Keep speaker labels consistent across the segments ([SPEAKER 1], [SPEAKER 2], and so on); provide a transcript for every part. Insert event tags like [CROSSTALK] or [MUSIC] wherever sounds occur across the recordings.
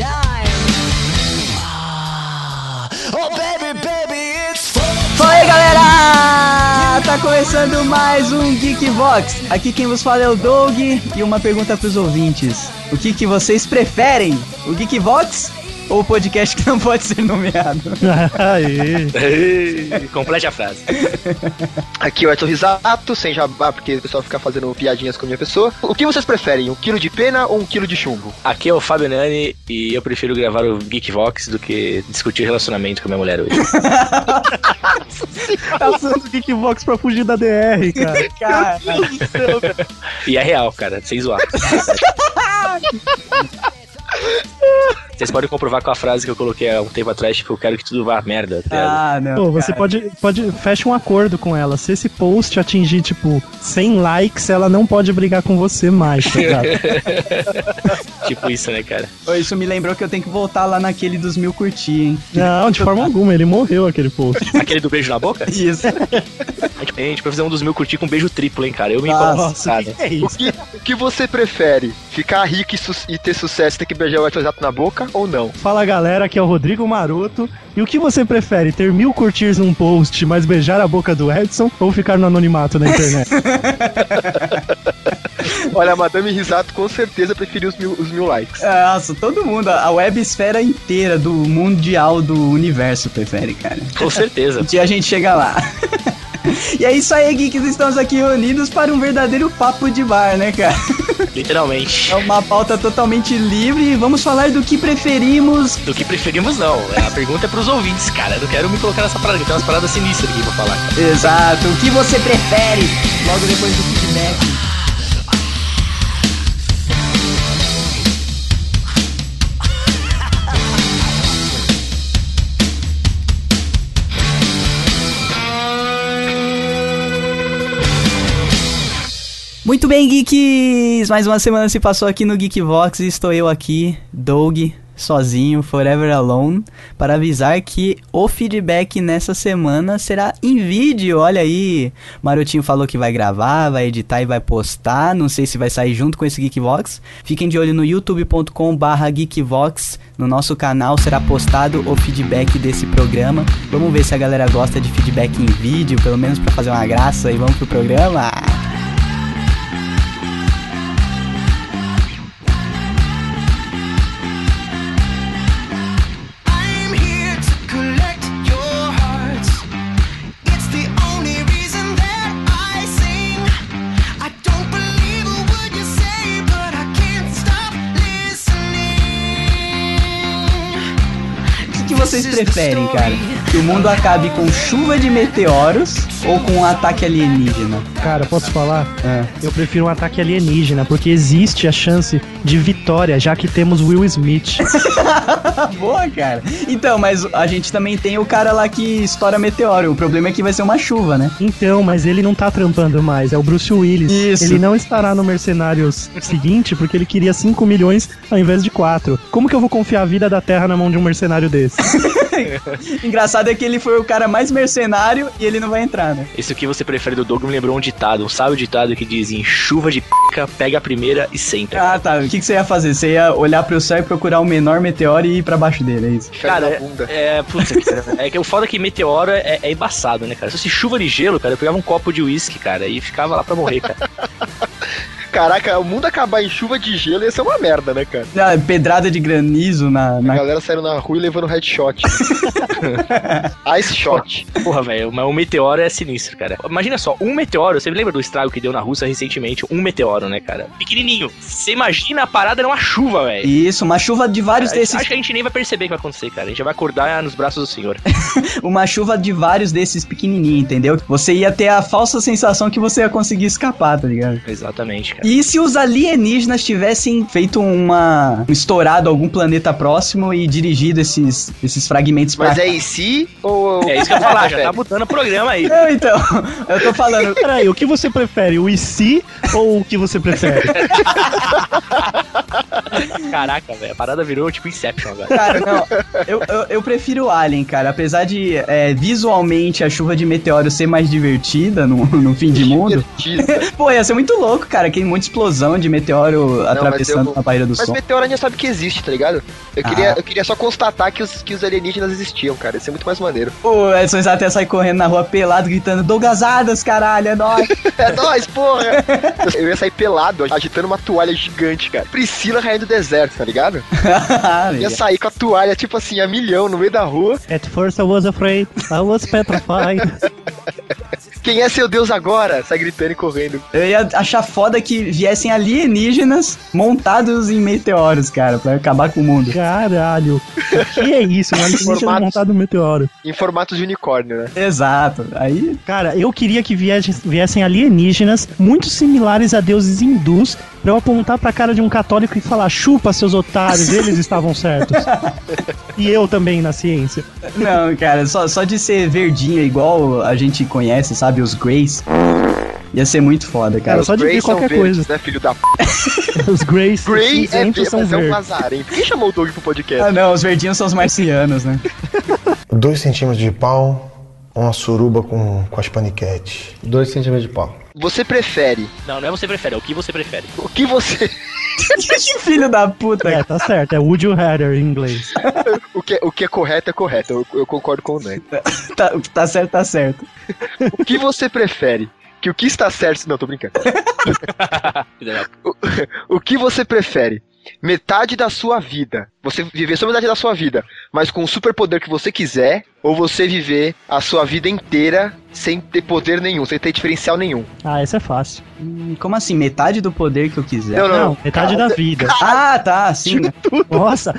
[SPEAKER 1] Ah. Oh,
[SPEAKER 2] Ah, tá começando mais um Geek Vox. Aqui quem vos fala é o Doug e uma pergunta pros ouvintes: O que, que vocês preferem? O Geek Vox ou o podcast que não pode ser nomeado?
[SPEAKER 3] Aí.
[SPEAKER 4] Ei, Complete a frase.
[SPEAKER 5] Aqui é o Edson Risato, sem jabá, porque o pessoal fica fazendo piadinhas com a minha pessoa. O que vocês preferem, um quilo de pena ou um quilo de chumbo?
[SPEAKER 4] Aqui é o Fábio Nani e eu prefiro gravar o Geek Vox do que discutir relacionamento com a minha mulher hoje.
[SPEAKER 3] Tá usando o Geekbox pra fugir da [LAUGHS] DR, cara.
[SPEAKER 2] Cara,
[SPEAKER 4] E é real, cara, sem zoar. Vocês podem comprovar com a frase que eu coloquei há um tempo atrás, tipo, eu quero que tudo vá a merda. tá ligado?
[SPEAKER 2] ah, não.
[SPEAKER 3] Pô, você
[SPEAKER 2] cara.
[SPEAKER 3] pode, pode. Fecha um acordo com ela. Se esse post atingir, tipo, 100 likes, ela não pode brigar com você mais, tá [LAUGHS] ligado?
[SPEAKER 2] Ah.
[SPEAKER 4] tipo isso, né, cara?
[SPEAKER 2] Ô, Isso me lembrou que eu tenho que voltar lá naquele dos mil curtir, hein?
[SPEAKER 3] Não, de forma alguma, ele morreu aquele post.
[SPEAKER 4] Aquele do beijo na boca?
[SPEAKER 2] Isso.
[SPEAKER 4] A gente, a gente vai fazer um dos mil curtir com um beijo triplo, hein, cara? Eu me
[SPEAKER 2] Nossa,
[SPEAKER 4] incomodo, cara.
[SPEAKER 3] É
[SPEAKER 5] O que, o que você prefere? Ficar rico e, su- e ter sucesso e ter que beijar o Edson Risato na boca ou não?
[SPEAKER 3] Fala galera, aqui é o Rodrigo Maroto. E o que você prefere, ter mil curtirs num post, mas beijar a boca do Edson ou ficar no anonimato na internet? [LAUGHS]
[SPEAKER 5] Olha, a Madame Risato com certeza preferiu os mil, os mil likes.
[SPEAKER 2] Nossa, todo mundo, a web esfera inteira do mundial do universo prefere, cara.
[SPEAKER 4] Com certeza.
[SPEAKER 2] Um dia a gente chega lá. [LAUGHS] E é isso aí, geeks. Estamos aqui reunidos para um verdadeiro papo de bar, né, cara?
[SPEAKER 4] Literalmente.
[SPEAKER 2] É uma pauta totalmente livre. Vamos falar do que preferimos.
[SPEAKER 4] Do que preferimos, não. A pergunta é pros ouvintes, cara. Eu não quero me colocar nessa parada, que tem umas paradas sinistras aqui pra falar. cara.
[SPEAKER 2] Exato, o que você prefere? Logo depois do feedback. Muito bem, geeks! Mais uma semana se passou aqui no Geekvox e estou eu aqui, Doug, sozinho, forever alone, para avisar que o feedback nessa semana será em vídeo. Olha aí, Marotinho falou que vai gravar, vai editar e vai postar. Não sei se vai sair junto com esse Geekvox. Fiquem de olho no youtube.com/barra Geekvox. No nosso canal será postado o feedback desse programa. Vamos ver se a galera gosta de feedback em vídeo, pelo menos para fazer uma graça e vamos pro programa.
[SPEAKER 1] I'm here to collect your hearts. It's the only reason that I sing. I don't believe a word you say, but I can't stop listening.
[SPEAKER 2] O que vocês preferem, cara? Que o mundo acabe com chuva de meteoros ou com um ataque alienígena? [LAUGHS]
[SPEAKER 3] Cara, posso falar? Eu prefiro um ataque alienígena, porque existe a chance de vitória, já que temos Will Smith.
[SPEAKER 2] Tá boa, cara. Então, mas a gente também tem o cara lá que estoura meteoro. O problema é que vai ser uma chuva, né?
[SPEAKER 3] Então, mas ele não tá trampando mais, é o Bruce Willis.
[SPEAKER 2] Isso.
[SPEAKER 3] Ele não estará no Mercenários seguinte porque ele queria 5 milhões ao invés de 4. Como que eu vou confiar a vida da Terra na mão de um mercenário desse?
[SPEAKER 2] Engraçado é que ele foi o cara mais mercenário e ele não vai entrar, né?
[SPEAKER 4] Esse que você prefere do Doug me lembrou um ditado, um sábio ditado que diz em chuva de pica, pega a primeira e senta.
[SPEAKER 2] Ah, tá. O que, que você ia fazer? Você ia olhar pro céu e procurar o menor meteoro e ir pra baixo dele, é isso?
[SPEAKER 4] Cara,
[SPEAKER 5] na
[SPEAKER 4] é-
[SPEAKER 5] bunda.
[SPEAKER 4] é,
[SPEAKER 5] [LAUGHS]
[SPEAKER 4] puta que pariu. é que o foda é que meteoro é, é embaçado, né, cara? Se fosse chuva de gelo, cara, eu pegava um copo de uísque, cara, e ficava lá pra morrer,
[SPEAKER 5] [LAUGHS]
[SPEAKER 4] cara.
[SPEAKER 5] Caraca, o mundo acabar em chuva de gelo ia ser uma merda, né, cara?
[SPEAKER 2] Ah, pedrada de granizo na.
[SPEAKER 5] A
[SPEAKER 2] na...
[SPEAKER 5] galera saindo na rua e levando headshot. Ice shot.
[SPEAKER 4] Porra, velho, mas um meteoro é sinistro, cara. Imagina só, um meteoro, você lembra do estrago que deu na Rússia recentemente? Um meteoro, né, cara? Pequenininho. Você imagina a parada numa chuva, velho.
[SPEAKER 2] Isso, uma chuva de vários
[SPEAKER 4] Acho
[SPEAKER 2] desses
[SPEAKER 4] que a gente nem vai perceber o que vai acontecer, cara. A gente já vai acordar nos braços do senhor.
[SPEAKER 2] [LAUGHS] uma chuva de vários desses pequenininhos, entendeu? Você ia ter a falsa sensação que você ia conseguir escapar, tá ligado?
[SPEAKER 4] Exatamente, cara.
[SPEAKER 2] E se os alienígenas tivessem feito uma. estourado algum planeta próximo e dirigido esses, esses fragmentos pra.
[SPEAKER 5] Mas
[SPEAKER 2] cá?
[SPEAKER 5] é em si ou.
[SPEAKER 4] É isso que eu ia falar,
[SPEAKER 5] [LAUGHS]
[SPEAKER 4] já tá mudando o programa aí.
[SPEAKER 2] Não, então, [LAUGHS] eu tô falando.
[SPEAKER 3] Peraí, o que você prefere, o IC ou o que você prefere?
[SPEAKER 4] Caraca, velho, a parada virou tipo Inception agora.
[SPEAKER 2] Cara, não, eu, eu, eu prefiro Alien, cara. Apesar de é, visualmente a chuva de meteoro ser mais divertida no, no fim de mundo.
[SPEAKER 5] [LAUGHS] Divertido.
[SPEAKER 2] Pô, ia ser muito louco, cara. Quem muita explosão de meteoro atravessando
[SPEAKER 5] eu-
[SPEAKER 2] a barreira do
[SPEAKER 5] Mas
[SPEAKER 2] som.
[SPEAKER 5] meteoro a gente sabe que existe, tá ligado? Eu
[SPEAKER 2] Ah.
[SPEAKER 5] queria, eu queria só constatar que os, que os alienígenas existiam, cara. Isso é muito mais
[SPEAKER 3] [LAUGHS]
[SPEAKER 5] maneiro.
[SPEAKER 2] O Edson até sai correndo na rua pelado, gritando, Douglas Adams, caralho, é
[SPEAKER 3] [LAUGHS]
[SPEAKER 2] nóis.
[SPEAKER 5] É nóis, porra! Eu ia sair pelado, agitando uma toalha gigante, cara. Priscila rainha do deserto, tá ligado? Eu ia sair com a toalha, tipo assim, a milhão, no meio da rua.
[SPEAKER 3] At first I was afraid, I was petrified.
[SPEAKER 5] Quem é seu Deus agora? Sai gritando e correndo.
[SPEAKER 2] Eu ia achar foda que viessem alienígenas montados em meteoros, cara, pra acabar com o mundo.
[SPEAKER 3] Caralho, o que é isso? Um alienígena
[SPEAKER 5] Formatos.
[SPEAKER 3] montado no meteoro.
[SPEAKER 5] Em formato de unicórnio, né?
[SPEAKER 2] Exato. Aí,
[SPEAKER 3] Cara, eu queria que viessem, viessem alienígenas muito similares a deuses hindus pra eu apontar pra cara de um católico e falar: chupa seus otários, eles estavam certos.
[SPEAKER 5] [LAUGHS]
[SPEAKER 3] E eu também na ciência.
[SPEAKER 2] não, cara, só, só de ser verdinho igual a gente conhece, sabe, os Greys, ia ser muito foda, cara.
[SPEAKER 3] Cara, só de ver
[SPEAKER 5] Greys são
[SPEAKER 3] qualquer
[SPEAKER 5] verdes,
[SPEAKER 3] coisa.
[SPEAKER 5] né, filho da p.
[SPEAKER 3] Os Greys,
[SPEAKER 5] Grey
[SPEAKER 3] os
[SPEAKER 5] é
[SPEAKER 3] cinzentos
[SPEAKER 5] ver,
[SPEAKER 3] são
[SPEAKER 5] mas é um
[SPEAKER 3] verdes.
[SPEAKER 5] lazarento. Quem chamou o Doug pro podcast?
[SPEAKER 2] Ah, não, os verdinhos são os marcianos, né? [LAUGHS]
[SPEAKER 6] Dois centímetros de pau, uma suruba com, com as paniquetes.
[SPEAKER 7] Dois centímetros de pau.
[SPEAKER 3] Ah.
[SPEAKER 5] Você prefere
[SPEAKER 4] Não, não é você prefere, é o que você prefere.
[SPEAKER 5] o que você. [LAUGHS]
[SPEAKER 2] que filho da puta,
[SPEAKER 3] É, tá certo, é Would You Rather em inglês.
[SPEAKER 5] O que, o que é correto é correto. Eu, eu concordo com o Nani.
[SPEAKER 2] tá, tá certo, tá certo.
[SPEAKER 5] O que você prefere? Que o que está certo. Não, tô brincando. O, o que você prefere? Metade da sua vida. Você viver só metade da sua vida, mas com o superpoder que você quiser, ou você viver a sua vida inteira sem ter poder nenhum, sem ter diferencial nenhum.
[SPEAKER 3] Ah, essa é fácil.
[SPEAKER 2] Hum, como assim? Metade do poder que eu quiser?
[SPEAKER 5] Não, não,
[SPEAKER 3] Não,
[SPEAKER 5] não.
[SPEAKER 3] metade da vida.
[SPEAKER 2] Ah, tá, sim. né?
[SPEAKER 3] Nossa,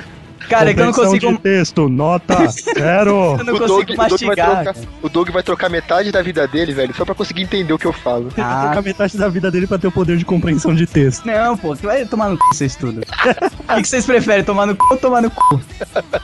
[SPEAKER 2] Cara, é que eu não
[SPEAKER 3] compreensão
[SPEAKER 2] consigo.
[SPEAKER 3] de
[SPEAKER 5] [LAUGHS]
[SPEAKER 3] texto, nota, zero.
[SPEAKER 2] Eu não
[SPEAKER 5] o
[SPEAKER 2] consigo
[SPEAKER 5] Doug- o Doug vai
[SPEAKER 2] mastigar.
[SPEAKER 5] trocar-
[SPEAKER 2] cara.
[SPEAKER 5] O Doug vai trocar metade da vida dele, velho, só pra conseguir entender o que eu falo.
[SPEAKER 3] Ele vai
[SPEAKER 2] Ah.
[SPEAKER 3] trocar metade da vida dele pra ter o poder de compreensão de texto.
[SPEAKER 2] Não, pô, que vai tomar no c... vocês tudo. O que, que vocês preferem, tomar no c... ou tomar no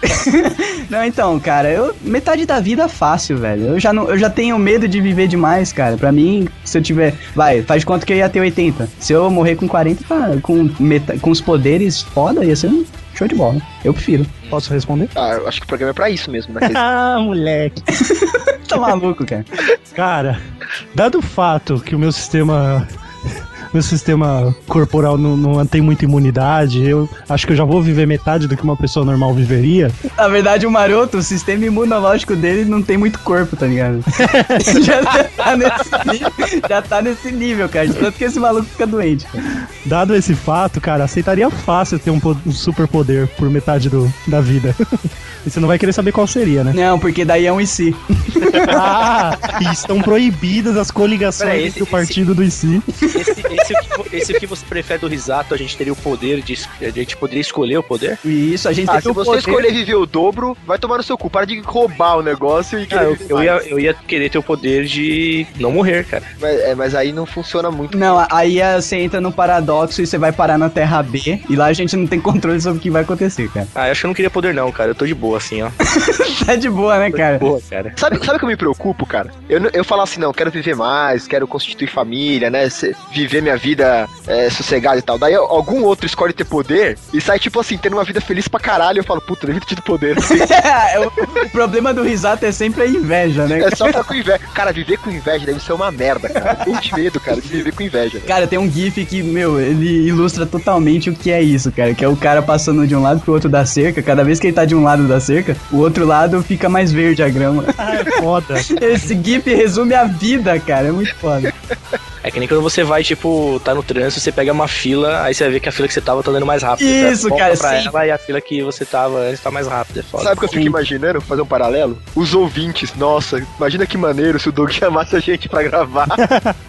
[SPEAKER 2] c... [LAUGHS] não, então, cara, eu metade da vida é fácil, velho. Eu já, não, eu já tenho medo de viver demais, cara. Pra mim, se eu tiver... Vai, faz de conta que eu ia ter 80. Se eu morrer com 40, tá, com, meta, com os poderes foda, ia ser um show de bola. Eu prefiro.
[SPEAKER 3] Posso responder?
[SPEAKER 5] Ah, eu acho que o programa é pra isso
[SPEAKER 2] [LAUGHS]
[SPEAKER 5] mesmo, né?
[SPEAKER 3] Ah, moleque.
[SPEAKER 2] Tá maluco, cara.
[SPEAKER 3] Cara, dado o fato que o meu sistema. [LAUGHS] Meu sistema corporal não, não tem muita imunidade, eu acho que eu já vou viver metade do que uma pessoa normal viveria.
[SPEAKER 2] Na verdade, o maroto, o sistema imunológico dele não tem muito corpo, tá ligado? [LAUGHS] já, tá nesse, nível- já tá nesse nível, cara. De tanto que esse maluco fica doente, cara.
[SPEAKER 3] Dado esse fato, cara, aceitaria fácil ter um, po- um superpoder por metade do, da vida. [LAUGHS] E você não vai querer saber qual seria, né?
[SPEAKER 2] Não, porque daí é um e si.
[SPEAKER 3] Ah, [LAUGHS] e estão proibidas as coligações
[SPEAKER 4] Peraí,
[SPEAKER 3] entre o
[SPEAKER 4] esse-
[SPEAKER 3] partido do IC.
[SPEAKER 4] Esse, esse, é o que, vo- esse o que você prefere do risato, a gente teria o poder de. es- A gente poderia escolher o poder?
[SPEAKER 2] E isso, a gente
[SPEAKER 5] Ah,
[SPEAKER 2] tem
[SPEAKER 5] se
[SPEAKER 2] o
[SPEAKER 5] você
[SPEAKER 2] poder-
[SPEAKER 5] escolher viver o dobro, vai tomar no seu cu. Para de roubar o negócio e querer
[SPEAKER 4] Ah, eu,
[SPEAKER 5] viver
[SPEAKER 4] eu
[SPEAKER 5] mais.
[SPEAKER 4] ia, eu ia querer ter o poder de não morrer, cara.
[SPEAKER 5] Mas, é, mas aí não funciona muito.
[SPEAKER 2] Não, aí ah, você entra no paradoxo e você vai parar na Terra B e lá a gente não tem controle sobre o que vai acontecer, cara. [LAUGHS]
[SPEAKER 4] Ah, eu acho que eu não queria poder, não, cara. Eu tô de boa, assim, ó.
[SPEAKER 2] Tá de boa, né, cara? [LAUGHS]
[SPEAKER 4] Boa, cara.
[SPEAKER 5] Sabe, sabe o que eu me preocupo, cara? Eu, não- eu falo assim, não, quero viver mais, quero constituir família, né? se- viver minha vida é, sossegada e tal. Daí algum outro escolhe ter poder e sai, tipo assim, tendo uma vida feliz pra caralho. Eu falo, puta, devia ter tido poder.
[SPEAKER 2] É, o, o problema do risato é sempre a inveja, né?
[SPEAKER 5] É só ficar com inveja. Cara, viver com inveja deve ser uma merda, cara. Eu morro de medo, cara, de viver com inveja. velho.
[SPEAKER 2] Cara, tem um GIF que, meu, ele ilustra totalmente o que é isso, cara. Que é o cara passando de um lado pro outro da cerca. Cada vez que ele tá de um lado da cerca, o outro lado fica mais verde a grama. [LAUGHS]
[SPEAKER 3] Ah, é foda. [LAUGHS]
[SPEAKER 2] Esse GIF resume a vida, cara. É muito foda.
[SPEAKER 4] É que nem quando você vai, tipo, tá no trânsito, você pega uma fila, aí você vai ver que a fila que você tava tá andando mais rápido.
[SPEAKER 2] Isso,
[SPEAKER 4] Volta
[SPEAKER 2] cara,
[SPEAKER 4] Pra
[SPEAKER 2] sim.
[SPEAKER 4] ela, e a fila que você tava antes tá mais rápida. É foda.
[SPEAKER 5] Sabe o que eu fico imaginando? Fazer um paralelo? Os ouvintes, nossa, imagina que maneiro se o Doug [LAUGHS] chamasse a gente pra gravar.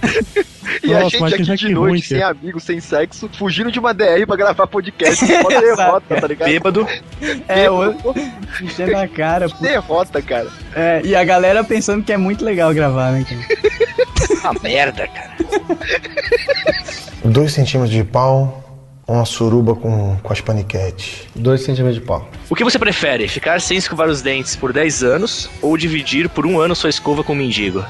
[SPEAKER 5] [LAUGHS] e
[SPEAKER 3] Nossa,
[SPEAKER 5] a gente
[SPEAKER 3] imagina
[SPEAKER 5] aqui
[SPEAKER 3] que
[SPEAKER 5] de noite,
[SPEAKER 3] ruim,
[SPEAKER 5] sem
[SPEAKER 3] cara.
[SPEAKER 5] amigos, sem sexo, fugindo de uma DR pra gravar
[SPEAKER 3] [LAUGHS]
[SPEAKER 5] podcast. Mó derrota, tá ligado?
[SPEAKER 4] Bêbado.
[SPEAKER 2] É, o enchendo a cara, pô.
[SPEAKER 5] Derrota, cara.
[SPEAKER 2] É, e a galera pensando que é muito legal gravar, né, cara?
[SPEAKER 4] Uma Tá merda, cara.
[SPEAKER 6] Dois centímetros de pau, uma suruba com, com as paniquetes.
[SPEAKER 7] 2 centímetros de pau.
[SPEAKER 4] O que você prefere? Ficar sem escovar os dentes por 10 anos ou dividir por um ano sua escova com um mendigo?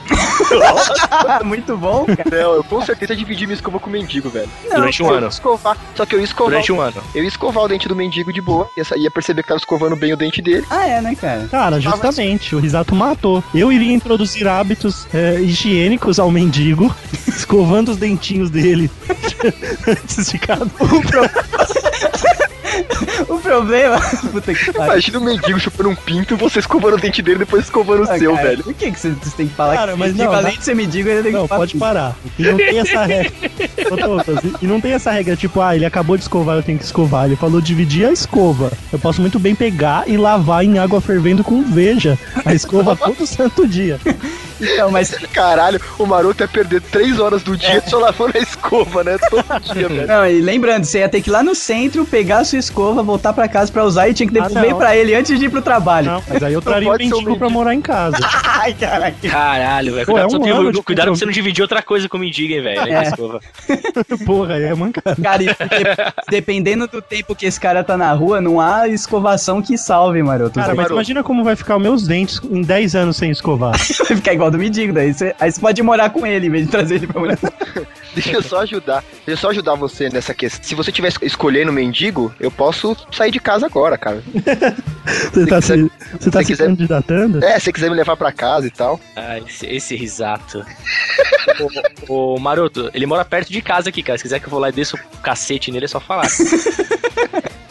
[SPEAKER 2] Ah, Muito bom.
[SPEAKER 5] Não, eu com certeza dividi minha escova com o mendigo, velho.
[SPEAKER 4] Durante um
[SPEAKER 5] eu
[SPEAKER 4] ano.
[SPEAKER 5] ia Escovar. Só que eu ia escovar.
[SPEAKER 4] Durante um ano.
[SPEAKER 5] Eu ia escovar o dente do mendigo de boa. Ia, sa- ia perceber que tava escovando bem o dente dele.
[SPEAKER 2] Ah, é, né, cara?
[SPEAKER 3] Cara, justamente, o risato matou. Eu iria introduzir hábitos é, higiênicos ao mendigo, [LAUGHS] escovando os dentinhos dele [LAUGHS] antes de cada um.
[SPEAKER 2] O problema. [LAUGHS] Puta que pariu.
[SPEAKER 5] Imagina o mendigo chupando um pinto, você escovando o dente dele, depois escovando o
[SPEAKER 2] Ah,
[SPEAKER 5] seu,
[SPEAKER 2] cara,
[SPEAKER 5] velho.
[SPEAKER 2] Por que, que você você tem que falar
[SPEAKER 3] Cara,
[SPEAKER 2] que
[SPEAKER 3] mas
[SPEAKER 2] mendigo,
[SPEAKER 3] não,
[SPEAKER 2] além
[SPEAKER 3] né?
[SPEAKER 2] de ser mendigo, ele tem
[SPEAKER 3] Não,
[SPEAKER 2] que falar.
[SPEAKER 3] pode parar. E não tem essa regra. Ô, Douglas, e- E não tem essa regra, tipo, ah, ele acabou de escovar, eu tenho que escovar. Ele falou dividir a escova. Eu posso muito bem pegar e lavar em água fervendo com veja a escova todo santo dia.
[SPEAKER 2] Então, mas
[SPEAKER 5] Caralho, o maroto ia perder três horas do dia só lavando a escova, né? Todo dia, velho.
[SPEAKER 2] Não, e lembrando, você ia ter que ir lá no centro, pegar a sua escova, voltar pra casa pra usar e tinha que
[SPEAKER 3] Ah,
[SPEAKER 2] devolver
[SPEAKER 3] não.
[SPEAKER 2] pra ele antes de ir pro trabalho.
[SPEAKER 3] Não, mas aí eu traria o
[SPEAKER 5] pode ser um
[SPEAKER 3] mendigo pra
[SPEAKER 5] mendigo.
[SPEAKER 3] morar em casa.
[SPEAKER 2] Ai, caraca.
[SPEAKER 4] [LAUGHS] Caralho, velho.
[SPEAKER 3] Pô,
[SPEAKER 4] Cuidado,
[SPEAKER 3] é um
[SPEAKER 4] só tem-
[SPEAKER 3] ano de É.
[SPEAKER 4] cuidado pra
[SPEAKER 3] compromisso.
[SPEAKER 4] você não dividir outra coisa com o mendigo, hein, velho. né, com a escova.
[SPEAKER 3] [LAUGHS] Porra, aí é mancada.
[SPEAKER 2] [LAUGHS] Cara, e porque dependendo do tempo que esse cara tá na rua, não há escovação que salve, maroto.
[SPEAKER 3] Cara,
[SPEAKER 2] Você
[SPEAKER 3] mas
[SPEAKER 5] Maroto.
[SPEAKER 3] imagina como vai ficar os meus dentes em 10 anos sem escovar.
[SPEAKER 2] [LAUGHS] vai ficar igual do mendigo, daí você, aí você pode morar com ele em vez de trazer ele pra morar. [LAUGHS]
[SPEAKER 5] Deixa eu só ajudar. Deixa eu só ajudar você nessa questão. Se você tiver es- escolhendo mendigo, eu posso sair de casa agora, cara.
[SPEAKER 3] Você tá se,
[SPEAKER 5] quiser-
[SPEAKER 3] você tá
[SPEAKER 5] se
[SPEAKER 3] se
[SPEAKER 5] quiser-
[SPEAKER 3] candidatando?
[SPEAKER 5] É, se você quiser me levar pra casa e tal.
[SPEAKER 4] Ah, esse, esse risato. [LAUGHS] ô, ô, Maroto, ele mora perto de casa aqui, cara. Se quiser que eu vou lá e desço o cacete nele, é só
[SPEAKER 3] [LAUGHS]
[SPEAKER 4] falar.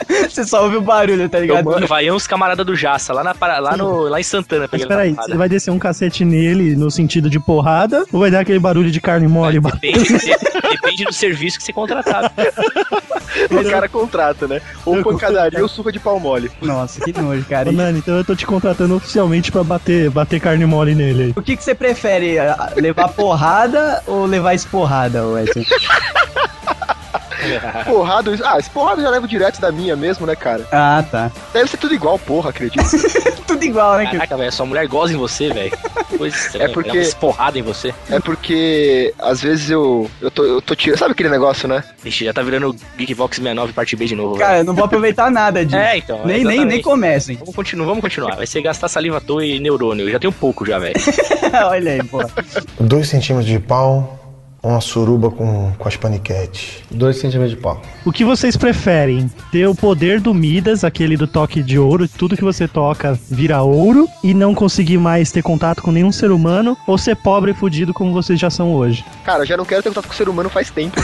[SPEAKER 2] Você só ouve o barulho, tá
[SPEAKER 4] Eu
[SPEAKER 2] ligado?
[SPEAKER 4] mando, vai uns camarada do Jaça, lá, na, para- lá, no, lá em Santana.
[SPEAKER 3] Mas
[SPEAKER 4] pegando
[SPEAKER 5] é
[SPEAKER 3] peraí,
[SPEAKER 4] porrada.
[SPEAKER 3] você vai descer um cacete nele no sentido de porrada ou vai dar aquele barulho de carne mole? batendo?
[SPEAKER 4] Depende, do ser- depende do serviço que você
[SPEAKER 3] [LAUGHS]
[SPEAKER 4] contratar.
[SPEAKER 5] O cara contrata, né? Ou pancadaria ou surra de pau mole.
[SPEAKER 2] Nossa, que nojo, cara.
[SPEAKER 3] Ô, Nani, então eu tô te contratando oficialmente pra bater, bater carne mole nele.
[SPEAKER 2] O que, que você prefere? a- Levar porrada ou levar esporrada, Wesley?
[SPEAKER 5] Porrada. Ah, esse porrada eu já levo direto da minha mesmo, né, cara?
[SPEAKER 2] Ah, tá.
[SPEAKER 5] Deve ser tudo igual, porra, acredito.
[SPEAKER 2] Tudo igual, né?
[SPEAKER 4] Caraca, velho, sua mulher goza em você, velho. Coisa estranha.
[SPEAKER 5] É porque-
[SPEAKER 4] dá uma esporrada em você.
[SPEAKER 5] É porque às vezes eu, eu, tô, eu tô tirando. Sabe aquele negócio, né?
[SPEAKER 4] Ixi, já tá virando Geekbox 69 parte B de
[SPEAKER 3] Ah,
[SPEAKER 4] novo, velho.
[SPEAKER 2] Cara, eu não vou aproveitar nada disso.
[SPEAKER 4] É, então.
[SPEAKER 2] nem, nem, nem
[SPEAKER 4] exatamente.
[SPEAKER 2] comecem. [LAUGHS]
[SPEAKER 4] Vamos continuar, vamos continuar. Vai ser gastar saliva à toa e neurônio. Eu já tenho pouco já, velho.
[SPEAKER 2] Olha aí, pô.
[SPEAKER 6] 2 centímetros de pau, uma suruba com, com as paniquetes.
[SPEAKER 7] 2 centímetros de pau.
[SPEAKER 3] O que vocês preferem? Ter o poder do Midas, aquele do toque de ouro, tudo que você toca vira ouro, e não conseguir mais ter contato com nenhum ser humano, ou ser pobre e fudido como vocês já são hoje?
[SPEAKER 5] Cara, eu já não quero ter contato com o ser humano faz tempo.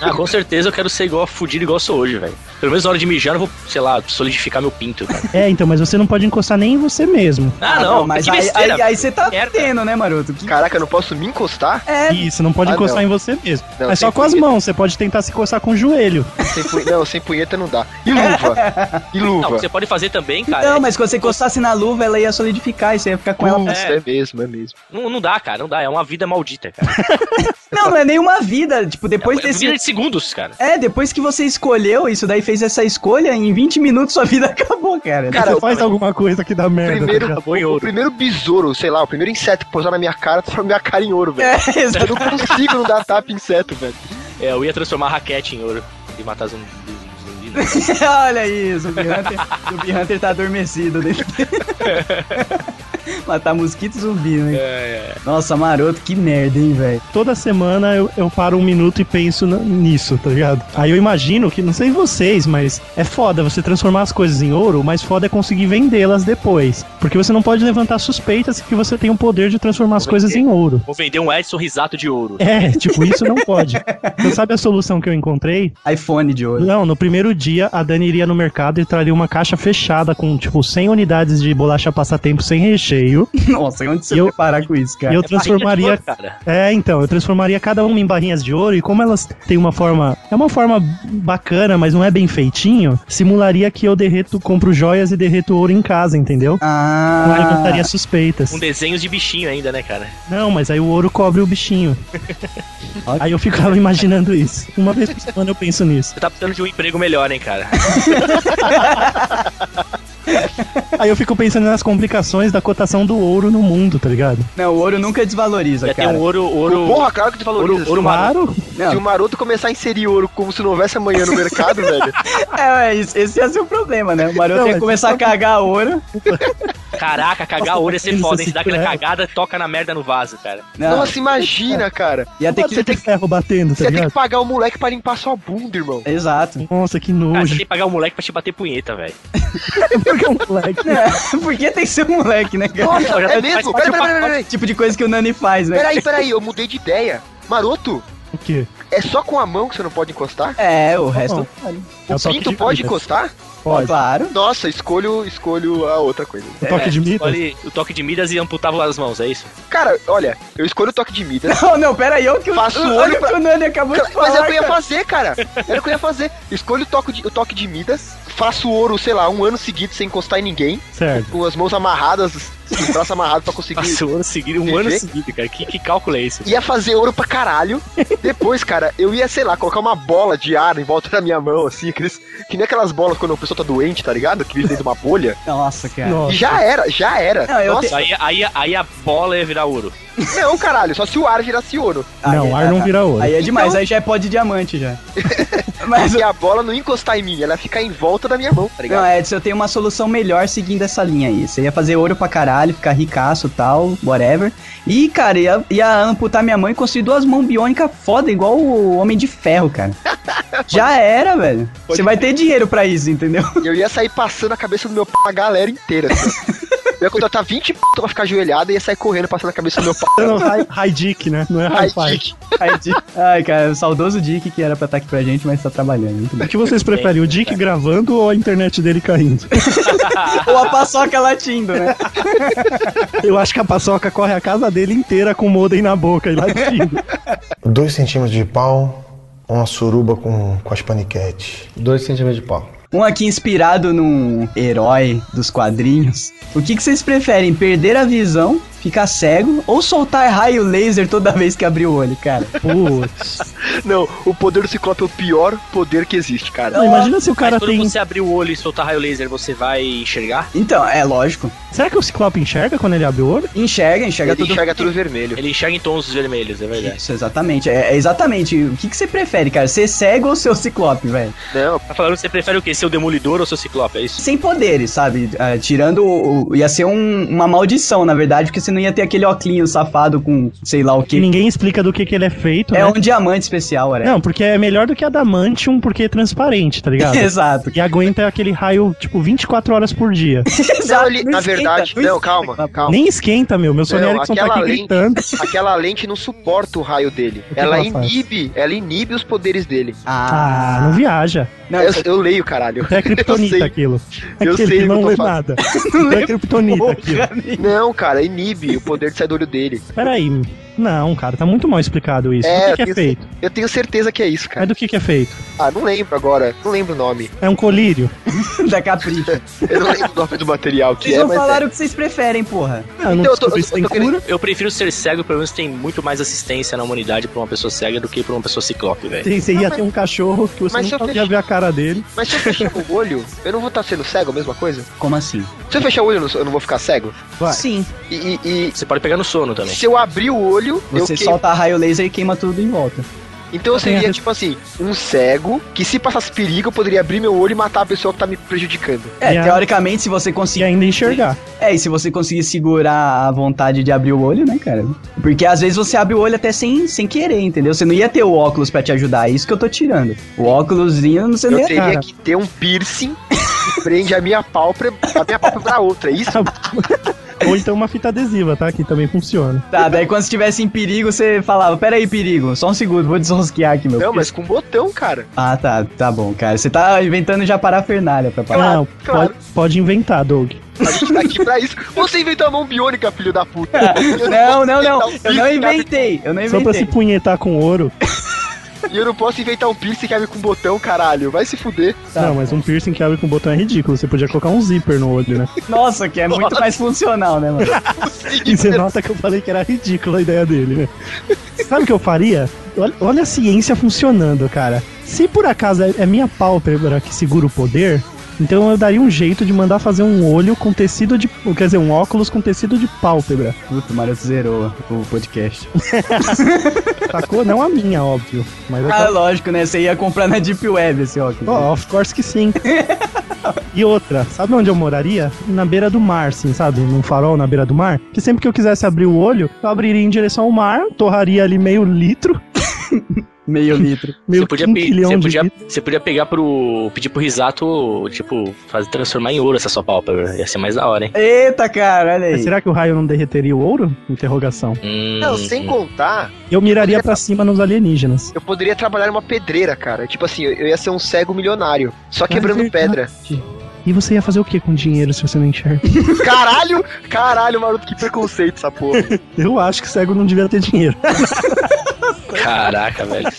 [SPEAKER 4] Ah, com certeza eu quero ser igual fudido igual eu sou hoje, velho. Pelo menos na hora de mijar eu vou, sei lá, solidificar meu pinto, cara.
[SPEAKER 3] É, então, mas você não pode encostar nem em você mesmo.
[SPEAKER 4] Ah, não,
[SPEAKER 2] mas
[SPEAKER 4] mas que
[SPEAKER 2] aí,
[SPEAKER 4] besteira.
[SPEAKER 2] aí, aí você tá
[SPEAKER 4] Merda.
[SPEAKER 2] tendo, né, maroto? Que-
[SPEAKER 5] Caraca, eu não posso me encostar?
[SPEAKER 2] É,
[SPEAKER 3] Isso, não pode
[SPEAKER 5] Ah,
[SPEAKER 3] encostar
[SPEAKER 5] não.
[SPEAKER 3] em você mesmo.
[SPEAKER 5] Não,
[SPEAKER 3] mas só
[SPEAKER 5] tem
[SPEAKER 3] com as
[SPEAKER 5] punheta.
[SPEAKER 3] mãos, você pode tentar se coçar com o joelho.
[SPEAKER 5] Sem punhe- Não, sem punheta não dá. E luva? E
[SPEAKER 4] Não, o
[SPEAKER 5] luva?
[SPEAKER 4] que você pode fazer também, cara.
[SPEAKER 2] não,
[SPEAKER 4] é-
[SPEAKER 2] mas quando você encostasse na luva, ela ia solidificar e você ia ficar com ela.
[SPEAKER 4] Putz.
[SPEAKER 5] Isso é mesmo, é mesmo.
[SPEAKER 4] Não, não dá, cara, não dá. É uma vida maldita, cara.
[SPEAKER 2] Não, não é nenhuma vida. Tipo, depois
[SPEAKER 4] é uma
[SPEAKER 2] desse.
[SPEAKER 4] vida de segundos, cara.
[SPEAKER 2] É, depois que você escolheu isso daí, fez essa escolha, em 20 minutos sua vida [LAUGHS] acabou, cara.
[SPEAKER 5] Cara,
[SPEAKER 3] você
[SPEAKER 5] eu-
[SPEAKER 3] faz alguma coisa que dá merda. tá
[SPEAKER 5] Primeiro,
[SPEAKER 3] ligado?
[SPEAKER 4] Acabou em
[SPEAKER 5] o
[SPEAKER 4] ouro.
[SPEAKER 5] primeiro besouro, sei lá, o primeiro inseto que pousar na minha cara, transforma minha cara em ouro, velho.
[SPEAKER 2] É,
[SPEAKER 5] Eu
[SPEAKER 2] exato. [LAUGHS]
[SPEAKER 5] não consigo não dar tapa em inseto, velho.
[SPEAKER 4] É, eu ia transformar a raquete em ouro e matar zumbi. zumbi né?
[SPEAKER 2] Olha isso, o B-Hunter o Bee Hunter tá adormecido dentro
[SPEAKER 4] [LAUGHS]
[SPEAKER 2] dele. Matar mosquito e zumbi, né?
[SPEAKER 4] É,
[SPEAKER 2] Nossa, maroto, que merda, hein, velho.
[SPEAKER 3] Toda semana eu, eu paro um minuto e penso na- nisso, tá ligado? Aí eu imagino que, não sei vocês, mas é foda você transformar as coisas em ouro, mas foda é conseguir vendê-las depois. Porque você não pode levantar suspeitas que você tem o poder de transformar
[SPEAKER 5] é
[SPEAKER 3] as coisas em ouro.
[SPEAKER 4] Vou vender um Edson Risato de ouro.
[SPEAKER 3] É, tipo, isso não pode. Então sabe a solução que eu encontrei?
[SPEAKER 2] iPhone de
[SPEAKER 4] [LAUGHS]
[SPEAKER 2] ouro.
[SPEAKER 3] Não, no primeiro dia a Dani iria no mercado e traria uma caixa fechada com, tipo, 100 unidades de bolacha passatempo sem recheio.
[SPEAKER 2] Nossa, onde você
[SPEAKER 3] Eu-
[SPEAKER 2] vai parar com isso, cara?
[SPEAKER 3] E eu
[SPEAKER 4] É barriga de
[SPEAKER 3] transformaria
[SPEAKER 4] ouro, cara.
[SPEAKER 3] É, então, eu transformaria cada uma em barrinhas de ouro e como elas têm uma forma. É uma forma bacana, mas não é bem feitinho, simularia que eu derreto, compro joias e derreto ouro em casa, entendeu? Aí
[SPEAKER 2] Ah,
[SPEAKER 3] levantaria suspeitas.
[SPEAKER 4] Com desenhos Um de bichinho ainda, né, cara?
[SPEAKER 3] Não, mas aí o ouro cobre o bichinho. aí eu ficava imaginando isso. Uma vez por semana eu penso nisso.
[SPEAKER 4] Você tá precisando de um emprego melhor, hein, cara?
[SPEAKER 3] Aí eu fico pensando nas complicações da cotação do ouro no mundo, tá ligado?
[SPEAKER 2] Não, o ouro nunca desvaloriza,
[SPEAKER 4] Já tem
[SPEAKER 2] cara.
[SPEAKER 4] um ouro, [LAUGHS] ouro.
[SPEAKER 5] Porra, claro que desvaloriza.
[SPEAKER 4] Ouro- ouro
[SPEAKER 5] Se o Maroto-
[SPEAKER 3] Claro.
[SPEAKER 2] Não.
[SPEAKER 5] Se o maroto começar a inserir ouro como se não houvesse amanhã no
[SPEAKER 4] [LAUGHS]
[SPEAKER 5] mercado, velho.
[SPEAKER 2] É, ué, esse esse ia ser o problema, né? O maroto
[SPEAKER 3] Não,
[SPEAKER 2] ia
[SPEAKER 3] mas-
[SPEAKER 2] começar a cagar ouro.
[SPEAKER 4] Caraca, cagar ouro ia ser
[SPEAKER 3] Nossa,
[SPEAKER 4] foda, hein? Se dá aquela
[SPEAKER 3] isso é-
[SPEAKER 4] cagada, toca na merda no vaso, cara.
[SPEAKER 2] Não,
[SPEAKER 5] Nossa, imagina, cara.
[SPEAKER 2] né? ia ter
[SPEAKER 3] Você
[SPEAKER 2] que.
[SPEAKER 3] tem ferro batendo, tá
[SPEAKER 5] Você ia ter
[SPEAKER 3] ligado?
[SPEAKER 5] que pagar o moleque pra limpar sua bunda, irmão.
[SPEAKER 2] Exato.
[SPEAKER 3] Nossa, que
[SPEAKER 4] Cara, você
[SPEAKER 3] nojo.
[SPEAKER 4] tem que pagar o moleque pra te bater punheta, velho.
[SPEAKER 3] [LAUGHS] Porque é um moleque.
[SPEAKER 2] Não, [LAUGHS] Por que tem que ser um moleque, né, cara?
[SPEAKER 5] Nossa,
[SPEAKER 4] já
[SPEAKER 5] é
[SPEAKER 4] faz
[SPEAKER 5] mesmo?
[SPEAKER 4] parte
[SPEAKER 5] Peraí,
[SPEAKER 4] do
[SPEAKER 5] peraí, peraí,
[SPEAKER 2] Olha
[SPEAKER 5] peraí.
[SPEAKER 2] o tipo de coisa que o Nani faz, né?
[SPEAKER 5] Peraí, peraí, eu mudei de ideia. Maroto,
[SPEAKER 3] O quê?
[SPEAKER 5] é só com a mão que você não pode encostar?
[SPEAKER 2] É, o resto.
[SPEAKER 3] É
[SPEAKER 5] O
[SPEAKER 3] toque
[SPEAKER 5] pinto
[SPEAKER 3] de
[SPEAKER 5] pode
[SPEAKER 3] Midas.
[SPEAKER 5] encostar?
[SPEAKER 3] Pode.
[SPEAKER 2] Claro. [LAUGHS]
[SPEAKER 5] Nossa, escolho, escolho a outra coisa.
[SPEAKER 3] O
[SPEAKER 4] É,
[SPEAKER 3] toque de Midas.
[SPEAKER 4] Olha o toque de Midas e amputava as mãos, é isso?
[SPEAKER 5] Cara, olha, eu escolho o toque
[SPEAKER 2] [LAUGHS]
[SPEAKER 5] de Midas.
[SPEAKER 2] Não, Oh, não, peraí, eu que o,
[SPEAKER 5] Faço
[SPEAKER 2] olha
[SPEAKER 5] o olho
[SPEAKER 2] o que
[SPEAKER 5] pra-
[SPEAKER 2] o Nani acabou de falar.
[SPEAKER 5] Mas era o que eu ia
[SPEAKER 2] cara.
[SPEAKER 5] fazer, cara. Era o que eu ia fazer. Escolho o toque de, o toque de Midas, faço ouro, sei lá, um ano seguido sem encostar em ninguém,
[SPEAKER 3] Certo.
[SPEAKER 5] com as mãos amarradas, assim, os braços amarrados pra conseguir.
[SPEAKER 4] Nossa, um ano seguido, um
[SPEAKER 5] Viver?
[SPEAKER 4] ano seguido, cara. Que, que cálculo é esse?
[SPEAKER 5] Ia fazer ouro pra caralho. Depois, cara, eu ia, sei lá, colocar uma bola de ar em volta da minha mão, assim, aqueles, que nem aquelas bolas quando a pessoa tá doente, tá ligado? Que vive dentro de uma bolha.
[SPEAKER 2] Nossa, cara.
[SPEAKER 5] E
[SPEAKER 3] Nossa.
[SPEAKER 5] já era, já era.
[SPEAKER 2] Não, eu
[SPEAKER 5] Nossa,
[SPEAKER 4] Aí, aí, aí a bola ia virar ouro.
[SPEAKER 5] não, caralho, só se o ar virasse ouro.
[SPEAKER 3] Não, ar não
[SPEAKER 2] ah,
[SPEAKER 3] vira ouro.
[SPEAKER 2] Aí é demais,
[SPEAKER 5] Então-
[SPEAKER 2] aí já é pó de diamante
[SPEAKER 5] [LAUGHS]
[SPEAKER 2] já. [LAUGHS] Mas
[SPEAKER 5] E a bola não ia encostar em mim, ela ia ficar em volta da minha mão, tá ligado?
[SPEAKER 2] Não, Edson, eu tenho uma solução melhor seguindo essa linha aí. Você ia fazer ouro pra caralho, ficar ricaço tal, whatever. E, cara, ia, ia amputar minha mãe e construir duas mãos biônicas foda, igual o Homem de Ferro, cara. Já era, velho. Você vai ter dinheiro pra isso, entendeu?
[SPEAKER 5] Eu ia sair passando a cabeça do meu pau a galera inteira. Assim. Eu ia contratar 20 p pra ficar ajoelhada e ia sair correndo passando a cabeça do meu pau.
[SPEAKER 3] Não, high, high dick, né? Não é high
[SPEAKER 5] Ai,
[SPEAKER 3] five.
[SPEAKER 5] Dick.
[SPEAKER 2] Ai, Di- Ai, cara, o saudoso Dick que era pra estar aqui pra gente, mas tá trabalhando. Muito bem.
[SPEAKER 3] O que vocês preferem, o Dick gravando ou a internet dele caindo?
[SPEAKER 2] Ou a paçoca latindo, né?
[SPEAKER 3] Eu acho que a paçoca corre a casa dele inteira com o modem na boca e latindo.
[SPEAKER 6] Dois centímetros de pau, uma suruba com, com as paniquetes.
[SPEAKER 7] 2 centímetros de pau.
[SPEAKER 2] Um aqui inspirado num herói dos quadrinhos. O que, que vocês preferem? Perder a visão, ficar cego ou soltar raio laser toda vez que abrir o olho, cara?
[SPEAKER 3] Putz.
[SPEAKER 5] Não, o poder do Ciclope é o pior poder que existe, cara.
[SPEAKER 3] Não, imagina se o cara
[SPEAKER 4] Mas quando
[SPEAKER 3] tem.
[SPEAKER 4] você abrir o olho e soltar raio laser, você vai enxergar?
[SPEAKER 2] Então, é lógico.
[SPEAKER 3] Será que o Ciclope enxerga quando ele abre o olho?
[SPEAKER 2] Enxerga, enxerga
[SPEAKER 5] Ele
[SPEAKER 2] tudo.
[SPEAKER 5] enxerga tudo vermelho.
[SPEAKER 4] Ele enxerga em tons vermelhos, é verdade.
[SPEAKER 2] Isso, exatamente. É, é exatamente. O que, que você prefere, cara? Ser cego ou ser o ciclope, velho?
[SPEAKER 5] Não,
[SPEAKER 4] Tá falando que você prefere o quê? Seu demolidor ou seu ciclope? É isso?
[SPEAKER 2] Sem poderes, sabe? Ah, tirando. O, o- ia ser um- uma maldição, na verdade, porque você não ia ter aquele oclinho safado com sei lá o
[SPEAKER 3] Que
[SPEAKER 2] que.
[SPEAKER 3] ninguém explica do que, que ele é feito,
[SPEAKER 2] É
[SPEAKER 3] né?
[SPEAKER 2] um diamante especial, né?
[SPEAKER 3] Não, porque é melhor do que Adamantium, porque é transparente, tá
[SPEAKER 2] [LAUGHS]
[SPEAKER 3] ligado?
[SPEAKER 2] Exato.
[SPEAKER 3] E aguenta aquele raio, tipo, 24 horas por dia.
[SPEAKER 2] Exato,
[SPEAKER 5] ele-
[SPEAKER 2] não
[SPEAKER 5] na
[SPEAKER 2] esquenta,
[SPEAKER 5] verdade- não, calma,
[SPEAKER 2] esquenta.
[SPEAKER 5] calma.
[SPEAKER 3] Nem esquenta, meu. Meu Sony
[SPEAKER 5] Não,
[SPEAKER 3] Ericsson tá
[SPEAKER 5] aquela
[SPEAKER 3] aqui
[SPEAKER 5] lente.
[SPEAKER 3] gritando.
[SPEAKER 5] aquela lente não suporta o raio dele.
[SPEAKER 3] que
[SPEAKER 5] Ela
[SPEAKER 3] ela faz?
[SPEAKER 5] inibe, ela inibe os poderes dele.
[SPEAKER 2] Ah,
[SPEAKER 3] Ah, não viaja.
[SPEAKER 2] não,
[SPEAKER 5] eu, eu leio, caralho.
[SPEAKER 3] Até [LAUGHS] é
[SPEAKER 5] Eu
[SPEAKER 3] criptonita
[SPEAKER 5] sei.
[SPEAKER 3] aquilo.
[SPEAKER 5] Eu
[SPEAKER 3] Aquele
[SPEAKER 5] sei
[SPEAKER 3] que
[SPEAKER 5] o
[SPEAKER 3] [LAUGHS] não
[SPEAKER 5] que eu
[SPEAKER 3] lê
[SPEAKER 5] tô
[SPEAKER 3] nada. Então é criptonita aquilo.
[SPEAKER 5] Não, cara, inibe o poder de sair do olho dele.
[SPEAKER 3] Peraí. Não, cara, tá muito mal explicado isso.
[SPEAKER 5] É,
[SPEAKER 3] do que, que é
[SPEAKER 5] isso-
[SPEAKER 3] feito?
[SPEAKER 5] Eu tenho certeza que é isso,
[SPEAKER 3] Mas
[SPEAKER 5] cara.
[SPEAKER 3] do que, que é feito?
[SPEAKER 5] Ah, não lembro agora. Não lembro o nome.
[SPEAKER 3] É um colírio?
[SPEAKER 2] [LAUGHS] da capricho.
[SPEAKER 5] Eu não lembro o nome do material [LAUGHS] que
[SPEAKER 2] Vocês
[SPEAKER 5] é,
[SPEAKER 2] não
[SPEAKER 5] mas.
[SPEAKER 2] falaram o que vocês preferem, porra.
[SPEAKER 3] Ah, eu não
[SPEAKER 5] Então, eu tô-
[SPEAKER 3] descobri
[SPEAKER 5] eu
[SPEAKER 3] se
[SPEAKER 5] tô
[SPEAKER 3] tem
[SPEAKER 5] querendo-
[SPEAKER 3] cura.
[SPEAKER 4] Eu prefiro ser cego, pelo menos tem muito mais assistência na humanidade pra uma pessoa cega do que pra uma pessoa ciclope, velho.
[SPEAKER 3] Tem- Você ia ter um cachorro que você
[SPEAKER 5] mas se
[SPEAKER 3] não
[SPEAKER 5] eu
[SPEAKER 3] podia
[SPEAKER 5] fechar-
[SPEAKER 3] ver a cara dele.
[SPEAKER 5] é. Mas se eu fechar o olho, eu não vou estar sendo cego, a mesma coisa?
[SPEAKER 2] Como assim?
[SPEAKER 5] Se eu fechar o olho, eu não sou- eu não vou ficar cego?
[SPEAKER 3] Vai.
[SPEAKER 2] Sim.
[SPEAKER 5] E, e-
[SPEAKER 4] Você pode pegar no sono
[SPEAKER 5] e
[SPEAKER 4] também.
[SPEAKER 5] se eu abrir o olho,
[SPEAKER 2] Você
[SPEAKER 5] eu queimo.
[SPEAKER 2] solta raio laser e queima tudo em volta.
[SPEAKER 5] Então eu
[SPEAKER 3] Tem a
[SPEAKER 5] seria,
[SPEAKER 3] res-
[SPEAKER 5] tipo assim, um cego que se passasse perigo, eu poderia abrir meu olho e matar a pessoa que tá me prejudicando.
[SPEAKER 2] É,
[SPEAKER 3] E a-
[SPEAKER 2] teoricamente, se você
[SPEAKER 3] E
[SPEAKER 2] conseguir.
[SPEAKER 3] ainda enxergar.
[SPEAKER 2] É, e se você conseguir segurar a vontade de abrir o olho, né, cara? Porque às vezes você abre o olho até sem, sem querer, entendeu? Você não ia ter o óculos pra te ajudar, é isso que eu tô tirando. O óculosinho você não
[SPEAKER 5] Eu
[SPEAKER 2] ia
[SPEAKER 5] teria
[SPEAKER 3] cara.
[SPEAKER 5] que ter um piercing que prende a minha pálpebra, a minha pálpebra pra outra, é isso?
[SPEAKER 3] [LAUGHS] Ou então uma fita adesiva, tá? Que também funciona.
[SPEAKER 2] Tá, daí quando estivesse em perigo, você falava, pera aí, perigo, só um segundo, vou desrosquear aqui, meu.
[SPEAKER 5] Não,
[SPEAKER 2] filho."
[SPEAKER 5] mas com botão, cara.
[SPEAKER 2] Ah, tá, tá bom, cara. Você tá inventando já parafernália pra parar. [LAUGHS]
[SPEAKER 3] não,
[SPEAKER 5] claro.
[SPEAKER 3] Pode, pode inventar, Doug.
[SPEAKER 5] A gente tá aqui pra isso. Você inventou a mão biônica, filho da
[SPEAKER 3] [LAUGHS]
[SPEAKER 5] puta. Eu
[SPEAKER 2] Não, não, não.
[SPEAKER 5] posso
[SPEAKER 2] Eu não
[SPEAKER 5] inventar um piercing que abre-
[SPEAKER 2] inventei. Eu não
[SPEAKER 3] Só pra se
[SPEAKER 2] inventei.
[SPEAKER 3] punhetar com ouro.
[SPEAKER 5] E eu não posso inventar um piercing que abre com botão, caralho. Vai se fuder.
[SPEAKER 2] Tá.
[SPEAKER 3] Não, mas um piercing que abre com botão é ridículo. Você podia colocar um zíper no olho, né?
[SPEAKER 2] Nossa, que é muito mais funcional, né, mano? [LAUGHS]
[SPEAKER 3] E você nota que eu falei que era ridícula a ideia dele, né? Sabe o que eu faria? Olha, olha a ciência funcionando, cara. Se por acaso é é minha pálpebra que segura o poder, Então eu daria um jeito de mandar fazer um olho com tecido de. Quer dizer, um óculos com tecido de pálpebra.
[SPEAKER 2] Puta, o Maroto zerou o podcast.
[SPEAKER 3] Sacou? Não a minha, óbvio. Mas
[SPEAKER 2] Ah,
[SPEAKER 3] aquela...
[SPEAKER 2] lógico, né? Você ia comprar na Deep Web esse óculos. né?
[SPEAKER 3] Oh, of course que sim. E outra, sabe onde eu moraria? Na beira do mar, assim, sabe? Num farol na beira do mar. Que sempre que eu quisesse abrir o olho, eu abriria em direção ao mar, torraria ali meio litro,
[SPEAKER 2] Meio litro.
[SPEAKER 3] meio
[SPEAKER 4] você podia, pe-
[SPEAKER 3] quinquilhão
[SPEAKER 4] você
[SPEAKER 3] um de
[SPEAKER 4] podia,
[SPEAKER 3] litro.
[SPEAKER 4] você podia pegar pro. pedir pro Risato, tipo, fazer, transformar em ouro essa sua pálpebra. Ia ser mais da hora, hein?
[SPEAKER 2] Eita, cara, olha aí.
[SPEAKER 3] Mas será que o raio não derreteria o ouro? Interrogação.
[SPEAKER 4] Hum,
[SPEAKER 5] Não, sem contar,
[SPEAKER 3] Eu miraria pra cima nos alienígenas.
[SPEAKER 5] eu poderia trabalhar numa pedreira, cara. Tipo assim, eu- eu ia ser um cego milionário, só
[SPEAKER 3] Ah,
[SPEAKER 5] quebrando
[SPEAKER 3] é
[SPEAKER 5] pedra.
[SPEAKER 3] E você ia fazer o que com dinheiro se você não enxerga?
[SPEAKER 5] Caralho, caralho, maroto, que preconceito essa porra.
[SPEAKER 3] [LAUGHS] Eu acho que cego não devia ter dinheiro.
[SPEAKER 4] Caraca, velho.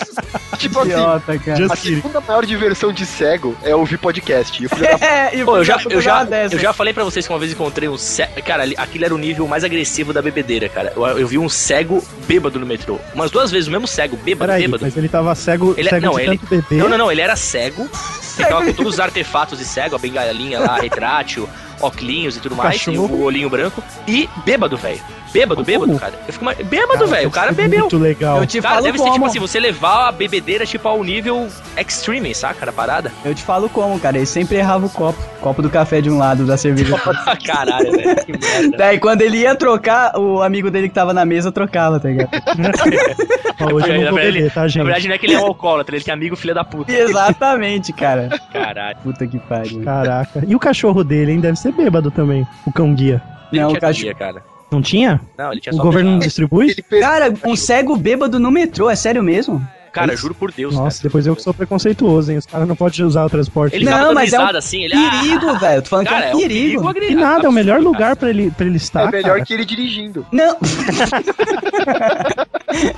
[SPEAKER 5] tipo assim,
[SPEAKER 2] Idiota, cara.
[SPEAKER 5] a
[SPEAKER 3] Just kidding.
[SPEAKER 5] segunda maior diversão de cego é ouvir podcast. E o filho da
[SPEAKER 2] É, e
[SPEAKER 4] Pô, eu já,
[SPEAKER 2] vou
[SPEAKER 4] eu,
[SPEAKER 2] dar uma
[SPEAKER 4] já,
[SPEAKER 2] dessa.
[SPEAKER 4] eu já falei pra vocês que uma vez encontrei um cego. Cara, ali- aquele era o nível mais agressivo da bebedeira, cara. Eu, eu vi um cego bêbado no metrô. Umas duas vezes, o mesmo cego, bêbado,
[SPEAKER 3] Peraí,
[SPEAKER 4] bêbado.
[SPEAKER 3] mas ele tava cego,
[SPEAKER 4] Ele- é-
[SPEAKER 3] cego
[SPEAKER 4] não,
[SPEAKER 3] de
[SPEAKER 4] ele-
[SPEAKER 3] tanto bebê.
[SPEAKER 4] Não, não, não, ele era cego. Ele tava com todos os artefatos de cego, a bengalinha lá, retrátil, óculos e tudo mais, e
[SPEAKER 3] Cachorro.
[SPEAKER 4] o olhinho branco. E bêbado, velho. Bêbado, bêbado,
[SPEAKER 3] Como?
[SPEAKER 4] cara. Eu fico mais... Bêbado, velho. O cara
[SPEAKER 3] Isso é
[SPEAKER 4] bebeu.
[SPEAKER 3] Muito
[SPEAKER 4] [LAUGHS]
[SPEAKER 3] legal.
[SPEAKER 2] Eu te
[SPEAKER 4] Cara,
[SPEAKER 2] falo
[SPEAKER 4] deve
[SPEAKER 2] como.
[SPEAKER 4] ser tipo assim, você levar a bebedeira tipo ao nível extreme, saca? Na parada.
[SPEAKER 2] Eu te falo como, cara. Ele sempre errava o copo. Copo do café de um lado, da cerveja.
[SPEAKER 4] [LAUGHS] Caralho, velho. Que merda.
[SPEAKER 2] Daí quando ele ia trocar, o amigo dele que tava na mesa trocava, tá
[SPEAKER 3] [LAUGHS]
[SPEAKER 2] ligado?
[SPEAKER 3] Ó, Tipo, hoje eu
[SPEAKER 4] Na
[SPEAKER 3] não vou
[SPEAKER 4] verdade,
[SPEAKER 3] beber, tá,
[SPEAKER 4] Na
[SPEAKER 3] gente?
[SPEAKER 4] verdade, não é que ele é um alcoólatra, ele tem amigo filha da puta.
[SPEAKER 2] Exatamente, cara.
[SPEAKER 4] Caralho.
[SPEAKER 2] Puta que pariu.
[SPEAKER 3] Caraca. E o cachorro dele, hein? Deve ser bêbado também, o cão guia.
[SPEAKER 4] Ele
[SPEAKER 2] Não,
[SPEAKER 4] tinha
[SPEAKER 2] o cachorro.
[SPEAKER 4] comida, cara.
[SPEAKER 3] Não tinha?
[SPEAKER 4] Não, ele tinha
[SPEAKER 3] o
[SPEAKER 4] É só
[SPEAKER 3] governo não
[SPEAKER 4] beijado.
[SPEAKER 3] distribui?
[SPEAKER 2] [LAUGHS]
[SPEAKER 5] ele perdeu.
[SPEAKER 2] Cara, um cego bêbado no metrô, é sério mesmo?
[SPEAKER 4] Cara, juro por Deus.
[SPEAKER 3] Nossa,
[SPEAKER 4] cara.
[SPEAKER 3] depois eu que sou preconceituoso, hein? Os caras não podem usar o transporte.
[SPEAKER 4] Ele
[SPEAKER 2] Não,
[SPEAKER 4] não, tava dando
[SPEAKER 2] mas é um
[SPEAKER 4] risada assim, ele.
[SPEAKER 2] Perigo, velho. Tô
[SPEAKER 4] ah,
[SPEAKER 2] falando
[SPEAKER 4] cara,
[SPEAKER 2] que
[SPEAKER 4] é
[SPEAKER 2] é
[SPEAKER 4] um
[SPEAKER 2] um perigo.
[SPEAKER 4] agri-
[SPEAKER 3] E nada, é o
[SPEAKER 4] absurdo,
[SPEAKER 3] melhor
[SPEAKER 4] cara.
[SPEAKER 3] lugar pra ele, pra ele estar,
[SPEAKER 5] É melhor
[SPEAKER 3] Tá, cara.
[SPEAKER 5] que ele dirigindo.
[SPEAKER 2] Não,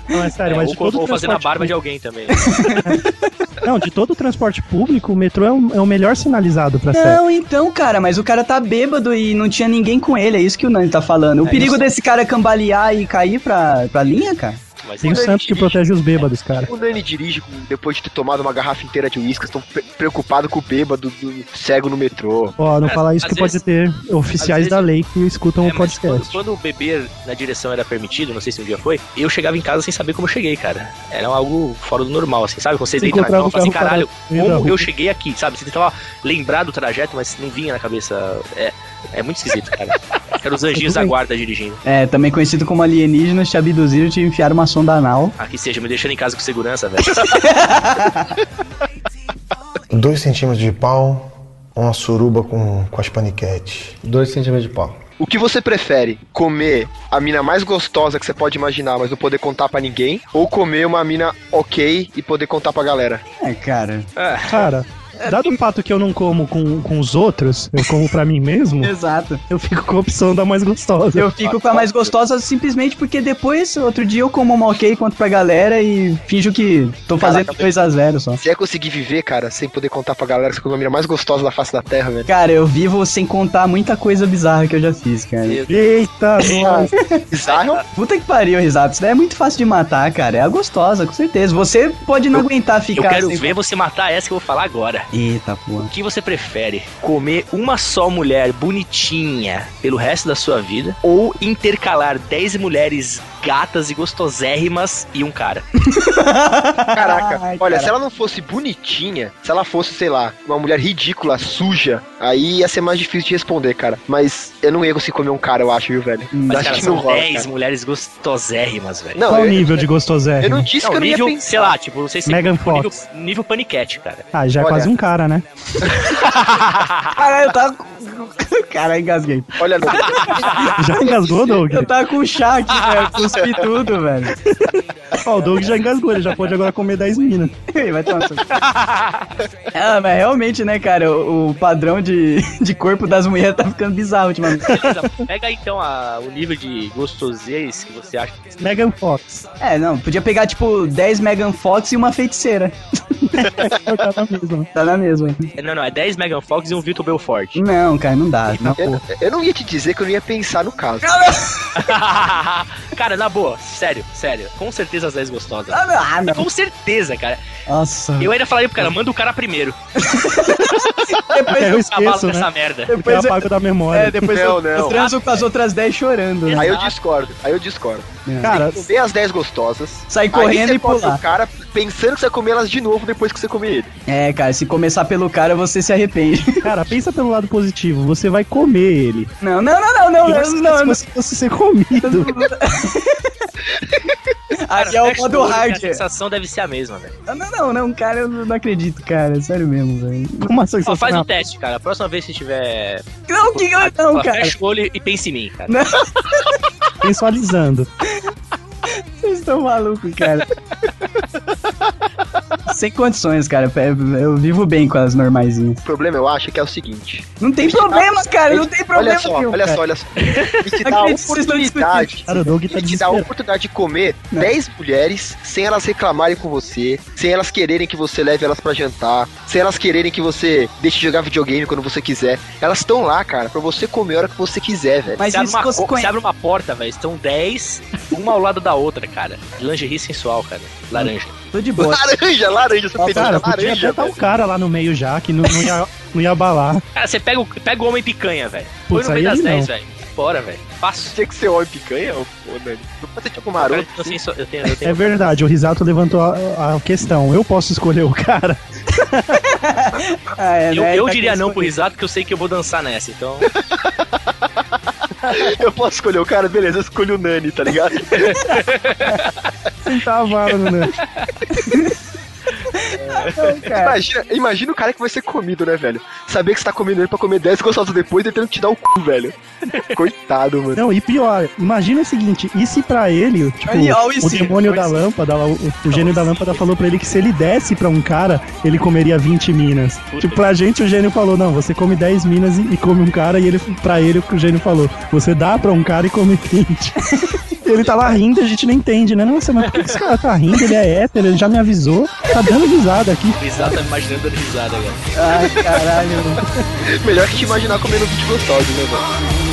[SPEAKER 3] Não, é sério,
[SPEAKER 4] É,
[SPEAKER 3] mas
[SPEAKER 4] ou
[SPEAKER 3] de todo
[SPEAKER 4] ou
[SPEAKER 3] o
[SPEAKER 4] fazendo a barba
[SPEAKER 3] transporte
[SPEAKER 4] de alguém também.
[SPEAKER 3] [LAUGHS] público- Não, de todo o transporte público, o metrô é o, é o melhor sinalizado pra sério.
[SPEAKER 2] não, então, cara, mas o cara tá bêbado e não tinha ninguém com ele, é isso que o Nani tá falando. O
[SPEAKER 4] É
[SPEAKER 2] perigo
[SPEAKER 4] isso.
[SPEAKER 2] desse cara cambalear e cair pra, pra linha, cara?
[SPEAKER 4] Mas
[SPEAKER 3] Tem o
[SPEAKER 5] Quando ele
[SPEAKER 3] santo que
[SPEAKER 5] dirige-
[SPEAKER 3] protege os bêbados, cara.
[SPEAKER 5] O Nani dirige com- depois de ter tomado uma garrafa inteira de uísque, estão pre- preocupados com o bêbado do cego no metrô.
[SPEAKER 3] Ó, não
[SPEAKER 4] Às-
[SPEAKER 3] fala isso que
[SPEAKER 4] às
[SPEAKER 3] pode
[SPEAKER 4] vezes-
[SPEAKER 3] ter oficiais
[SPEAKER 4] às
[SPEAKER 3] da lei que escutam
[SPEAKER 4] É,
[SPEAKER 3] o
[SPEAKER 4] mas quando,
[SPEAKER 3] podcast.
[SPEAKER 4] quando o beber na direção era permitido, não sei se um dia foi, eu chegava em casa sem saber como eu cheguei, cara. Era algo fora do normal, assim, sabe? Quando você
[SPEAKER 3] Você
[SPEAKER 4] deita na
[SPEAKER 3] encontrava
[SPEAKER 4] cama e fala assim,
[SPEAKER 3] o carro
[SPEAKER 4] caralho,
[SPEAKER 3] meio da
[SPEAKER 4] como
[SPEAKER 3] rua."
[SPEAKER 4] eu cheguei aqui, sabe? Você tentava lembrar do trajeto, mas não vinha na cabeça. É, é muito esquisito, cara. Era
[SPEAKER 3] [LAUGHS]
[SPEAKER 4] os anjinhos da
[SPEAKER 3] É bem.
[SPEAKER 4] guarda dirigindo.
[SPEAKER 2] É, também conhecido como alienígenas, te abduziram e te enfiaram uma sonda anal.
[SPEAKER 4] Aqui seja, me deixando em casa com segurança,
[SPEAKER 3] [LAUGHS]
[SPEAKER 4] velho.
[SPEAKER 6] Dois centímetros de pau, uma suruba com, com as paniquetes.
[SPEAKER 7] 2 centímetros de pau.
[SPEAKER 5] O que você prefere? Comer a mina mais gostosa que você pode imaginar, mas não poder contar pra ninguém? Ou comer uma mina ok e poder contar pra galera?
[SPEAKER 2] É,
[SPEAKER 4] [LAUGHS]
[SPEAKER 2] cara.
[SPEAKER 3] Cara, dado o fato que eu não como com, com os outros, eu como pra
[SPEAKER 2] [LAUGHS]
[SPEAKER 3] mim mesmo,
[SPEAKER 2] Exato.
[SPEAKER 3] eu fico com a opção da mais gostosa.
[SPEAKER 2] Eu fico com a mais gostosa simplesmente porque depois, outro dia, eu como uma ok conto pra galera e finjo que tô fazendo 2x0 só.
[SPEAKER 5] Você ia é conseguir viver, cara, sem poder contar pra galera que você comeu a mina mais gostosa da face da terra, velho?
[SPEAKER 2] Cara, eu vivo sem contar muita coisa bizarra que eu já fiz, cara.
[SPEAKER 3] Eita, nossa.
[SPEAKER 5] Ah, Bizarro?
[SPEAKER 2] Puta que pariu, Risato. Isso daí é muito fácil de matar, cara. É a gostosa, com certeza. Você pode não aguentar
[SPEAKER 4] Eu
[SPEAKER 2] ficar.
[SPEAKER 4] quero
[SPEAKER 2] sem-
[SPEAKER 4] ver você matar essa que eu vou falar agora.
[SPEAKER 2] Eita, porra.
[SPEAKER 4] O que você prefere? Comer uma só mulher bonitinha pelo resto da sua vida ou intercalar 10 mulheres gatas e gostosérrimas e um cara?
[SPEAKER 5] Caraca.
[SPEAKER 2] Ai,
[SPEAKER 5] Olha,
[SPEAKER 2] cara.
[SPEAKER 5] se ela não fosse bonitinha, se ela fosse, sei lá, uma mulher ridícula, suja, aí ia ser mais difícil de responder, cara. Mas eu não ia conseguir comer um cara, eu acho, viu, velho?
[SPEAKER 2] Mas,
[SPEAKER 4] Mas,
[SPEAKER 5] Acho
[SPEAKER 4] cara,
[SPEAKER 5] que não
[SPEAKER 4] são
[SPEAKER 5] rola,
[SPEAKER 4] 10
[SPEAKER 5] cara.
[SPEAKER 4] mulheres gostosérrimas, velho.
[SPEAKER 5] Não,
[SPEAKER 3] Qual o
[SPEAKER 5] eu,
[SPEAKER 3] nível de
[SPEAKER 5] eu não
[SPEAKER 3] gostosérrimo?
[SPEAKER 5] disse
[SPEAKER 4] Não,
[SPEAKER 5] que eu não ia
[SPEAKER 4] nível,
[SPEAKER 5] pensar.
[SPEAKER 4] sei lá, tipo, não sei se
[SPEAKER 3] Megan
[SPEAKER 4] nível,
[SPEAKER 3] Fox.
[SPEAKER 4] nível paniquete, cara.
[SPEAKER 3] Ah, já é
[SPEAKER 5] Olha.
[SPEAKER 3] quase um cara, né?
[SPEAKER 2] Caralho, Ah, eu tava. com- [LAUGHS] Caralho, engasguei.
[SPEAKER 4] [LAUGHS]
[SPEAKER 5] Olha, não.
[SPEAKER 4] Tá
[SPEAKER 3] Já engasgou, Doug?
[SPEAKER 2] Eu tava com chá [LAUGHS] aqui, velho. Cuspi tudo, velho.
[SPEAKER 3] Ó, o Doug já engasgou, ele já pode agora comer 10 minas.
[SPEAKER 2] Ei, vai tomar no seu- [LAUGHS] Ah, mas realmente, né, cara? O, o padrão de, [LAUGHS] de corpo das mulheres tá ficando bizarro ultimamente.
[SPEAKER 4] Beleza, [LAUGHS] pega então a- o nível de gostosez que você acha. que-
[SPEAKER 3] Megan Fox.
[SPEAKER 2] É, não. Podia pegar, tipo, 10 Megan Fox e uma feiticeira.
[SPEAKER 3] Eu tava mesmo. né?
[SPEAKER 2] Tá na mesma.
[SPEAKER 4] é. Não, não, é 10 Megan Fox e um Vitor Belfort. [LAUGHS]
[SPEAKER 2] Não, Não, cara, não dá. Não,
[SPEAKER 5] Eu,
[SPEAKER 2] pô.
[SPEAKER 5] eu não ia te dizer que eu não ia pensar no caso.
[SPEAKER 4] cara, na boa, sério, sério. Com certeza as 10 gostosas.
[SPEAKER 2] Ah, não, ah, não.
[SPEAKER 4] Com certeza, cara.
[SPEAKER 2] Nossa.
[SPEAKER 4] Eu ainda falaria pro cara, manda o cara primeiro.
[SPEAKER 2] Depois
[SPEAKER 3] É,
[SPEAKER 2] eu,
[SPEAKER 3] eu
[SPEAKER 4] Cavalo
[SPEAKER 3] esqueço,
[SPEAKER 4] dessa
[SPEAKER 3] né?
[SPEAKER 4] merda.
[SPEAKER 3] Porque eu
[SPEAKER 2] Depois eu-
[SPEAKER 3] apago da
[SPEAKER 2] é,
[SPEAKER 3] memória.
[SPEAKER 2] depois
[SPEAKER 5] Não,
[SPEAKER 2] eu, eu
[SPEAKER 5] não.
[SPEAKER 2] transo com as outras 10 chorando. né? É.
[SPEAKER 5] Aí eu
[SPEAKER 4] Exato.
[SPEAKER 5] discordo, aí eu discordo.
[SPEAKER 3] Cara,
[SPEAKER 5] Comer as 10 gostosas.
[SPEAKER 2] Sai
[SPEAKER 5] aí
[SPEAKER 2] correndo
[SPEAKER 5] você
[SPEAKER 2] e
[SPEAKER 5] corta
[SPEAKER 2] pular.
[SPEAKER 5] o cara pensando que você vai comer elas de novo depois que você comer ele.
[SPEAKER 2] É, cara, se começar pelo cara, você se arrepende. [LAUGHS]
[SPEAKER 3] cara, pensa pelo lado positivo. Você vai comer ele.
[SPEAKER 2] Não, não, não, não, não, não, não,
[SPEAKER 3] se
[SPEAKER 2] não.
[SPEAKER 3] você fosse ser comido.
[SPEAKER 4] Cara,
[SPEAKER 2] Aí é o
[SPEAKER 4] fecha
[SPEAKER 2] modo
[SPEAKER 4] olho que
[SPEAKER 2] hard.
[SPEAKER 4] A sensação deve ser a mesma, velho.
[SPEAKER 2] Não, não, não, não, cara, eu não acredito, cara. Sério mesmo, velho.
[SPEAKER 3] Uma
[SPEAKER 4] Ó,
[SPEAKER 3] sensação.
[SPEAKER 4] faz
[SPEAKER 5] um
[SPEAKER 4] o teste, cara. A próxima vez que tiver.
[SPEAKER 2] Não, que eu não,
[SPEAKER 4] fala,
[SPEAKER 2] cara.
[SPEAKER 4] Fecha o olho e pense em mim, cara.
[SPEAKER 2] Não,
[SPEAKER 3] Sensualizando.
[SPEAKER 2] vocês estão malucos, cara. Sem condições, cara. Eu eu vivo bem com as normaisinhas.
[SPEAKER 5] O problema, eu acho, é que é o seguinte.
[SPEAKER 2] Não tem problema, cara. Não tem problema
[SPEAKER 5] olha só,
[SPEAKER 2] nenhum,
[SPEAKER 5] olha
[SPEAKER 2] cara.
[SPEAKER 5] só, olha só.
[SPEAKER 2] [LAUGHS]
[SPEAKER 5] Ele te dá a
[SPEAKER 2] Acredito que vocês estão
[SPEAKER 5] oportunidade.
[SPEAKER 3] Cara, o Doug tá
[SPEAKER 5] Ele te dá um a
[SPEAKER 3] desesperado.
[SPEAKER 5] oportunidade de comer
[SPEAKER 2] Não.
[SPEAKER 5] 10 mulheres sem elas reclamarem com você, sem elas quererem que você leve elas pra jantar, sem elas quererem que você deixe jogar videogame quando você quiser. Elas estão lá, cara, pra você comer a hora que você quiser, velho.
[SPEAKER 2] Mas
[SPEAKER 4] Você abre,
[SPEAKER 2] isso
[SPEAKER 4] uma,
[SPEAKER 2] você
[SPEAKER 4] co- você
[SPEAKER 2] conhece.
[SPEAKER 4] abre uma porta, velho. Estão 10, uma ao lado da outra, cara. Lingerie sensual, cara. Laranja.
[SPEAKER 2] Tô de boa.
[SPEAKER 5] Laranja, laranja, você pediu
[SPEAKER 3] Cara, podia até
[SPEAKER 5] laranja.
[SPEAKER 3] estar
[SPEAKER 5] velho.
[SPEAKER 3] o cara lá no meio já, que não, não ia, não ia abalar.
[SPEAKER 4] Cara, você pega o, pega o homem picanha, velho. Põe
[SPEAKER 3] Putz,
[SPEAKER 4] no meio
[SPEAKER 3] aí
[SPEAKER 4] das
[SPEAKER 3] ele
[SPEAKER 4] 10,
[SPEAKER 3] não.
[SPEAKER 4] velho. Bora, velho. Fácil.
[SPEAKER 5] Tinha que ser homem picanha, ô ô, Nani. Não pode ser tipo
[SPEAKER 4] Cara, eu,
[SPEAKER 5] maroto.
[SPEAKER 4] tô sem so- eu tenho, eu tenho
[SPEAKER 3] É verdade, o Risato levantou a, a questão. Eu posso escolher o cara.
[SPEAKER 2] Ah, é,
[SPEAKER 4] Eu,
[SPEAKER 2] né?
[SPEAKER 4] eu
[SPEAKER 2] Tá
[SPEAKER 4] diria
[SPEAKER 2] com
[SPEAKER 4] não pro
[SPEAKER 2] isso.
[SPEAKER 4] risato, porque eu sei que eu vou dançar nessa, então.
[SPEAKER 5] Eu posso escolher o cara, beleza, eu escolho o Nani, tá [LAUGHS] ligado?
[SPEAKER 2] Tá,
[SPEAKER 3] Sentar a vara, né?
[SPEAKER 2] Não,
[SPEAKER 3] É.
[SPEAKER 2] cara.
[SPEAKER 5] Imagina, imagina o cara que vai ser comido, né, velho? Saber que você tá comendo ele pra comer 10 gostosos depois e tendo que te dar o cu,
[SPEAKER 3] [LAUGHS]
[SPEAKER 5] velho. Coitado, mano.
[SPEAKER 3] Não, e pior, imagina o seguinte, e se pra ele, tipo,
[SPEAKER 2] Olha, olha o
[SPEAKER 3] o
[SPEAKER 2] se,
[SPEAKER 3] demônio
[SPEAKER 2] olha
[SPEAKER 3] da
[SPEAKER 2] o se.
[SPEAKER 3] lâmpada, lá, o, o gênio da lâmpada falou pra ele que se ele desse pra um cara, ele comeria 20 minas. Tipo, pra gente o gênio falou, não, você come 10 minas e, e come um cara, e ele, pra ele o que o gênio falou, você dá pra um cara e come 20. ele tá lá rindo, a gente não entende, né? Nossa, mas por que esse cara tá rindo? Ele é hétero, ele já me avisou, tá dando risada aqui.
[SPEAKER 4] O risato tá me imaginando dando risada, cara.
[SPEAKER 2] Ai, caralho. mano.
[SPEAKER 5] Melhor que te imaginar comendo 20 gostosos, né, velho?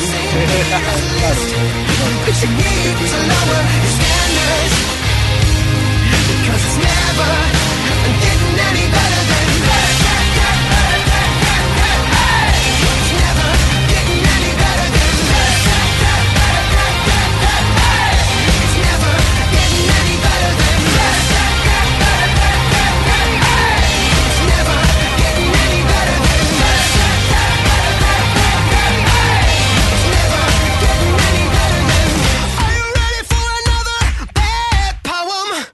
[SPEAKER 1] Are you ready for another bad poem?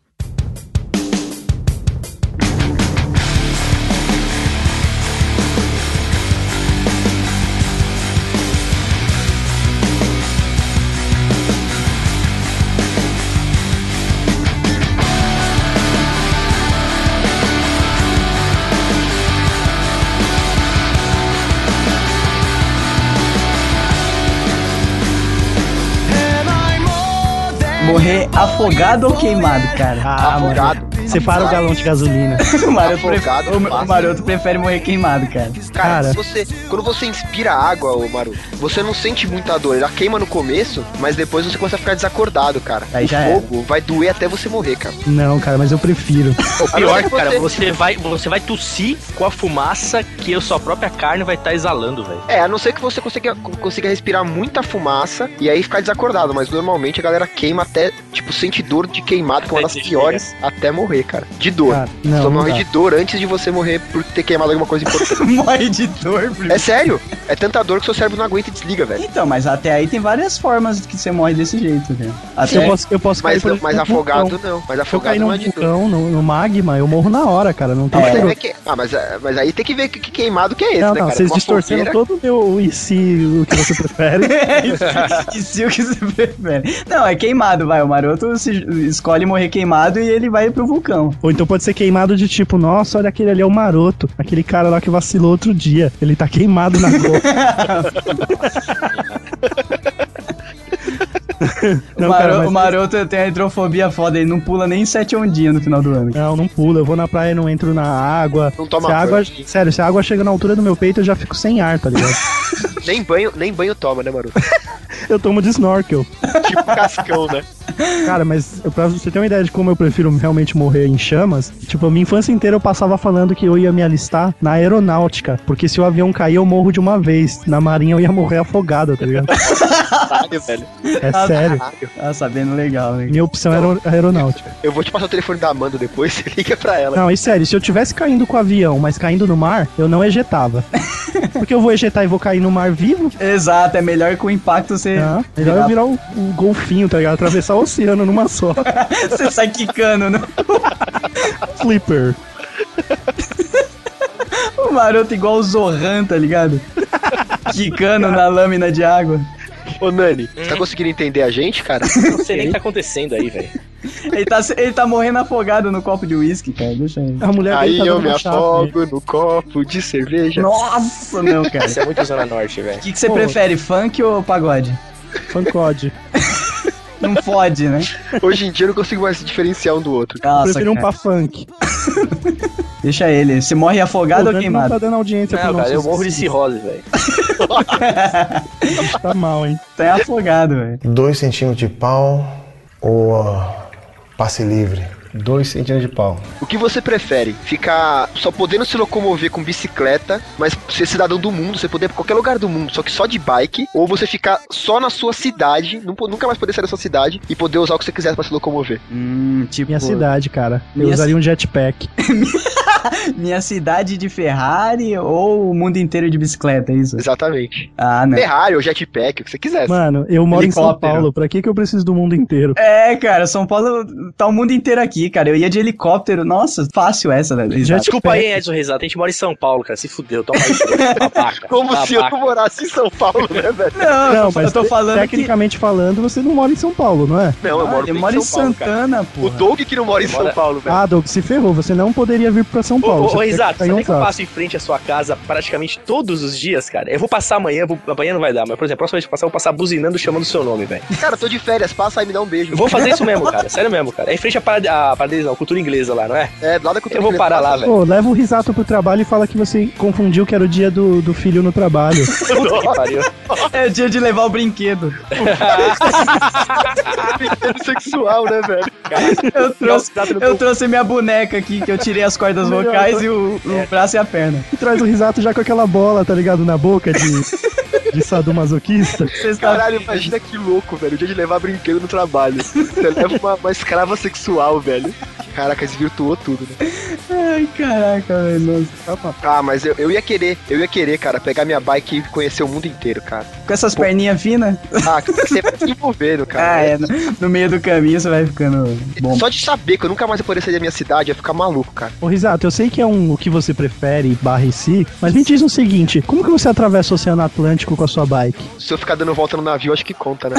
[SPEAKER 1] Am I more than
[SPEAKER 2] Morrer afogado ou queimado, cara?
[SPEAKER 3] Ah,
[SPEAKER 5] Afogado.
[SPEAKER 3] mano, separa o galão de gasolina.
[SPEAKER 2] [LAUGHS] O maroto, pref-
[SPEAKER 5] Afogado,
[SPEAKER 2] o- o
[SPEAKER 5] fácil.
[SPEAKER 2] maroto prefere morrer queimado, cara.
[SPEAKER 5] Cara,
[SPEAKER 3] Cara.
[SPEAKER 5] se você, quando você inspira água, ô Maru, você não sente muita dor. Ela queima no começo, mas depois você começa a ficar desacordado, cara.
[SPEAKER 2] Aí
[SPEAKER 5] o
[SPEAKER 2] já
[SPEAKER 5] fogo vai doer até você morrer, cara.
[SPEAKER 3] Não, cara, mas eu prefiro.
[SPEAKER 4] O pior,
[SPEAKER 5] Agora
[SPEAKER 4] cara,
[SPEAKER 5] você-
[SPEAKER 4] você vai, você vai tossir com a fumaça que a sua própria carne vai estar exalando,
[SPEAKER 5] [LAUGHS]
[SPEAKER 4] velho.
[SPEAKER 5] É, a não ser que você consiga, consiga respirar muita fumaça e aí ficar desacordado, mas normalmente a galera queima até, tipo, sente dor de queimado, que é uma das
[SPEAKER 4] Até
[SPEAKER 5] piores, até morrer, cara. De dor.
[SPEAKER 3] Cara,
[SPEAKER 5] Só
[SPEAKER 3] não, não
[SPEAKER 5] morre
[SPEAKER 3] dá.
[SPEAKER 5] de dor antes de você morrer por ter queimado alguma coisa importante.
[SPEAKER 2] [LAUGHS] Morre de dor, bro.
[SPEAKER 5] é sério, é tanta dor que seu cérebro não aguenta e desliga, velho.
[SPEAKER 2] Então, mas até aí tem várias formas que você morre desse jeito, né?
[SPEAKER 3] Eu
[SPEAKER 2] Até
[SPEAKER 3] posso, eu posso
[SPEAKER 5] Mas,
[SPEAKER 3] cair, por
[SPEAKER 5] não- mas
[SPEAKER 3] exemplo, num
[SPEAKER 5] afogado
[SPEAKER 3] um vulcão.
[SPEAKER 5] não, mas
[SPEAKER 3] Se eu
[SPEAKER 5] afogado
[SPEAKER 3] cair
[SPEAKER 5] não é
[SPEAKER 3] num
[SPEAKER 5] de dor.
[SPEAKER 3] vulcão, no, no magma, eu morro na hora, cara. Não tá tem
[SPEAKER 5] Mas
[SPEAKER 3] segredo.
[SPEAKER 5] como é que- Ah, mas, ah, mas aí tem que ver que, que queimado que é esse,
[SPEAKER 3] Não,
[SPEAKER 5] né,
[SPEAKER 3] não,
[SPEAKER 5] cara?
[SPEAKER 3] vocês
[SPEAKER 5] Uma
[SPEAKER 3] distorceram
[SPEAKER 5] fogueira-
[SPEAKER 3] todo o meu e se o que você prefere.
[SPEAKER 5] [LAUGHS]
[SPEAKER 2] É isso, isso é o que você prefere. Não, é queimado, vai. O maroto se- escolhe morrer queimado e ele vai pro vulcão.
[SPEAKER 3] Ou então pode ser queimado de tipo, nossa, olha aquele ali é o maroto, aquele cara lá que vacilou outro dia.
[SPEAKER 5] [LAUGHS]
[SPEAKER 3] Ele tá queimado na boca.
[SPEAKER 2] O,
[SPEAKER 3] Não, cara,
[SPEAKER 2] maro-
[SPEAKER 3] mas-
[SPEAKER 2] o maroto tem a hidrofobia foda, ele não pula nem sete ondinhas no final do ano.
[SPEAKER 3] Não, não pula. Eu vou na praia, não entro na água.
[SPEAKER 5] Não toma
[SPEAKER 3] se a água,
[SPEAKER 5] banho.
[SPEAKER 3] Sério, se a água chega na altura do meu peito, eu já fico sem ar,
[SPEAKER 5] [LAUGHS]
[SPEAKER 3] tá ligado?
[SPEAKER 5] Nem banho, nem banho toma, né, Maru?
[SPEAKER 3] eu tomo de snorkel.
[SPEAKER 5] tipo cascão, né?
[SPEAKER 3] Cara, mas eu- pra você ter uma ideia de como eu prefiro realmente morrer em chamas, tipo, a minha infância inteira eu passava falando que eu ia me alistar na aeronáutica, porque se o avião cair eu morro de uma vez, na marinha eu ia morrer afogado, tá ligado?
[SPEAKER 5] [LAUGHS] Caralho, velho.
[SPEAKER 3] É sério.
[SPEAKER 5] Caralho.
[SPEAKER 2] Ah, sabendo legal, né?
[SPEAKER 3] Minha opção era aeronáutica.
[SPEAKER 5] Eu vou te passar o telefone da Amanda depois, [LAUGHS] você liga pra ela.
[SPEAKER 3] Não, e sério, se eu tivesse caindo com o avião, mas caindo no mar, eu não
[SPEAKER 5] [LAUGHS]
[SPEAKER 3] ejetava. Porque eu vou ejetar e vou cair no mar vivo?
[SPEAKER 2] Exato, é melhor com o impacto você.
[SPEAKER 3] né? Melhor eu virar um, um golfinho, tá ligado? Atravessar o oceano
[SPEAKER 5] [LAUGHS]
[SPEAKER 3] numa só.
[SPEAKER 2] [LAUGHS] Você sai quicando, né?
[SPEAKER 3] Flipper.
[SPEAKER 2] O maroto igual o Zohan, tá
[SPEAKER 3] [LAUGHS]
[SPEAKER 2] ligado? Quicando na lâmina de água.
[SPEAKER 5] Ô, Nani, você
[SPEAKER 4] Hum.
[SPEAKER 5] tá conseguindo entender a
[SPEAKER 2] [LAUGHS]
[SPEAKER 5] gente, cara?
[SPEAKER 4] Não sei nem o que tá acontecendo aí, velho.
[SPEAKER 2] Ele tá, ele tá morrendo afogado no copo de uísque, cara. Deixa ele.
[SPEAKER 3] A mulher dele
[SPEAKER 5] Aí
[SPEAKER 3] tá
[SPEAKER 5] eu
[SPEAKER 3] dando
[SPEAKER 5] me
[SPEAKER 3] uma chave.
[SPEAKER 5] afogo no copo de cerveja.
[SPEAKER 2] Nossa, É
[SPEAKER 3] [LAUGHS]
[SPEAKER 2] não, cara.
[SPEAKER 4] Isso é muito Zona Norte, velho.
[SPEAKER 2] O que, que você
[SPEAKER 3] Pô.
[SPEAKER 2] prefere, funk ou pagode?
[SPEAKER 3] Pancode.
[SPEAKER 2] Não fode,
[SPEAKER 3] [LAUGHS]
[SPEAKER 2] né?
[SPEAKER 5] Hoje em dia eu não consigo mais se diferenciar um do outro.
[SPEAKER 2] Nossa,
[SPEAKER 3] Prefiro um
[SPEAKER 2] cara.
[SPEAKER 3] pra funk.
[SPEAKER 2] Deixa ele. Se morre
[SPEAKER 3] Pô,
[SPEAKER 2] afogado
[SPEAKER 3] o
[SPEAKER 2] ou
[SPEAKER 3] Dante
[SPEAKER 2] queimado?
[SPEAKER 3] Não tá dando audiência pro
[SPEAKER 4] Não,
[SPEAKER 3] nosso
[SPEAKER 4] cara, eu morro de
[SPEAKER 3] esquisito.
[SPEAKER 4] cirrose, velho.
[SPEAKER 3] Tá mal, hein?
[SPEAKER 2] Tá afogado, velho.
[SPEAKER 6] Dois centímetros de pau ou ah, passe livre?
[SPEAKER 7] Dois centímetros de pau.
[SPEAKER 5] O que você prefere? Ficar só podendo se locomover com bicicleta, mas ser cidadão do mundo, você poder ir pra qualquer lugar do mundo, só que só de bike, ou você ficar só na sua cidade, nu- nunca mais poder sair da sua cidade e poder usar o que você quiser pra se locomover?
[SPEAKER 2] Hum, tipo.
[SPEAKER 3] Minha cidade, cara. Eu
[SPEAKER 2] Minha
[SPEAKER 3] usaria
[SPEAKER 4] [LAUGHS]
[SPEAKER 3] um jetpack.
[SPEAKER 2] Minha cidade de Ferrari ou o mundo inteiro de bicicleta, é isso?
[SPEAKER 5] Exatamente.
[SPEAKER 2] Ah, não.
[SPEAKER 5] Ferrari ou jetpack, o que você quiser.
[SPEAKER 3] Mano, eu moro em São
[SPEAKER 2] Helicóptero.
[SPEAKER 3] Paulo. Pra que, que eu preciso do
[SPEAKER 4] [LAUGHS]
[SPEAKER 3] mundo inteiro?
[SPEAKER 2] É, cara, São Paulo tá o mundo inteiro aqui, cara. Eu ia de helicóptero. Nossa, fácil essa, né? Exato.
[SPEAKER 4] Desculpa aí, Edson Rezato. A gente mora em São Paulo, cara. Se fudeu, toma aí.
[SPEAKER 5] [LAUGHS]
[SPEAKER 4] babaca,
[SPEAKER 5] Como se eu
[SPEAKER 4] babaca.
[SPEAKER 5] morasse em São Paulo, né, velho?
[SPEAKER 2] Não,
[SPEAKER 3] Não,
[SPEAKER 2] eu tô-
[SPEAKER 3] mas
[SPEAKER 2] eu tô falando que...
[SPEAKER 3] Tecnicamente falando, você não mora em São Paulo, não é?
[SPEAKER 5] Não, eu
[SPEAKER 2] Ah,
[SPEAKER 5] moro
[SPEAKER 2] eu
[SPEAKER 5] bem
[SPEAKER 2] moro em
[SPEAKER 5] São Paulo, cara.
[SPEAKER 2] Santana,
[SPEAKER 5] O
[SPEAKER 2] porra.
[SPEAKER 5] Doug que não mora em
[SPEAKER 4] Ele
[SPEAKER 5] São
[SPEAKER 4] mora-
[SPEAKER 5] Paulo, velho.
[SPEAKER 3] Ah, Doug, se ferrou. Você não poderia vir pra São
[SPEAKER 4] É. Ô,
[SPEAKER 3] Paulo.
[SPEAKER 4] ô,
[SPEAKER 3] Você
[SPEAKER 4] ô,
[SPEAKER 3] teria
[SPEAKER 4] Exato,
[SPEAKER 3] ficar em um
[SPEAKER 4] sabe que eu
[SPEAKER 3] Osasco.
[SPEAKER 4] passo em frente à sua casa praticamente todos os dias, cara? Eu vou passar amanhã, vou, amanhã não vai dar, mas por exemplo, a próxima vez que eu passar, eu vou passar buzinando chamando o seu nome, velho.
[SPEAKER 5] Cara, eu tô de férias, passa aí me dá um beijo.
[SPEAKER 4] Eu vou fazer isso mesmo, cara. Sério mesmo, cara. É em frente à parada, à parada deles, não, cultura inglesa lá, não
[SPEAKER 5] [LAUGHS]
[SPEAKER 4] é?
[SPEAKER 5] É, do lado da cultura
[SPEAKER 4] Eu vou
[SPEAKER 5] inglesa,
[SPEAKER 4] parar lá,
[SPEAKER 5] passa. [LAUGHS]
[SPEAKER 4] velho.
[SPEAKER 3] Pô, leva o risato pro trabalho e fala que você confundiu que era o dia do, do filho
[SPEAKER 4] [LAUGHS]
[SPEAKER 3] no trabalho.
[SPEAKER 4] Puta que pariu.
[SPEAKER 2] É o dia de levar o brinquedo.
[SPEAKER 5] Brinquedo sexual, né, velho?
[SPEAKER 2] Eu trouxe,
[SPEAKER 4] Dá- dá no
[SPEAKER 2] eu
[SPEAKER 4] teu-
[SPEAKER 2] trouxe minha boneca aqui, que eu tirei as cordas
[SPEAKER 3] Melhor,
[SPEAKER 2] vocais e o, o braço e a perna.
[SPEAKER 3] e traz o risato já com aquela bola, tá ligado? Na boca de, de sadomasoquista.
[SPEAKER 2] Sexta-feira.
[SPEAKER 5] Caralho, imagina que louco, velho. O dia de levar brinquedo no trabalho. Você leva uma, uma escrava sexual, velho. Caraca, desvirtuou tudo, né?
[SPEAKER 2] Ai, caraca, velho. nossa.
[SPEAKER 5] Ah, mas eu, eu ia querer, eu ia querer, cara, pegar minha bike e conhecer o mundo inteiro, cara.
[SPEAKER 2] Com essas perninhas finas?
[SPEAKER 5] Ah, que você vai se envolvendo, cara.
[SPEAKER 2] Ah, é. No, no meio do caminho você vai ficando bom.
[SPEAKER 5] Só de saber que eu nunca mais ia poder sair da minha cidade, eu ia ficar maluco, cara.
[SPEAKER 3] Ô, Risato, eu sei que é um o que você prefere, barra e si, mas me diz o seguinte, como que você atravessa o Oceano Atlântico com a sua bike?
[SPEAKER 5] Se eu ficar dando volta no navio, acho que
[SPEAKER 2] [LAUGHS]
[SPEAKER 5] conta, né?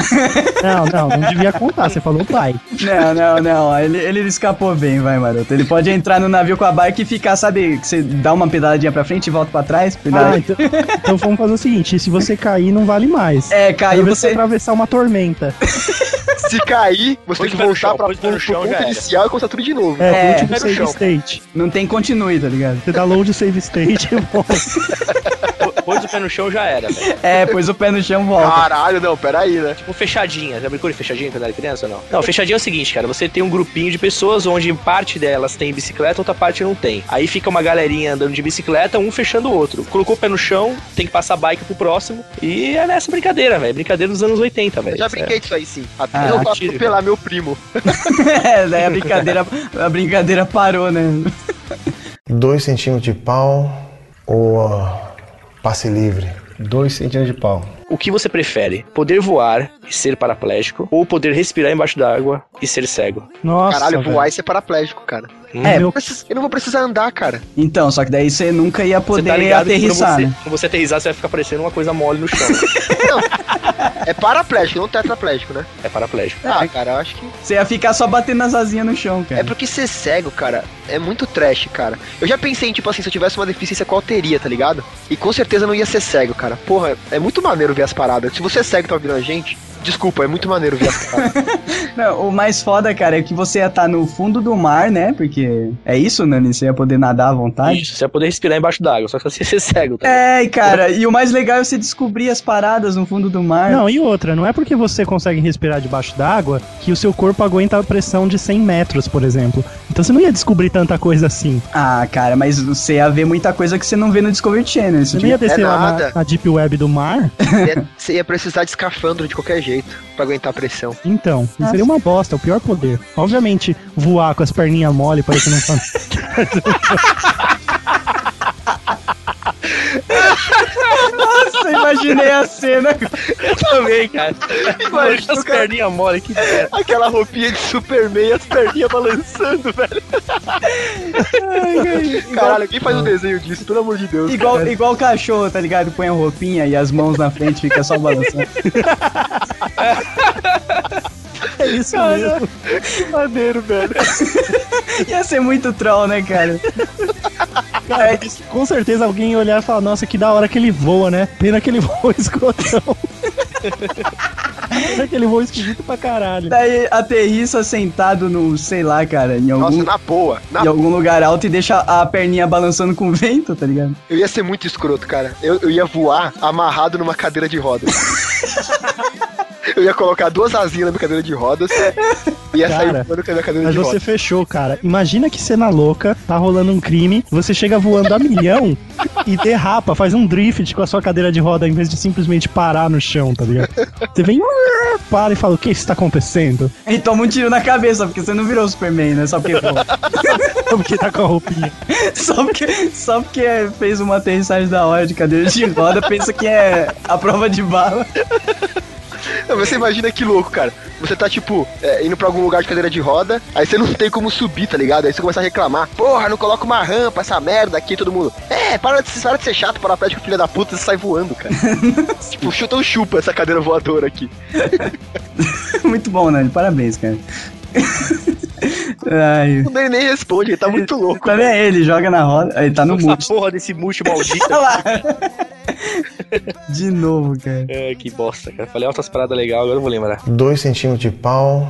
[SPEAKER 3] Não, não, não devia contar, você falou bike.
[SPEAKER 2] Não, não, não. Ele, ele escapou bem, vai, maroto. Ele pode entrar no navio com a bike e ficar, sabe, que você dá uma pedaladinha pra frente e volta pra trás.
[SPEAKER 3] Ah,
[SPEAKER 2] pedala-
[SPEAKER 3] então, então vamos fazer o seguinte, se você cair, não vale mais.
[SPEAKER 2] É,
[SPEAKER 3] Aí
[SPEAKER 2] caiu
[SPEAKER 3] você
[SPEAKER 2] você.
[SPEAKER 3] atravessar uma tormenta.
[SPEAKER 5] Se cair, você
[SPEAKER 4] Põe
[SPEAKER 5] tem que
[SPEAKER 4] o pé no
[SPEAKER 5] voltar
[SPEAKER 4] chão,
[SPEAKER 5] pra
[SPEAKER 4] põe o pé no
[SPEAKER 5] pro
[SPEAKER 4] chão, já
[SPEAKER 5] ponto
[SPEAKER 4] era.
[SPEAKER 5] inicial e começar tudo de novo.
[SPEAKER 3] É,
[SPEAKER 2] É,
[SPEAKER 3] o último
[SPEAKER 4] pega o
[SPEAKER 3] save
[SPEAKER 4] chão.
[SPEAKER 3] state.
[SPEAKER 2] Não tem continue, tá ligado?
[SPEAKER 3] Você dá load save state [LAUGHS] e volta.
[SPEAKER 4] Pôs o pé no chão já era, velho.
[SPEAKER 2] É, pôs o pé no chão volta.
[SPEAKER 5] Caralho, não, peraí, né?
[SPEAKER 4] Tipo fechadinha. Já brincou de fechadinha quando era criança ou não? Não, fechadinha é o seguinte, cara. Você tem um grupinho de pessoas onde parte delas tem bicicleta, outra parte não tem. Aí fica uma galerinha andando de bicicleta, um fechando o outro. Colocou o pé no chão, tem que passar a bike pro próximo. E é nessa brincadeira, velho. Brincadeira dos anos 80, velho.
[SPEAKER 5] Eu já
[SPEAKER 4] Isso é-
[SPEAKER 5] brinquei disso aí, sim. Até
[SPEAKER 2] Ah,
[SPEAKER 5] eu
[SPEAKER 4] tiro,
[SPEAKER 5] atropelar meu primo.
[SPEAKER 2] [LAUGHS] é, daí a brincadeira, a brincadeira parou, né?
[SPEAKER 6] Dois centímetros de pau ou ah, passe livre?
[SPEAKER 7] Dois centímetros de pau.
[SPEAKER 4] É. O que você prefere? Poder voar e ser paraplégico ou poder respirar embaixo da água e ser cego?
[SPEAKER 3] Nossa,
[SPEAKER 5] Caralho,
[SPEAKER 3] velho.
[SPEAKER 5] voar e ser paraplégico, cara.
[SPEAKER 3] É,
[SPEAKER 5] Eu,
[SPEAKER 3] meu,
[SPEAKER 5] preciso- eu não vou precisar andar, cara.
[SPEAKER 2] Então, só que daí você nunca ia
[SPEAKER 4] Você tá
[SPEAKER 2] poder
[SPEAKER 4] que quando
[SPEAKER 2] aterrissar,
[SPEAKER 4] você,
[SPEAKER 2] né?
[SPEAKER 4] quando você aterrissar, você vai ficar parecendo uma coisa mole
[SPEAKER 2] [LAUGHS]
[SPEAKER 4] no chão.
[SPEAKER 5] É paraplégico, não tetraplégico, né?
[SPEAKER 4] é paraplégico.
[SPEAKER 5] Ah, cara, eu acho que.
[SPEAKER 2] Você ia ficar só batendo as asinhas no chão,
[SPEAKER 5] É
[SPEAKER 2] cara.
[SPEAKER 5] porque ser cego, cara, é muito trash, cara. Eu já pensei em, tipo assim, se eu tivesse uma deficiência, qual teria, tá ligado? E com certeza não ia ser cego, cara. Porra, é muito maneiro ver as paradas. Se você é cego e tá ouvindo a gente, Desculpa, é muito maneiro ver as [LAUGHS] caras.
[SPEAKER 2] Não, o mais foda, cara, é que você ia estar no fundo do mar, né? Porque é isso, Nani? Você ia poder nadar à vontade.
[SPEAKER 4] Isso, você vai poder respirar embaixo d'água, só que você ia ser cego, tá? ligado?
[SPEAKER 2] É, e, cara, e o mais legal é você descobrir as paradas no fundo do mar.
[SPEAKER 3] Não, e outra, não é porque você consegue respirar debaixo d'água que o seu corpo aguenta a pressão de 100 metros, por exemplo. Então você não ia descobrir tanta coisa assim.
[SPEAKER 2] Ah, cara, mas você ia ver muita coisa que você não vê no Discovery Channel. Isso
[SPEAKER 3] Você não ia descer lá
[SPEAKER 5] nada.
[SPEAKER 3] na, na Deep Web do [LAUGHS] mar?
[SPEAKER 5] Você ia- Você ia precisar de escafandro de qualquer jeito pra aguentar a pressão.
[SPEAKER 3] Então, isso seria uma bosta, o pior poder. Obviamente, voar com as perninhas mole parecendo um fan-
[SPEAKER 2] Nossa, imaginei a
[SPEAKER 4] [LAUGHS]
[SPEAKER 2] cena.
[SPEAKER 4] Eu também,
[SPEAKER 2] [LAUGHS]
[SPEAKER 4] cara. Imagina as
[SPEAKER 5] cara.
[SPEAKER 4] perninhas mole, que merda.
[SPEAKER 5] Aquela roupinha de Superman e as perninhas balançando, velho. [LAUGHS] Caralho, quem faz um desenho disso, pelo amor de Deus?
[SPEAKER 2] Igual, igual cachorro, tá ligado? Põe a roupinha e as mãos na frente fica só
[SPEAKER 4] [LAUGHS]
[SPEAKER 2] balançando.
[SPEAKER 3] [LAUGHS] É isso mesmo.
[SPEAKER 5] Que maneiro, velho.
[SPEAKER 2] Ia ser muito troll, né, cara?
[SPEAKER 3] Cara, com certeza alguém ia olhar e falar, nossa, que da hora que ele voa, né? Pena que ele [LAUGHS] voa escrotão. [LAUGHS] Pena que ele voa esquisito pra caralho.
[SPEAKER 2] Daí aterrissa Tá sentado no, sei lá, cara, em algum,
[SPEAKER 5] Nossa, tá- na boa. Na
[SPEAKER 2] em algum lugar alto e deixa a perninha balançando com o vento, tá ligado?
[SPEAKER 5] Eu ia ser muito escroto, cara. Eu, eu ia voar amarrado numa cadeira de
[SPEAKER 3] [LAUGHS]
[SPEAKER 5] rodas. eu ia colocar duas asinhas na minha cadeira de rodas e ia
[SPEAKER 3] Cara,
[SPEAKER 5] sair voando com a minha cadeira
[SPEAKER 3] Mas
[SPEAKER 5] de
[SPEAKER 3] você
[SPEAKER 5] rodas.
[SPEAKER 3] fechou, cara. Imagina que cena louca, tá rolando um crime, você chega voando a milhão e derrapa, faz um drift com a sua cadeira de roda em vez de simplesmente parar no chão, tá ligado? Você vem, [LAUGHS] para e fala, o que está acontecendo?
[SPEAKER 2] E toma um tiro na cabeça, porque você não virou Superman, né? Só porque,
[SPEAKER 3] Como que tá com a roupinha?
[SPEAKER 2] [LAUGHS] só porque, só porque fez uma aterrissagem da hora de cadeira de roda, pensa que é a prova de bala. [LAUGHS]
[SPEAKER 5] Não, você imagina que louco, cara. Você tá, tipo, é, indo pra algum lugar de cadeira de roda, aí você não tem como subir, tá ligado? Aí você começa a reclamar. Porra, não coloca uma rampa, essa merda aqui, todo mundo. É, para de, para de ser chato, para a filha da puta, você sai
[SPEAKER 2] [LAUGHS]
[SPEAKER 5] voando, cara. tipo, chuta um chupa essa cadeira voadora aqui.
[SPEAKER 2] Muito bom, Nani. Parabéns, cara. [LAUGHS] Ai.
[SPEAKER 5] Ele nem responde, ele tá muito louco.
[SPEAKER 2] Tá vendo? Ele joga na roda. Ele tá no
[SPEAKER 4] Essa
[SPEAKER 2] mute.
[SPEAKER 4] porra desse multi maldito.
[SPEAKER 2] [LAUGHS] Olha lá. De novo, cara.
[SPEAKER 4] É, que bosta, cara. Falei altas paradas legais, agora eu não vou lembrar.
[SPEAKER 6] Dois centímetros de pau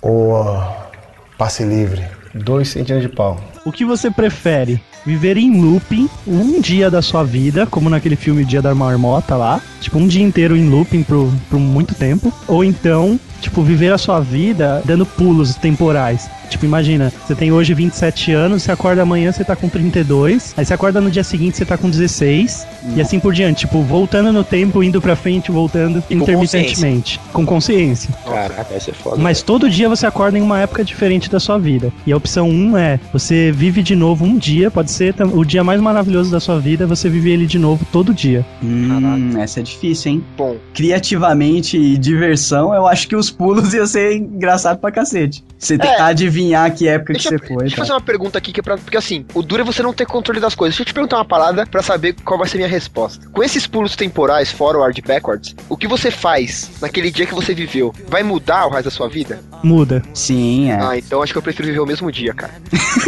[SPEAKER 6] ou ah, passe livre?
[SPEAKER 7] Dois centímetros de pau.
[SPEAKER 3] O que você prefere? Viver em looping um dia da sua vida, como naquele filme Dia da Marmota lá, tipo um dia inteiro em looping por, por muito tempo, ou então, tipo, viver a sua vida dando pulos temporais. Tipo, imagina, você tem hoje 27 anos, você acorda amanhã, você tá com 32, aí você acorda no dia seguinte, você tá com 16,
[SPEAKER 4] Hum.
[SPEAKER 3] e assim por diante, tipo, voltando no tempo, indo pra frente, voltando
[SPEAKER 4] E com
[SPEAKER 3] intermitentemente, com consciência.
[SPEAKER 4] Caraca, essa é foda.
[SPEAKER 3] Mas todo dia você acorda em uma época diferente da sua vida. E a opção 1 é: você vive de novo um dia, pode ser tam- o dia mais maravilhoso da sua vida, você vive ele de novo todo dia.
[SPEAKER 2] Hum, essa é difícil, hein?
[SPEAKER 5] Bom.
[SPEAKER 2] Criativamente e diversão, eu acho que os pulos [LAUGHS] ia ser engraçado pra cacete. Você tentar adivinhar que época que
[SPEAKER 5] É. Deixa,
[SPEAKER 2] você foi.
[SPEAKER 5] eu- deixa eu
[SPEAKER 2] tá?
[SPEAKER 5] fazer uma pergunta aqui, que é pra, porque assim, o duro é você não ter controle das coisas. Deixa eu te perguntar uma parada pra saber qual vai ser minha resposta. Com esses pulos temporais, forward, backwards, o que você faz naquele dia que você viveu vai mudar o resto da sua vida?
[SPEAKER 3] Muda.
[SPEAKER 2] Sim, é.
[SPEAKER 5] Ah, então acho que eu prefiro viver o mesmo dia, cara.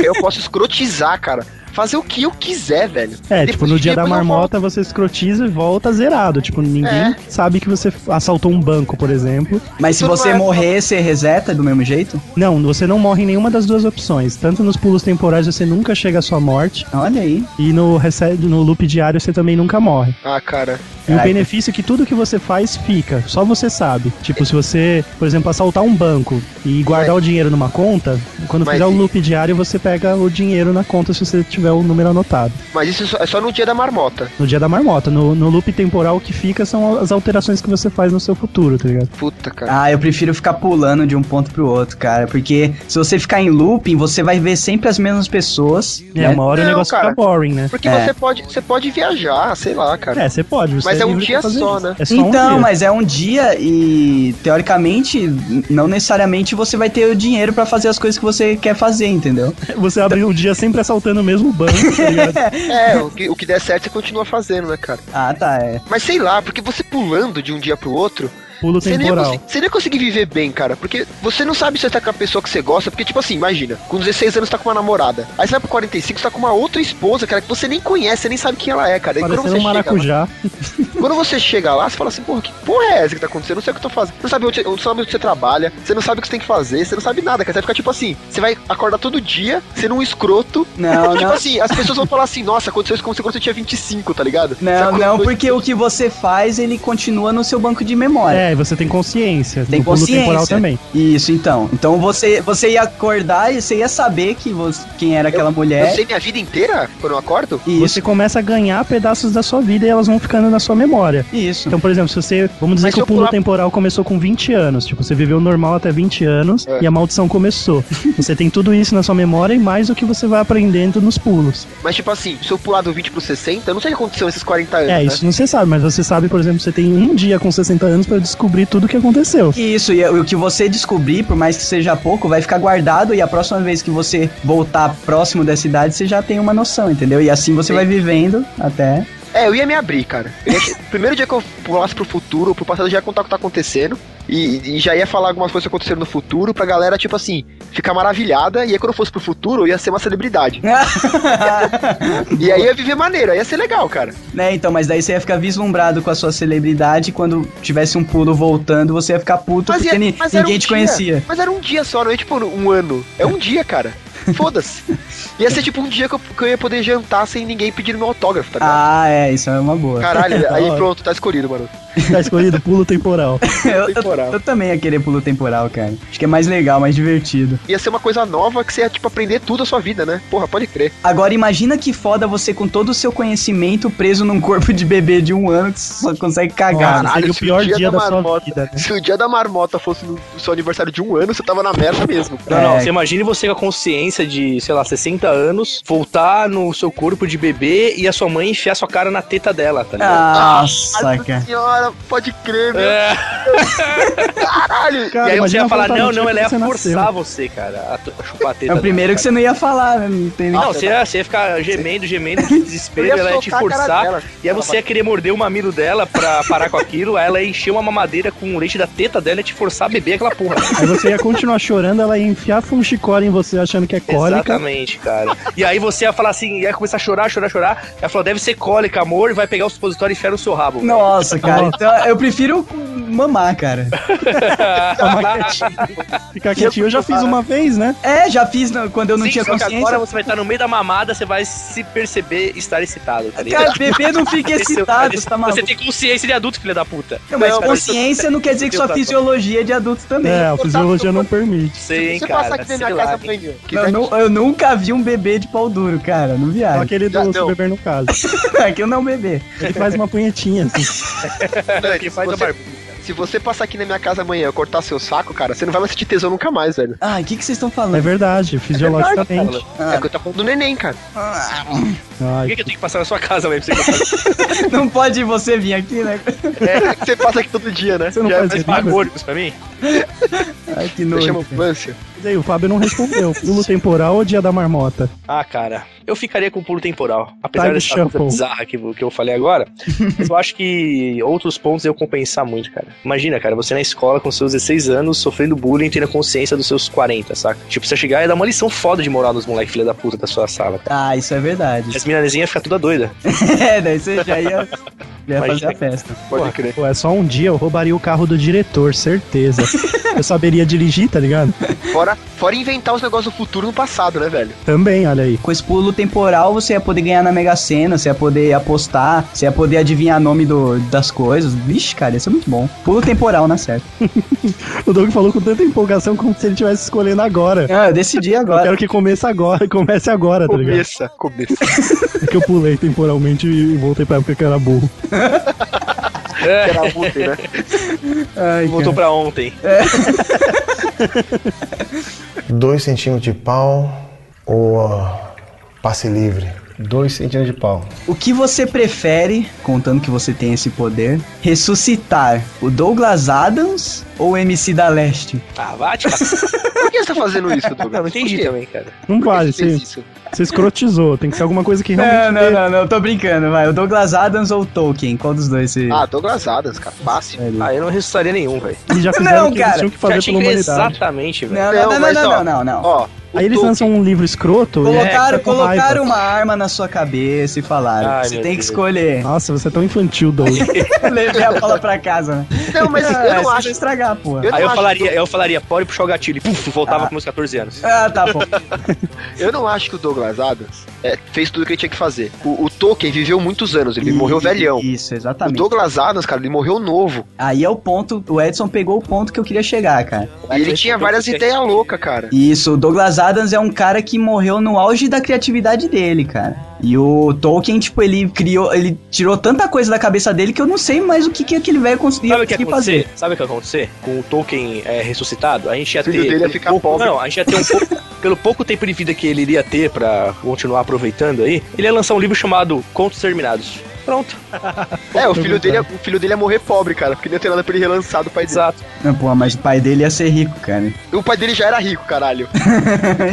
[SPEAKER 5] eu posso escrotizar, cara. Fazer o que eu quiser, velho.
[SPEAKER 3] É,
[SPEAKER 5] Depois
[SPEAKER 3] tipo,
[SPEAKER 5] de
[SPEAKER 3] no
[SPEAKER 5] um
[SPEAKER 3] dia da
[SPEAKER 5] depois eu
[SPEAKER 3] marmota você escrotiza e volta zerado. Tipo, ninguém
[SPEAKER 5] É.
[SPEAKER 3] sabe que você f- assaltou um banco, por exemplo.
[SPEAKER 2] Mas se
[SPEAKER 5] Tudo
[SPEAKER 2] você
[SPEAKER 5] mais-
[SPEAKER 2] morrer, você reseta do mesmo jeito?
[SPEAKER 3] Não, você não morre em nenhuma das duas opções. Tanto nos pulos temporais você nunca chega à sua morte,
[SPEAKER 2] Olha aí.
[SPEAKER 3] e no, recebe, no loop diário você também nunca morre.
[SPEAKER 5] volto. Ah, cara.
[SPEAKER 3] E o
[SPEAKER 2] Caraca.
[SPEAKER 3] benefício é que tudo que você faz fica, só você sabe. Tipo, se você, por exemplo, assaltar um banco e guardar o dinheiro numa conta, quando
[SPEAKER 5] Mas
[SPEAKER 3] fizer o
[SPEAKER 5] e-
[SPEAKER 3] loop diário, você pega o dinheiro na conta se você tiver o número anotado.
[SPEAKER 5] Mas isso é só- é só no dia da marmota.
[SPEAKER 3] No dia da marmota, no, no loop temporal, o que fica são as alterações que você faz no seu futuro, tá ligado?
[SPEAKER 5] Puta, cara.
[SPEAKER 2] Ah, eu prefiro ficar pulando de um ponto pro outro, cara. Porque se você ficar em looping, você vai ver sempre as mesmas pessoas. né?
[SPEAKER 3] É, uma hora o
[SPEAKER 5] Não,
[SPEAKER 3] negócio
[SPEAKER 5] cara.
[SPEAKER 3] fica boring, né?
[SPEAKER 5] Porque
[SPEAKER 2] É.
[SPEAKER 5] você pode, você pode viajar, sei lá, cara.
[SPEAKER 3] É, você pode, você
[SPEAKER 5] Mas é um
[SPEAKER 3] livre
[SPEAKER 5] dia
[SPEAKER 3] pra fazer
[SPEAKER 5] só,
[SPEAKER 3] isso.
[SPEAKER 5] né?
[SPEAKER 3] É só um
[SPEAKER 2] Então,
[SPEAKER 3] dia.
[SPEAKER 2] mas é um dia e teoricamente, n- não necessariamente você vai ter o dinheiro pra fazer as coisas que você quer fazer, entendeu?
[SPEAKER 3] [LAUGHS] Você abre um dia sempre assaltando o mesmo banco, tá ligado?
[SPEAKER 2] [LAUGHS]
[SPEAKER 5] É, o, que, o que der certo você continua fazendo, né, cara?
[SPEAKER 2] Ah, tá, é.
[SPEAKER 5] Mas sei lá, porque você pulando de um dia pro outro,
[SPEAKER 3] Pulo
[SPEAKER 5] Você nem, ia
[SPEAKER 3] temporal.
[SPEAKER 5] consi- você nem ia conseguir viver bem, cara, porque você não sabe se você tá com a pessoa que você gosta, porque, tipo assim, imagina, com 16 anos você tá com uma namorada, aí você vai pro 45, você tá com uma outra esposa, cara, que você nem conhece, você nem sabe quem ela é, cara. E quando
[SPEAKER 3] Parecendo
[SPEAKER 5] você,
[SPEAKER 3] um
[SPEAKER 5] chega lá,
[SPEAKER 3] maracujá.
[SPEAKER 5] quando você chega lá, você fala assim, porra, que porra é essa que tá acontecendo? Eu Não sei o que eu tô fazendo. Você não sabe onde, não sabe onde você trabalha, você não sabe o que você tem que fazer, você não sabe nada, cara. Você vai ficar tipo assim, você vai acordar todo dia sendo um escroto.
[SPEAKER 2] Não,
[SPEAKER 5] tipo
[SPEAKER 2] não.
[SPEAKER 5] assim, as pessoas vão falar assim, nossa, aconteceu isso com você quando você tinha 25, tá ligado? Você
[SPEAKER 2] Não,
[SPEAKER 5] acordou-
[SPEAKER 2] não, porque o que você faz, ele continua no seu banco de memória.
[SPEAKER 3] É, e você tem consciência.
[SPEAKER 2] Tem
[SPEAKER 3] No pulo
[SPEAKER 2] consciência.
[SPEAKER 3] temporal também.
[SPEAKER 2] Isso, então. Então você, você ia acordar e você ia saber que você- quem era aquela mulher.
[SPEAKER 5] Eu sei minha vida inteira quando eu acordo?
[SPEAKER 2] Isso,
[SPEAKER 3] Você começa a ganhar pedaços da sua vida e elas vão ficando na sua memória.
[SPEAKER 2] isso.
[SPEAKER 3] Então, por exemplo, se você. Vamos dizer
[SPEAKER 5] Mas
[SPEAKER 3] que
[SPEAKER 5] se
[SPEAKER 3] o
[SPEAKER 5] eu
[SPEAKER 3] pulo
[SPEAKER 5] pular-
[SPEAKER 3] temporal começou com 20 anos. Tipo, você viveu normal até 20 anos
[SPEAKER 5] É.
[SPEAKER 3] e a
[SPEAKER 5] [LAUGHS]
[SPEAKER 3] maldição começou. você tem tudo isso na sua memória e mais o que você vai aprendendo nos pulos.
[SPEAKER 5] Mas, tipo assim, se eu pular do 20 pro 60, eu não sei o que aconteceu nesses 40 anos.
[SPEAKER 3] É,
[SPEAKER 5] né?
[SPEAKER 3] isso não você sabe, mas você sabe, por exemplo, você tem um dia com 60 anos pra descobrir tudo o
[SPEAKER 5] [LAUGHS]
[SPEAKER 3] que aconteceu.
[SPEAKER 2] Isso, e o que você descobrir, por mais que seja pouco, vai ficar guardado e a próxima vez que você voltar próximo dessa idade, você já tem uma noção, entendeu? E assim você
[SPEAKER 5] Sim.
[SPEAKER 2] vai vivendo até. [LAUGHS]
[SPEAKER 5] É, eu ia me abrir, cara. Eu ia- primeiro dia que [LAUGHS] eu pulasse pro futuro, ou pro passado, eu já ia contar o que tá acontecendo. E, e já ia falar algumas coisas que aconteceram no futuro pra galera, tipo assim, ficar maravilhada. E aí quando eu fosse pro futuro, eu ia ser uma celebridade. E aí eu ia viver maneiro, aí ia ser legal, cara.
[SPEAKER 2] né, então, mas daí você ia ficar vislumbrado com a sua celebridade e quando tivesse um pulo voltando, você ia ficar puto
[SPEAKER 5] Mas,
[SPEAKER 2] porque
[SPEAKER 5] ia,
[SPEAKER 2] ni-
[SPEAKER 5] mas era
[SPEAKER 2] ninguém
[SPEAKER 5] um
[SPEAKER 2] te
[SPEAKER 5] dia,
[SPEAKER 2] conhecia.
[SPEAKER 5] Mas era um dia só, não é tipo um ano. É um dia, cara.
[SPEAKER 2] [LAUGHS]
[SPEAKER 5] Foda-se. Ia ser tipo um dia que eu, que eu ia poder jantar sem ninguém pedindo meu autógrafo, tá ligado?
[SPEAKER 2] Ah, é, isso é uma boa.
[SPEAKER 5] Caralho,
[SPEAKER 3] Da
[SPEAKER 5] aí
[SPEAKER 3] hora.
[SPEAKER 5] pronto, tá escolhido, mano.
[SPEAKER 3] Tá escolhido pulo temporal.
[SPEAKER 2] [LAUGHS] eu, eu-
[SPEAKER 5] temporal.
[SPEAKER 2] eu também ia querer pulo temporal, cara. Acho que é mais legal, mais divertido.
[SPEAKER 5] ia ser uma coisa nova que você ia, tipo, aprender tudo a sua vida, né? Porra, pode crer.
[SPEAKER 2] Agora imagina que foda você com todo o seu conhecimento preso num corpo de bebê de um ano que só consegue cagar.
[SPEAKER 5] Caralho,
[SPEAKER 3] seria o
[SPEAKER 5] se o
[SPEAKER 3] pior
[SPEAKER 5] dia
[SPEAKER 3] dia
[SPEAKER 5] da
[SPEAKER 3] da sua
[SPEAKER 5] marmota-
[SPEAKER 3] vida,
[SPEAKER 5] [LAUGHS]
[SPEAKER 3] né?
[SPEAKER 5] Se o dia da marmota fosse no no seu aniversário de um ano, você tava na merda mesmo. cara.
[SPEAKER 4] Não, não,
[SPEAKER 2] É.
[SPEAKER 4] você imagine você com a consciência de, sei lá, 60 anos, voltar no seu corpo de bebê e a sua mãe enfiar sua cara na teta dela, tá ligado?
[SPEAKER 2] Nossa,
[SPEAKER 5] Nossa
[SPEAKER 2] cara.
[SPEAKER 5] senhora, pode
[SPEAKER 2] Ah.
[SPEAKER 5] crer, meu.
[SPEAKER 4] É.
[SPEAKER 5] Caralho.
[SPEAKER 3] Cara,
[SPEAKER 4] e aí você
[SPEAKER 3] imagina
[SPEAKER 4] ia
[SPEAKER 3] a
[SPEAKER 4] falar,
[SPEAKER 3] vontade
[SPEAKER 4] não,
[SPEAKER 3] de
[SPEAKER 4] não, ela ia
[SPEAKER 3] você
[SPEAKER 4] forçar
[SPEAKER 3] nascer.
[SPEAKER 4] você, cara, a, t- a chupar a teta
[SPEAKER 2] É o primeiro
[SPEAKER 4] dela,
[SPEAKER 2] que você não ia falar, né? Não tem nem...
[SPEAKER 4] Não, você ia, você ia ficar gemendo, gemendo de
[SPEAKER 5] Eu
[SPEAKER 4] desespero, ela ia te
[SPEAKER 5] socar a cara
[SPEAKER 4] forçar,
[SPEAKER 5] dela.
[SPEAKER 4] e aí você ia querer morder o mamilo dela pra parar com aquilo, aí ela ia encher uma mamadeira com o leite da teta dela e te forçar a beber aquela porra.
[SPEAKER 3] Aí você ia continuar chorando, ela ia enfiar fungicória em você achando que é cólica.
[SPEAKER 4] Exatamente, cara. E aí você ia falar assim, ia começar a chorar, chorar, chorar. Ela falou, deve ser cólica, amor, e vai pegar o supositório e enfiar no seu rabo. [LAUGHS]
[SPEAKER 2] Nossa, cara. Então, eu prefiro mamar, cara.
[SPEAKER 3] Tomar quietinho. [LAUGHS] Ficar quietinho. Eu já fiz uma vez, né?
[SPEAKER 2] É, já fiz não, quando eu não
[SPEAKER 4] Sim,
[SPEAKER 2] tinha
[SPEAKER 4] só que
[SPEAKER 2] consciência.
[SPEAKER 4] Agora você vai estar no meio da mamada, você vai se perceber estar excitado, tá ligado?
[SPEAKER 2] Cara, bebê não fica
[SPEAKER 4] Esse- é
[SPEAKER 2] excitado,
[SPEAKER 4] esse-
[SPEAKER 2] você tá maluco.
[SPEAKER 4] Você tem consciência de adulto, filha da puta.
[SPEAKER 2] Não, mas
[SPEAKER 5] Não, mas-
[SPEAKER 2] consciência não quer dizer que sua
[SPEAKER 4] Deus,
[SPEAKER 2] fisiologia é de adulto também.
[SPEAKER 3] É, a fisiologia não permite.
[SPEAKER 4] Sei,
[SPEAKER 5] você
[SPEAKER 4] cara.
[SPEAKER 5] passar aqui
[SPEAKER 4] sei
[SPEAKER 5] na minha
[SPEAKER 4] lá,
[SPEAKER 5] casa
[SPEAKER 4] cara.
[SPEAKER 5] amanhã.
[SPEAKER 2] Eu,
[SPEAKER 5] quiser-
[SPEAKER 2] nu- eu nunca vi um bebê de pau duro, cara. Não
[SPEAKER 3] Só
[SPEAKER 2] viajo.
[SPEAKER 3] aquele
[SPEAKER 5] É, Já
[SPEAKER 3] do
[SPEAKER 5] deu.
[SPEAKER 3] se beber no caso.
[SPEAKER 2] [LAUGHS] Aquilo não é um bebê.
[SPEAKER 3] Ele faz uma punhetinha,
[SPEAKER 5] [LAUGHS]
[SPEAKER 3] assim.
[SPEAKER 5] Dani,
[SPEAKER 4] Quem
[SPEAKER 5] né, se
[SPEAKER 4] faz a
[SPEAKER 5] você-
[SPEAKER 4] barbuda.
[SPEAKER 5] Se você passar aqui na minha casa amanhã e eu cortar seu saco, cara, você não vai mais sentir tesão nunca mais, velho.
[SPEAKER 2] Ah, o que, que vocês estão
[SPEAKER 3] É
[SPEAKER 2] falando?
[SPEAKER 3] verdade, fisiologicamente.
[SPEAKER 5] É que eu tô falando do neném, cara.
[SPEAKER 4] Por
[SPEAKER 3] Ai,
[SPEAKER 4] que, que eu tenho que passar na sua casa, velho? pra você gostar de
[SPEAKER 2] [LAUGHS] Não pode você vir aqui, [LAUGHS] né?
[SPEAKER 5] É que [LAUGHS] você passa aqui todo dia, né?
[SPEAKER 3] Você não
[SPEAKER 5] Já
[SPEAKER 3] faz
[SPEAKER 5] mas-
[SPEAKER 3] isso.
[SPEAKER 4] bagulhos pra mim?
[SPEAKER 2] Ai, que
[SPEAKER 5] Você chama
[SPEAKER 2] nojo. cara.
[SPEAKER 5] ambulância.
[SPEAKER 3] mas aí, o Fábio não respondeu. Pulo temporal ou dia da marmota?
[SPEAKER 4] Ah, cara, eu ficaria com o pulo temporal. Apesar
[SPEAKER 3] Time
[SPEAKER 4] dessa coisa
[SPEAKER 3] shuffle.
[SPEAKER 4] bizarra que, vo- que eu falei
[SPEAKER 3] [LAUGHS]
[SPEAKER 4] agora, mas eu acho que outros pontos eu compensar muito, cara. Imagina, cara, você na escola com seus 16 anos, sofrendo bullying, tendo a consciência dos seus 40, saca? Tipo, você chegar e dar uma lição foda de moral nos moleques, filha da puta da sua sala. cara.
[SPEAKER 2] Ah, isso é verdade.
[SPEAKER 4] As minazinhas ficam toda doida.
[SPEAKER 2] [LAUGHS] É, daí você já ia, já ia
[SPEAKER 4] Mas-
[SPEAKER 2] fazer a festa.
[SPEAKER 5] Pode crer.
[SPEAKER 3] Pô, é só um dia eu roubaria o carro do diretor, certeza. Eu saberia dirigir, tá ligado?
[SPEAKER 5] Fora, fora inventar os negócios do futuro no passado, né, velho?
[SPEAKER 3] Também, olha aí.
[SPEAKER 2] Com esse pulo temporal, você ia poder ganhar na Mega Sena, você ia poder apostar, você ia poder adivinhar nome do, das coisas. Vixe, cara, isso é muito bom. Pulo temporal, né, na certa.
[SPEAKER 3] O Doug falou com tanta empolgação como se ele estivesse escolhendo agora.
[SPEAKER 2] Ah, eu decidi
[SPEAKER 3] Eu
[SPEAKER 2] agora.
[SPEAKER 3] quero que comece agora, [LAUGHS] comece agora, tá ligado?
[SPEAKER 5] Começa, começa.
[SPEAKER 3] É que eu pulei temporalmente e voltei pra época que eu era burro.
[SPEAKER 5] Era a Mutei, né?
[SPEAKER 2] Ai,
[SPEAKER 4] Voltou pra ontem.
[SPEAKER 3] É.
[SPEAKER 6] 2 centímetros de pau ou ah, passe livre?
[SPEAKER 7] Dois centímetros de pau.
[SPEAKER 2] O que você prefere, contando que você tem esse poder, ressuscitar o Douglas Adams ou o MC da Leste?
[SPEAKER 4] Ah, vá te
[SPEAKER 3] [LAUGHS]
[SPEAKER 5] Por que você tá fazendo
[SPEAKER 4] [LAUGHS]
[SPEAKER 5] isso, Douglas?
[SPEAKER 4] Não, não entendi
[SPEAKER 5] Por quê?
[SPEAKER 4] também, cara.
[SPEAKER 3] Não
[SPEAKER 5] Por que
[SPEAKER 3] vale,
[SPEAKER 5] você fez
[SPEAKER 3] você,
[SPEAKER 5] isso?
[SPEAKER 3] você escrotizou. Tem que ser alguma coisa que realmente.
[SPEAKER 2] Não, não, não, não, tô brincando, vai. O Douglas Adams ou o Tolkien? Qual dos dois você.
[SPEAKER 5] Ah, Douglas Adams, cara. Fácil.
[SPEAKER 4] Ah, eu não ressuscitaria nenhum, velho.
[SPEAKER 5] É.
[SPEAKER 3] E já fizeram
[SPEAKER 2] Não,
[SPEAKER 3] o que eles
[SPEAKER 2] cara,
[SPEAKER 3] tinham que fazer
[SPEAKER 4] Já tinha
[SPEAKER 3] pela
[SPEAKER 4] que-
[SPEAKER 3] humanidade.
[SPEAKER 4] Exatamente, velho.
[SPEAKER 2] não, não, não, não,
[SPEAKER 5] mas,
[SPEAKER 2] não,
[SPEAKER 5] ó,
[SPEAKER 2] não, não, não.
[SPEAKER 5] então, Ó, o
[SPEAKER 3] Aí eles
[SPEAKER 5] Tolkien-
[SPEAKER 3] lançam um livro escroto. e aí
[SPEAKER 2] Colocaram,
[SPEAKER 3] fica com raiva.
[SPEAKER 2] colocaram uma arma na sua cabeça e falaram:
[SPEAKER 4] Ai,
[SPEAKER 2] você
[SPEAKER 4] meu
[SPEAKER 2] tem que
[SPEAKER 4] Deus.
[SPEAKER 2] escolher. [LAUGHS]
[SPEAKER 3] Nossa, você é tão infantil, Doug.
[SPEAKER 2] Levei a bola pra casa, né?
[SPEAKER 5] Não, mas
[SPEAKER 2] Ah,
[SPEAKER 5] eu
[SPEAKER 2] essa
[SPEAKER 4] [LAUGHS]
[SPEAKER 5] não
[SPEAKER 2] vai
[SPEAKER 5] acho.
[SPEAKER 2] estragar, pô.
[SPEAKER 5] Eu não
[SPEAKER 4] Aí eu
[SPEAKER 5] acho
[SPEAKER 4] falaria, eu falaria, pode puxar o gatilho e puf, voltava
[SPEAKER 2] Ah.
[SPEAKER 4] com meus 14 anos.
[SPEAKER 2] Ah, tá bom.
[SPEAKER 5] Eu não acho que o Douglas Adams é, fez tudo o que ele tinha que fazer. O, o Tolkien viveu muitos anos, ele morreu velhão.
[SPEAKER 2] Isso,
[SPEAKER 5] O
[SPEAKER 2] exatamente.
[SPEAKER 5] Douglas Adams, cara, ele morreu novo.
[SPEAKER 2] Aí é o ponto, o Edson pegou o ponto que eu queria chegar, cara.
[SPEAKER 5] E ele tinha
[SPEAKER 4] é
[SPEAKER 5] várias ideias loucas, cara.
[SPEAKER 2] Isso, o Douglas Adams é um cara que morreu no auge da criatividade dele, cara. E o Tolkien, tipo, ele criou, ele tirou tanta coisa da cabeça dele que eu não sei mais o que, que aquele velho conseguia
[SPEAKER 4] Sabe o que é ia
[SPEAKER 2] conseguir
[SPEAKER 4] acontecer?
[SPEAKER 2] fazer.
[SPEAKER 4] Sabe o que ia acontecer? Com o Tolkien é, ressuscitado, a gente ia
[SPEAKER 5] O filho
[SPEAKER 4] ter.
[SPEAKER 5] dele ia
[SPEAKER 4] pelo
[SPEAKER 5] ficar
[SPEAKER 4] pouco-
[SPEAKER 5] pobre.
[SPEAKER 4] Não, a gente ia ter um
[SPEAKER 5] [LAUGHS]
[SPEAKER 4] pouco. pelo pouco tempo de vida que ele iria ter pra continuar aproveitando aí, ele ia lançar um livro chamado Contos Terminados. Pronto,
[SPEAKER 5] É, o filho dele, o filho dele ia morrer pobre, cara, porque não ia ter nada pra ele relançar do pai dele.
[SPEAKER 4] exato.
[SPEAKER 2] Não, Ah, pô, mas o pai dele ia ser rico, cara. [LAUGHS]
[SPEAKER 5] O pai dele já era rico, caralho.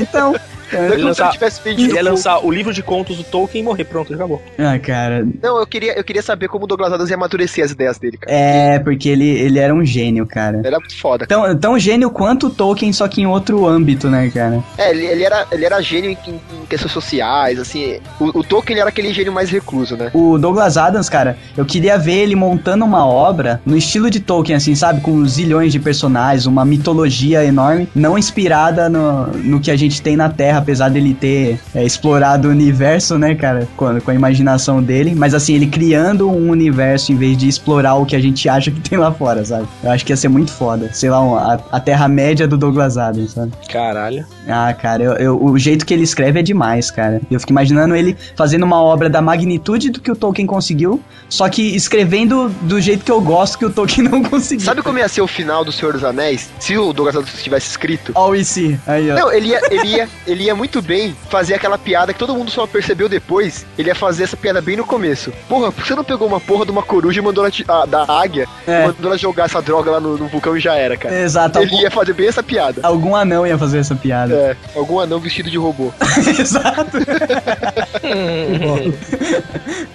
[SPEAKER 2] então,
[SPEAKER 5] Não é como se
[SPEAKER 4] lançar-
[SPEAKER 5] ele tivesse vendido.
[SPEAKER 4] tá- Ele ia
[SPEAKER 5] pro-
[SPEAKER 4] lançar o livro de contos do Tolkien e morrer. Pronto, acabou.
[SPEAKER 2] ah, cara,
[SPEAKER 4] é-
[SPEAKER 5] Não, eu queria, eu queria saber como o Douglas Adams ia amadurecer as ideias dele, cara.
[SPEAKER 2] é porque ele, ele era um gênio,
[SPEAKER 3] É.
[SPEAKER 2] cara.
[SPEAKER 5] Era muito foda.
[SPEAKER 2] Tão, tão gênio quanto o Tolkien, só que em outro âmbito, né, cara?
[SPEAKER 5] É, ele, ele era, ele era gênio em, em- em questões sociais, assim. O, o Tolkien ele era aquele gênio mais recluso, né?
[SPEAKER 2] O Douglas Adams, cara, eu queria ver ele montando uma obra no estilo de Tolkien, assim, sabe? Com zilhões de personagens, uma mitologia enorme, não inspirada no, no que a gente tem na Terra, apesar dele ter é, explorado o universo, né, cara? Com, com a imaginação dele. Mas, assim, ele criando um universo em vez de explorar o que a gente [LAUGHS] acha que tem lá fora, sabe? Eu acho que ia ser muito foda. Sei lá, um- a, a Terra-média do Douglas Adams, sabe?
[SPEAKER 4] Caralho.
[SPEAKER 2] Ah, cara, eu, eu- o jeito que ele escreve é demais, cara. Eu fico imaginando ele fazendo uma obra da magnitude do que o Tolkien conseguiu, só que escrevendo do jeito que eu gosto que o Tolkien não [LAUGHS] conseguiu.
[SPEAKER 5] Sabe como ia ser o final do Senhor dos Anéis? Se o Douglas Adams tivesse escrito?
[SPEAKER 2] All we see. Aí, ó.
[SPEAKER 5] Não, ele ia, ele, ia, ele ia muito bem fazer aquela piada que todo mundo só percebeu depois. Ele ia fazer essa piada bem no começo. Porra, por que você não pegou uma porra de uma coruja e mandou ela ti- a- da águia?
[SPEAKER 2] É. tá
[SPEAKER 5] e Mandou ela jogar essa droga lá no, no vulcão e já era, cara.
[SPEAKER 2] Exato.
[SPEAKER 5] Ele
[SPEAKER 2] Algum,
[SPEAKER 5] ia fazer bem essa piada.
[SPEAKER 2] algum anão ia fazer essa piada.
[SPEAKER 5] É, algum anão vestido de robô.
[SPEAKER 2] [LAUGHS] Exato.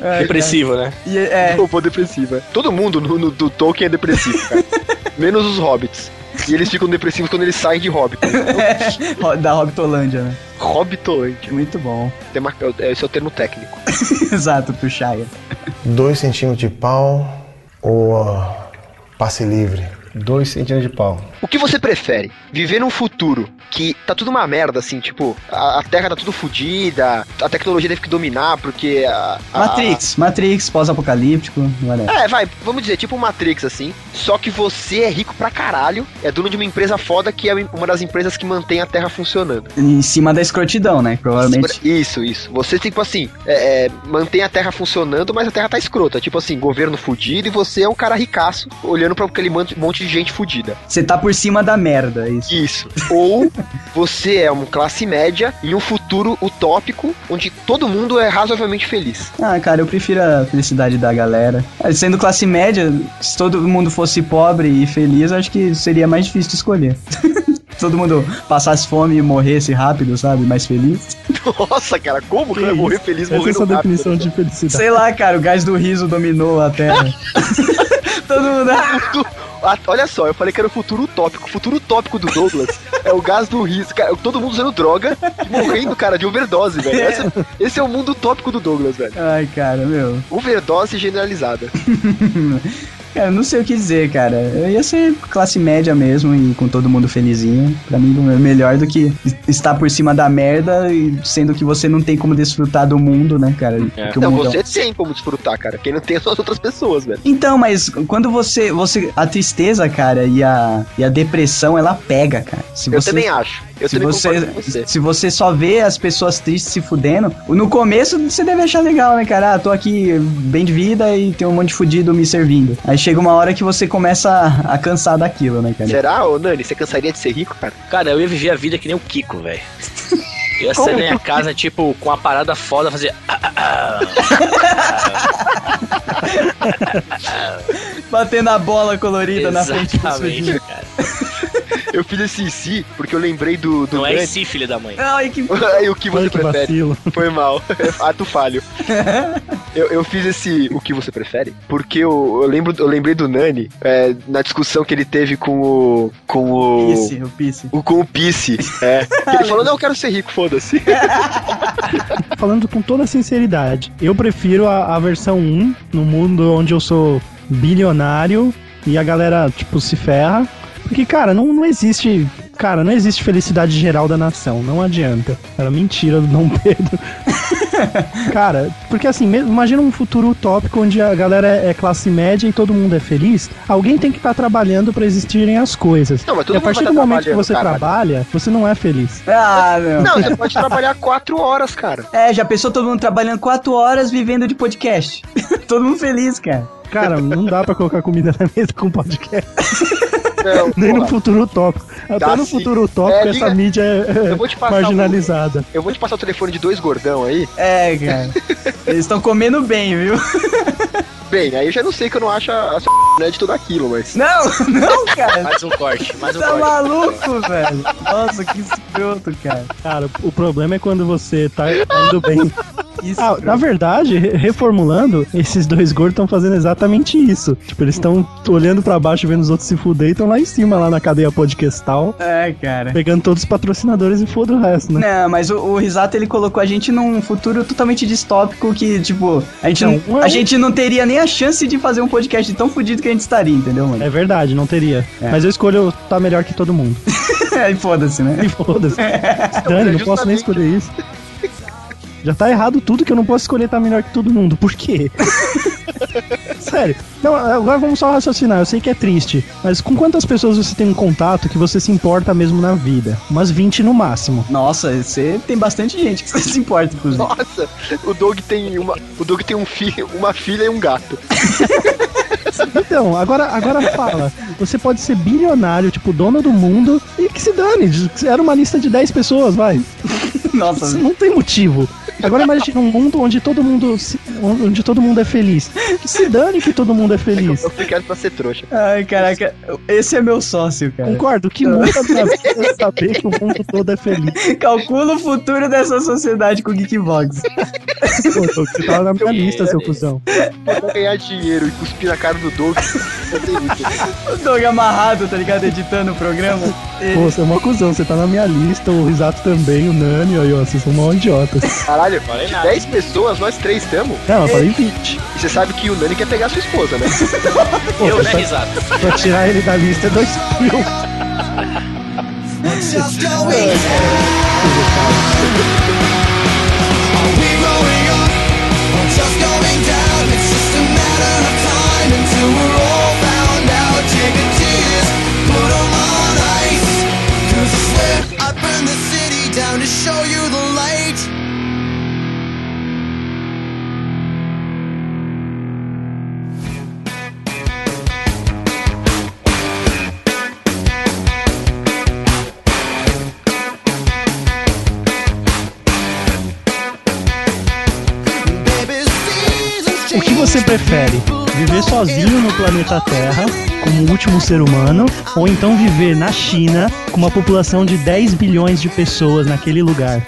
[SPEAKER 2] É,
[SPEAKER 4] Depressivo, né?
[SPEAKER 2] e, é,
[SPEAKER 5] [LAUGHS] Robô depressiva. Todo mundo no, no- do Tolkien é depressivo,
[SPEAKER 2] [LAUGHS]
[SPEAKER 5] cara. Menos os hobbits. E eles ficam depressivos quando eles saem de Hobbit.
[SPEAKER 2] [LAUGHS] ro- da Hobtolândia, né?
[SPEAKER 5] Hobbitolândia.
[SPEAKER 2] Muito bom. [LAUGHS]
[SPEAKER 5] Tema- é- Esse é o termo técnico.
[SPEAKER 2] Exato, pro Shire.
[SPEAKER 6] Dois centímetros de pau ou ah, passe livre?
[SPEAKER 7] Dois centímetros de pau.
[SPEAKER 5] O que você prefere? Viver num futuro que tá tudo uma merda, assim, tipo, a, a Terra tá tudo fodida, a tecnologia teve que dominar, porque a. a-
[SPEAKER 2] Matrix, Matrix, pós-apocalíptico, whatever.
[SPEAKER 5] É, vai, vamos dizer, tipo Matrix, assim. Só que você é rico pra caralho, é dono de uma empresa foda que é uma das empresas que mantém a Terra funcionando.
[SPEAKER 2] Em cima da escrotidão, né? Provavelmente.
[SPEAKER 5] Isso, isso. Você, tipo assim, é, é, mantém a Terra funcionando, mas a Terra tá escrota. Tipo assim, governo fudido e você é um cara ricaço olhando pra aquele mon- monte de gente fudida.
[SPEAKER 2] Você tá por cima da merda, é isso.
[SPEAKER 5] Isso.
[SPEAKER 3] [LAUGHS]
[SPEAKER 5] Ou você é uma classe média em um futuro utópico onde todo mundo é razoavelmente feliz. [LAUGHS]
[SPEAKER 2] Ah, cara, eu prefiro a felicidade da galera. Ah, Sendo classe média, se todo mundo fosse pobre e feliz, acho que seria mais difícil de escolher. [LAUGHS] Se todo mundo passasse fome e morresse rápido, sabe? Mais feliz.
[SPEAKER 5] Nossa, cara, como que vai
[SPEAKER 3] isso?
[SPEAKER 5] morrer feliz
[SPEAKER 2] um
[SPEAKER 3] Essa é a
[SPEAKER 5] morrendo
[SPEAKER 3] sua
[SPEAKER 5] rápido?
[SPEAKER 3] definição de felicidade.
[SPEAKER 2] Sei lá, cara, o gás do riso dominou a terra. [LAUGHS] todo mundo. Ah,
[SPEAKER 5] Futu- Ah, Olha só, eu falei que era o futuro utópico. O futuro utópico do Douglas é o gás do riso. Cara, todo mundo usando droga e morrendo, cara, de overdose, velho. Essa- esse é o mundo utópico do Douglas, velho.
[SPEAKER 2] Ai, cara, meu.
[SPEAKER 5] Overdose
[SPEAKER 2] É
[SPEAKER 5] generalizada.
[SPEAKER 2] Cara, eu não sei o que dizer, cara. Eu ia ser classe média mesmo e com todo mundo felizinho. Pra mim, é melhor do que estar por cima da merda e sendo que você não tem como desfrutar do mundo, né, cara? Porque o
[SPEAKER 5] Não,
[SPEAKER 2] mundo é um-
[SPEAKER 5] você tem como desfrutar, cara. Quem não tem são as outras pessoas, velho.
[SPEAKER 2] Então, mas quando você, você a tristeza, cara, e a, e a depressão, ela pega, cara. Se
[SPEAKER 5] Eu
[SPEAKER 2] você,
[SPEAKER 5] também acho. Eu
[SPEAKER 2] se
[SPEAKER 5] também
[SPEAKER 2] você,
[SPEAKER 5] concordo com você.
[SPEAKER 2] se você só vê as pessoas tristes se fudendo, no começo você deve achar legal, né, cara? Ah, tô aqui bem de vida e tem um monte de fudido me servindo. Aí chega uma hora que você começa a, a cansar daquilo, né, cara?
[SPEAKER 5] Será, ô Nani, você cansaria de ser rico, cara?
[SPEAKER 4] [LAUGHS] Cara, eu ia viver a vida que nem o Kiko, velho. Eu ia sair da minha casa, tipo, com uma parada foda, fazer.
[SPEAKER 2] Batendo a bola colorida na frente do
[SPEAKER 4] Exatamente,
[SPEAKER 2] sujeito.
[SPEAKER 4] cara.
[SPEAKER 5] Eu fiz esse si porque eu lembrei do, do
[SPEAKER 4] Não é
[SPEAKER 5] Dante. [LAUGHS]
[SPEAKER 4] esse, filho da mãe.
[SPEAKER 2] Ai, que...
[SPEAKER 5] Aí, o que
[SPEAKER 2] é
[SPEAKER 5] você
[SPEAKER 3] Olha que
[SPEAKER 5] prefere?
[SPEAKER 3] vacilo.
[SPEAKER 5] Foi mal. [LAUGHS] Ato
[SPEAKER 2] [LAUGHS]
[SPEAKER 5] falho. Eu, eu fiz esse o que você prefere, porque eu, eu lembro, eu lembrei do Nani é, na discussão que ele teve com o. com o.
[SPEAKER 2] Pisse, o pisse.
[SPEAKER 5] o com o Pisse.
[SPEAKER 2] [LAUGHS]
[SPEAKER 5] É. Que ele falou, não, eu quero ser rico, foda-se.
[SPEAKER 3] Falando com toda sinceridade, eu prefiro a, a versão 1 no mundo onde eu sou bilionário e a galera, tipo, se ferra. Porque, cara, não, não existe. Cara, não existe felicidade geral da nação. Não adianta. Era mentira do Dom Pedro. cara, porque assim, mesmo- imagina um futuro utópico onde a galera é é classe média e todo mundo é feliz. Alguém tem que estar trabalhando pra existirem as coisas.
[SPEAKER 5] Não, mas todo
[SPEAKER 3] e a
[SPEAKER 5] mundo vai
[SPEAKER 3] partir
[SPEAKER 5] tá
[SPEAKER 3] do momento que
[SPEAKER 5] trabalhando,
[SPEAKER 3] você
[SPEAKER 5] caralho.
[SPEAKER 3] trabalha, você não é feliz.
[SPEAKER 2] Ah, meu.
[SPEAKER 5] Não, você pode trabalhar quatro horas, cara.
[SPEAKER 2] É, já pensou todo mundo trabalhando 4 horas vivendo de podcast? [LAUGHS] todo mundo feliz, cara.
[SPEAKER 3] Cara, não dá pra colocar comida na mesa com podcast.
[SPEAKER 2] [LAUGHS]
[SPEAKER 5] Não,
[SPEAKER 3] Nem no
[SPEAKER 5] porra,
[SPEAKER 3] futuro utópico. Até
[SPEAKER 5] Dá
[SPEAKER 3] no
[SPEAKER 5] sim.
[SPEAKER 3] futuro utópico
[SPEAKER 5] É,
[SPEAKER 3] essa
[SPEAKER 5] liga-
[SPEAKER 3] mídia é,
[SPEAKER 5] eu vou te
[SPEAKER 3] é
[SPEAKER 5] passar. o-
[SPEAKER 3] marginalizada.
[SPEAKER 5] eu vou te passar o telefone de dois gordão aí.
[SPEAKER 2] É, cara. Eles estão comendo bem, viu?
[SPEAKER 5] Bem, aí eu já não sei que eu não acho a, a sua né, de tudo
[SPEAKER 2] [LAUGHS]
[SPEAKER 5] aquilo, mas.
[SPEAKER 2] Não, não, cara.
[SPEAKER 4] Mais um corte, mais um
[SPEAKER 2] Tá
[SPEAKER 4] corte.
[SPEAKER 2] maluco, velho? Nossa, que escroto, cara.
[SPEAKER 3] Cara, o problema é quando você tá
[SPEAKER 5] [LAUGHS]
[SPEAKER 3] indo bem.
[SPEAKER 2] Que
[SPEAKER 3] Ah,
[SPEAKER 2] escroto.
[SPEAKER 3] na verdade, re- reformulando, esses dois gordos estão fazendo exatamente isso. Tipo, eles estão olhando pra baixo, vendo os outros se fuder e estão lá em cima, lá na cadeia podcastal,
[SPEAKER 2] É, cara.
[SPEAKER 3] pegando todos os patrocinadores e foda o resto, né?
[SPEAKER 2] Não, mas o, o Risato ele colocou a gente num futuro totalmente distópico que, tipo, a gente, não,
[SPEAKER 3] Então,
[SPEAKER 2] a
[SPEAKER 3] é.
[SPEAKER 2] gente não teria nem a chance de fazer um podcast tão fodido que a gente estaria, entendeu, mano?
[SPEAKER 3] É verdade, não teria.
[SPEAKER 2] É.
[SPEAKER 3] Mas eu escolho tá melhor que todo mundo.
[SPEAKER 2] [LAUGHS] Aí foda-se, né?
[SPEAKER 3] E [LAUGHS] foda-se. Dani, não posso nem
[SPEAKER 5] justamente-
[SPEAKER 3] escolher isso. Já tá errado tudo que eu não posso escolher tá melhor que todo mundo. Por quê? [LAUGHS] Sério. Não, agora vamos só raciocinar. Eu sei que é triste, mas com quantas pessoas você tem um contato que você se importa mesmo na vida? Umas 20 no máximo.
[SPEAKER 2] Nossa, você tem bastante gente que [LAUGHS] você se importa, inclusive.
[SPEAKER 5] Nossa, o Doug tem uma. O Doug tem um filho, uma filha e um gato.
[SPEAKER 3] Então, agora, agora fala. Você pode ser bilionário, tipo, dono do mundo, e que se dane. Era uma lista de 10 pessoas, vai.
[SPEAKER 2] Nossa,
[SPEAKER 3] Isso não tem motivo. Agora imagina um mundo onde todo mundo se- onde todo mundo é feliz. Se dane que todo mundo é feliz.
[SPEAKER 5] Eu fui quieto pra ser trouxa.
[SPEAKER 2] Ai, caraca, esse é meu sócio, cara.
[SPEAKER 3] Concordo que muda pra saber que o mundo todo é feliz.
[SPEAKER 2] Calcula o futuro dessa sociedade com o Geekbox.
[SPEAKER 3] Pô, Doug, você tava na minha lista, seu cuzão.
[SPEAKER 5] Eu vou ganhar dinheiro e cuspir na cara do Doug. Eu tenho isso.
[SPEAKER 2] O Doug amarrado, tá ligado? Editando o programa.
[SPEAKER 3] Pô, você é uma cuzão, você tá na minha lista, o Risato também, o Nani, aí, ó, vocês são mó idiotas.
[SPEAKER 5] Caralho,
[SPEAKER 4] Falei
[SPEAKER 5] de
[SPEAKER 4] nada.
[SPEAKER 5] 10 pessoas, nós três estamos.
[SPEAKER 3] Não, eu falei 20.
[SPEAKER 5] E você sabe que o Nani quer pegar sua esposa, né?
[SPEAKER 3] Pô,
[SPEAKER 4] Eu, né,
[SPEAKER 3] pra,
[SPEAKER 4] risada?
[SPEAKER 3] pra tirar ele da lista é dois mil.
[SPEAKER 1] Just going down. Are we growing up or just going down? It's just a matter of time until we're all found out. Take a tears, put 'em on ice. Cause I swear I burned the city down to show you the light. Baby, seasons
[SPEAKER 3] O que você prefere? Viver sozinho no planeta Terra, como o último ser humano, ou então viver na China, com uma população de 10 bilhões de pessoas naquele lugar?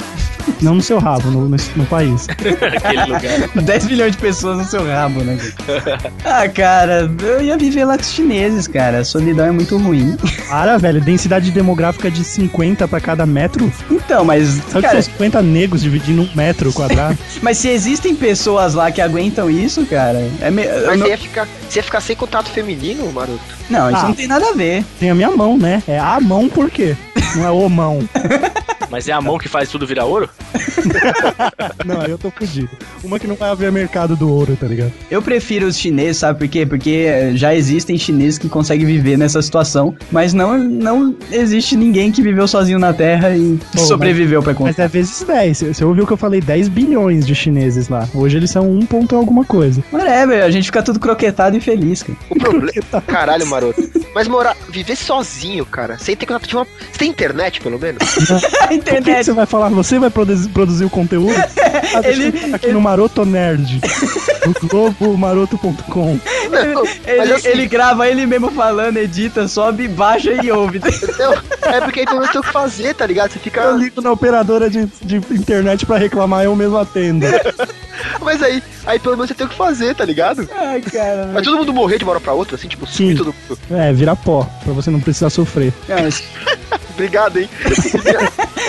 [SPEAKER 3] Não no seu rabo, no, no- no país.
[SPEAKER 4] Aquele lugar.
[SPEAKER 2] 10 milhões de pessoas no seu rabo, né? cara? ah, cara, eu ia viver lá com os chineses, cara. A solidão é muito ruim.
[SPEAKER 3] Para, velho, densidade demográfica de 50 pra cada metro.
[SPEAKER 2] Então, mas,
[SPEAKER 3] Sabe
[SPEAKER 2] cara,
[SPEAKER 3] que são 50 negros dividindo um metro [LAUGHS] quadrado?
[SPEAKER 2] mas se existem pessoas lá que aguentam isso, cara, é me... [LAUGHS] eu
[SPEAKER 5] Mas
[SPEAKER 2] não...
[SPEAKER 5] você ia, ficar, você ia ficar sem contato feminino, maroto?
[SPEAKER 2] não, isso
[SPEAKER 3] Ah.
[SPEAKER 2] não tem nada a ver.
[SPEAKER 3] Tem a minha mão, né? É a mão por quê? Não é o mão.
[SPEAKER 4] Mas é a mão que faz tudo virar ouro?
[SPEAKER 3] Não, aí eu tô fudido. Uma que não vai haver mercado do ouro, tá ligado?
[SPEAKER 2] Eu prefiro os chineses, sabe por quê? Porque eh, já existem chineses que conseguem viver nessa situação, mas não, não existe ninguém que viveu sozinho na Terra e
[SPEAKER 3] mas-
[SPEAKER 2] sobreviveu pra conta.
[SPEAKER 3] Mas é vezes 10. Você- Você ouviu que eu falei 10 bilhões de chineses lá. Hoje eles são 1 ponto alguma coisa.
[SPEAKER 2] Whatever, a gente fica tudo croquetado e feliz, cara. [LAUGHS]
[SPEAKER 5] O
[SPEAKER 3] tá-
[SPEAKER 5] problema. [LAUGHS] Caralho,
[SPEAKER 2] [LAUGHS]
[SPEAKER 5] maroto. Mas morar. Viver sozinho, cara. Sem ter contato de uma. Você tem internet, pelo menos?
[SPEAKER 3] Por que, que
[SPEAKER 2] internet.
[SPEAKER 3] você vai falar? Você vai produzir, produzir
[SPEAKER 2] [LAUGHS]
[SPEAKER 3] o conteúdo? Ah, deixa eu
[SPEAKER 2] Ele-
[SPEAKER 3] entrar aqui no
[SPEAKER 2] [LAUGHS]
[SPEAKER 3] Maroto Nerd. No globomaroto.com.
[SPEAKER 5] Não,
[SPEAKER 2] Ele,
[SPEAKER 5] mas assim,
[SPEAKER 2] ele grava ele mesmo falando, edita, sobe, baixa e
[SPEAKER 5] [LAUGHS]
[SPEAKER 2] ouve.
[SPEAKER 5] não, é porque aí tu não tem o que fazer, tá ligado? Você fica.
[SPEAKER 3] Eu ligo na operadora de, de internet pra reclamar, eu mesmo atendo.
[SPEAKER 5] Mas aí, aí pelo menos você tem o que fazer, tá ligado?
[SPEAKER 2] Ai, cara.
[SPEAKER 5] Mas todo mundo morrer de uma hora pra outra, assim, tipo, sumir
[SPEAKER 3] Sim.
[SPEAKER 5] todo mundo.
[SPEAKER 3] É, vira pó, pra você não precisar sofrer.
[SPEAKER 2] Não, mas
[SPEAKER 5] Obrigado,
[SPEAKER 3] [LAUGHS]
[SPEAKER 5] hein?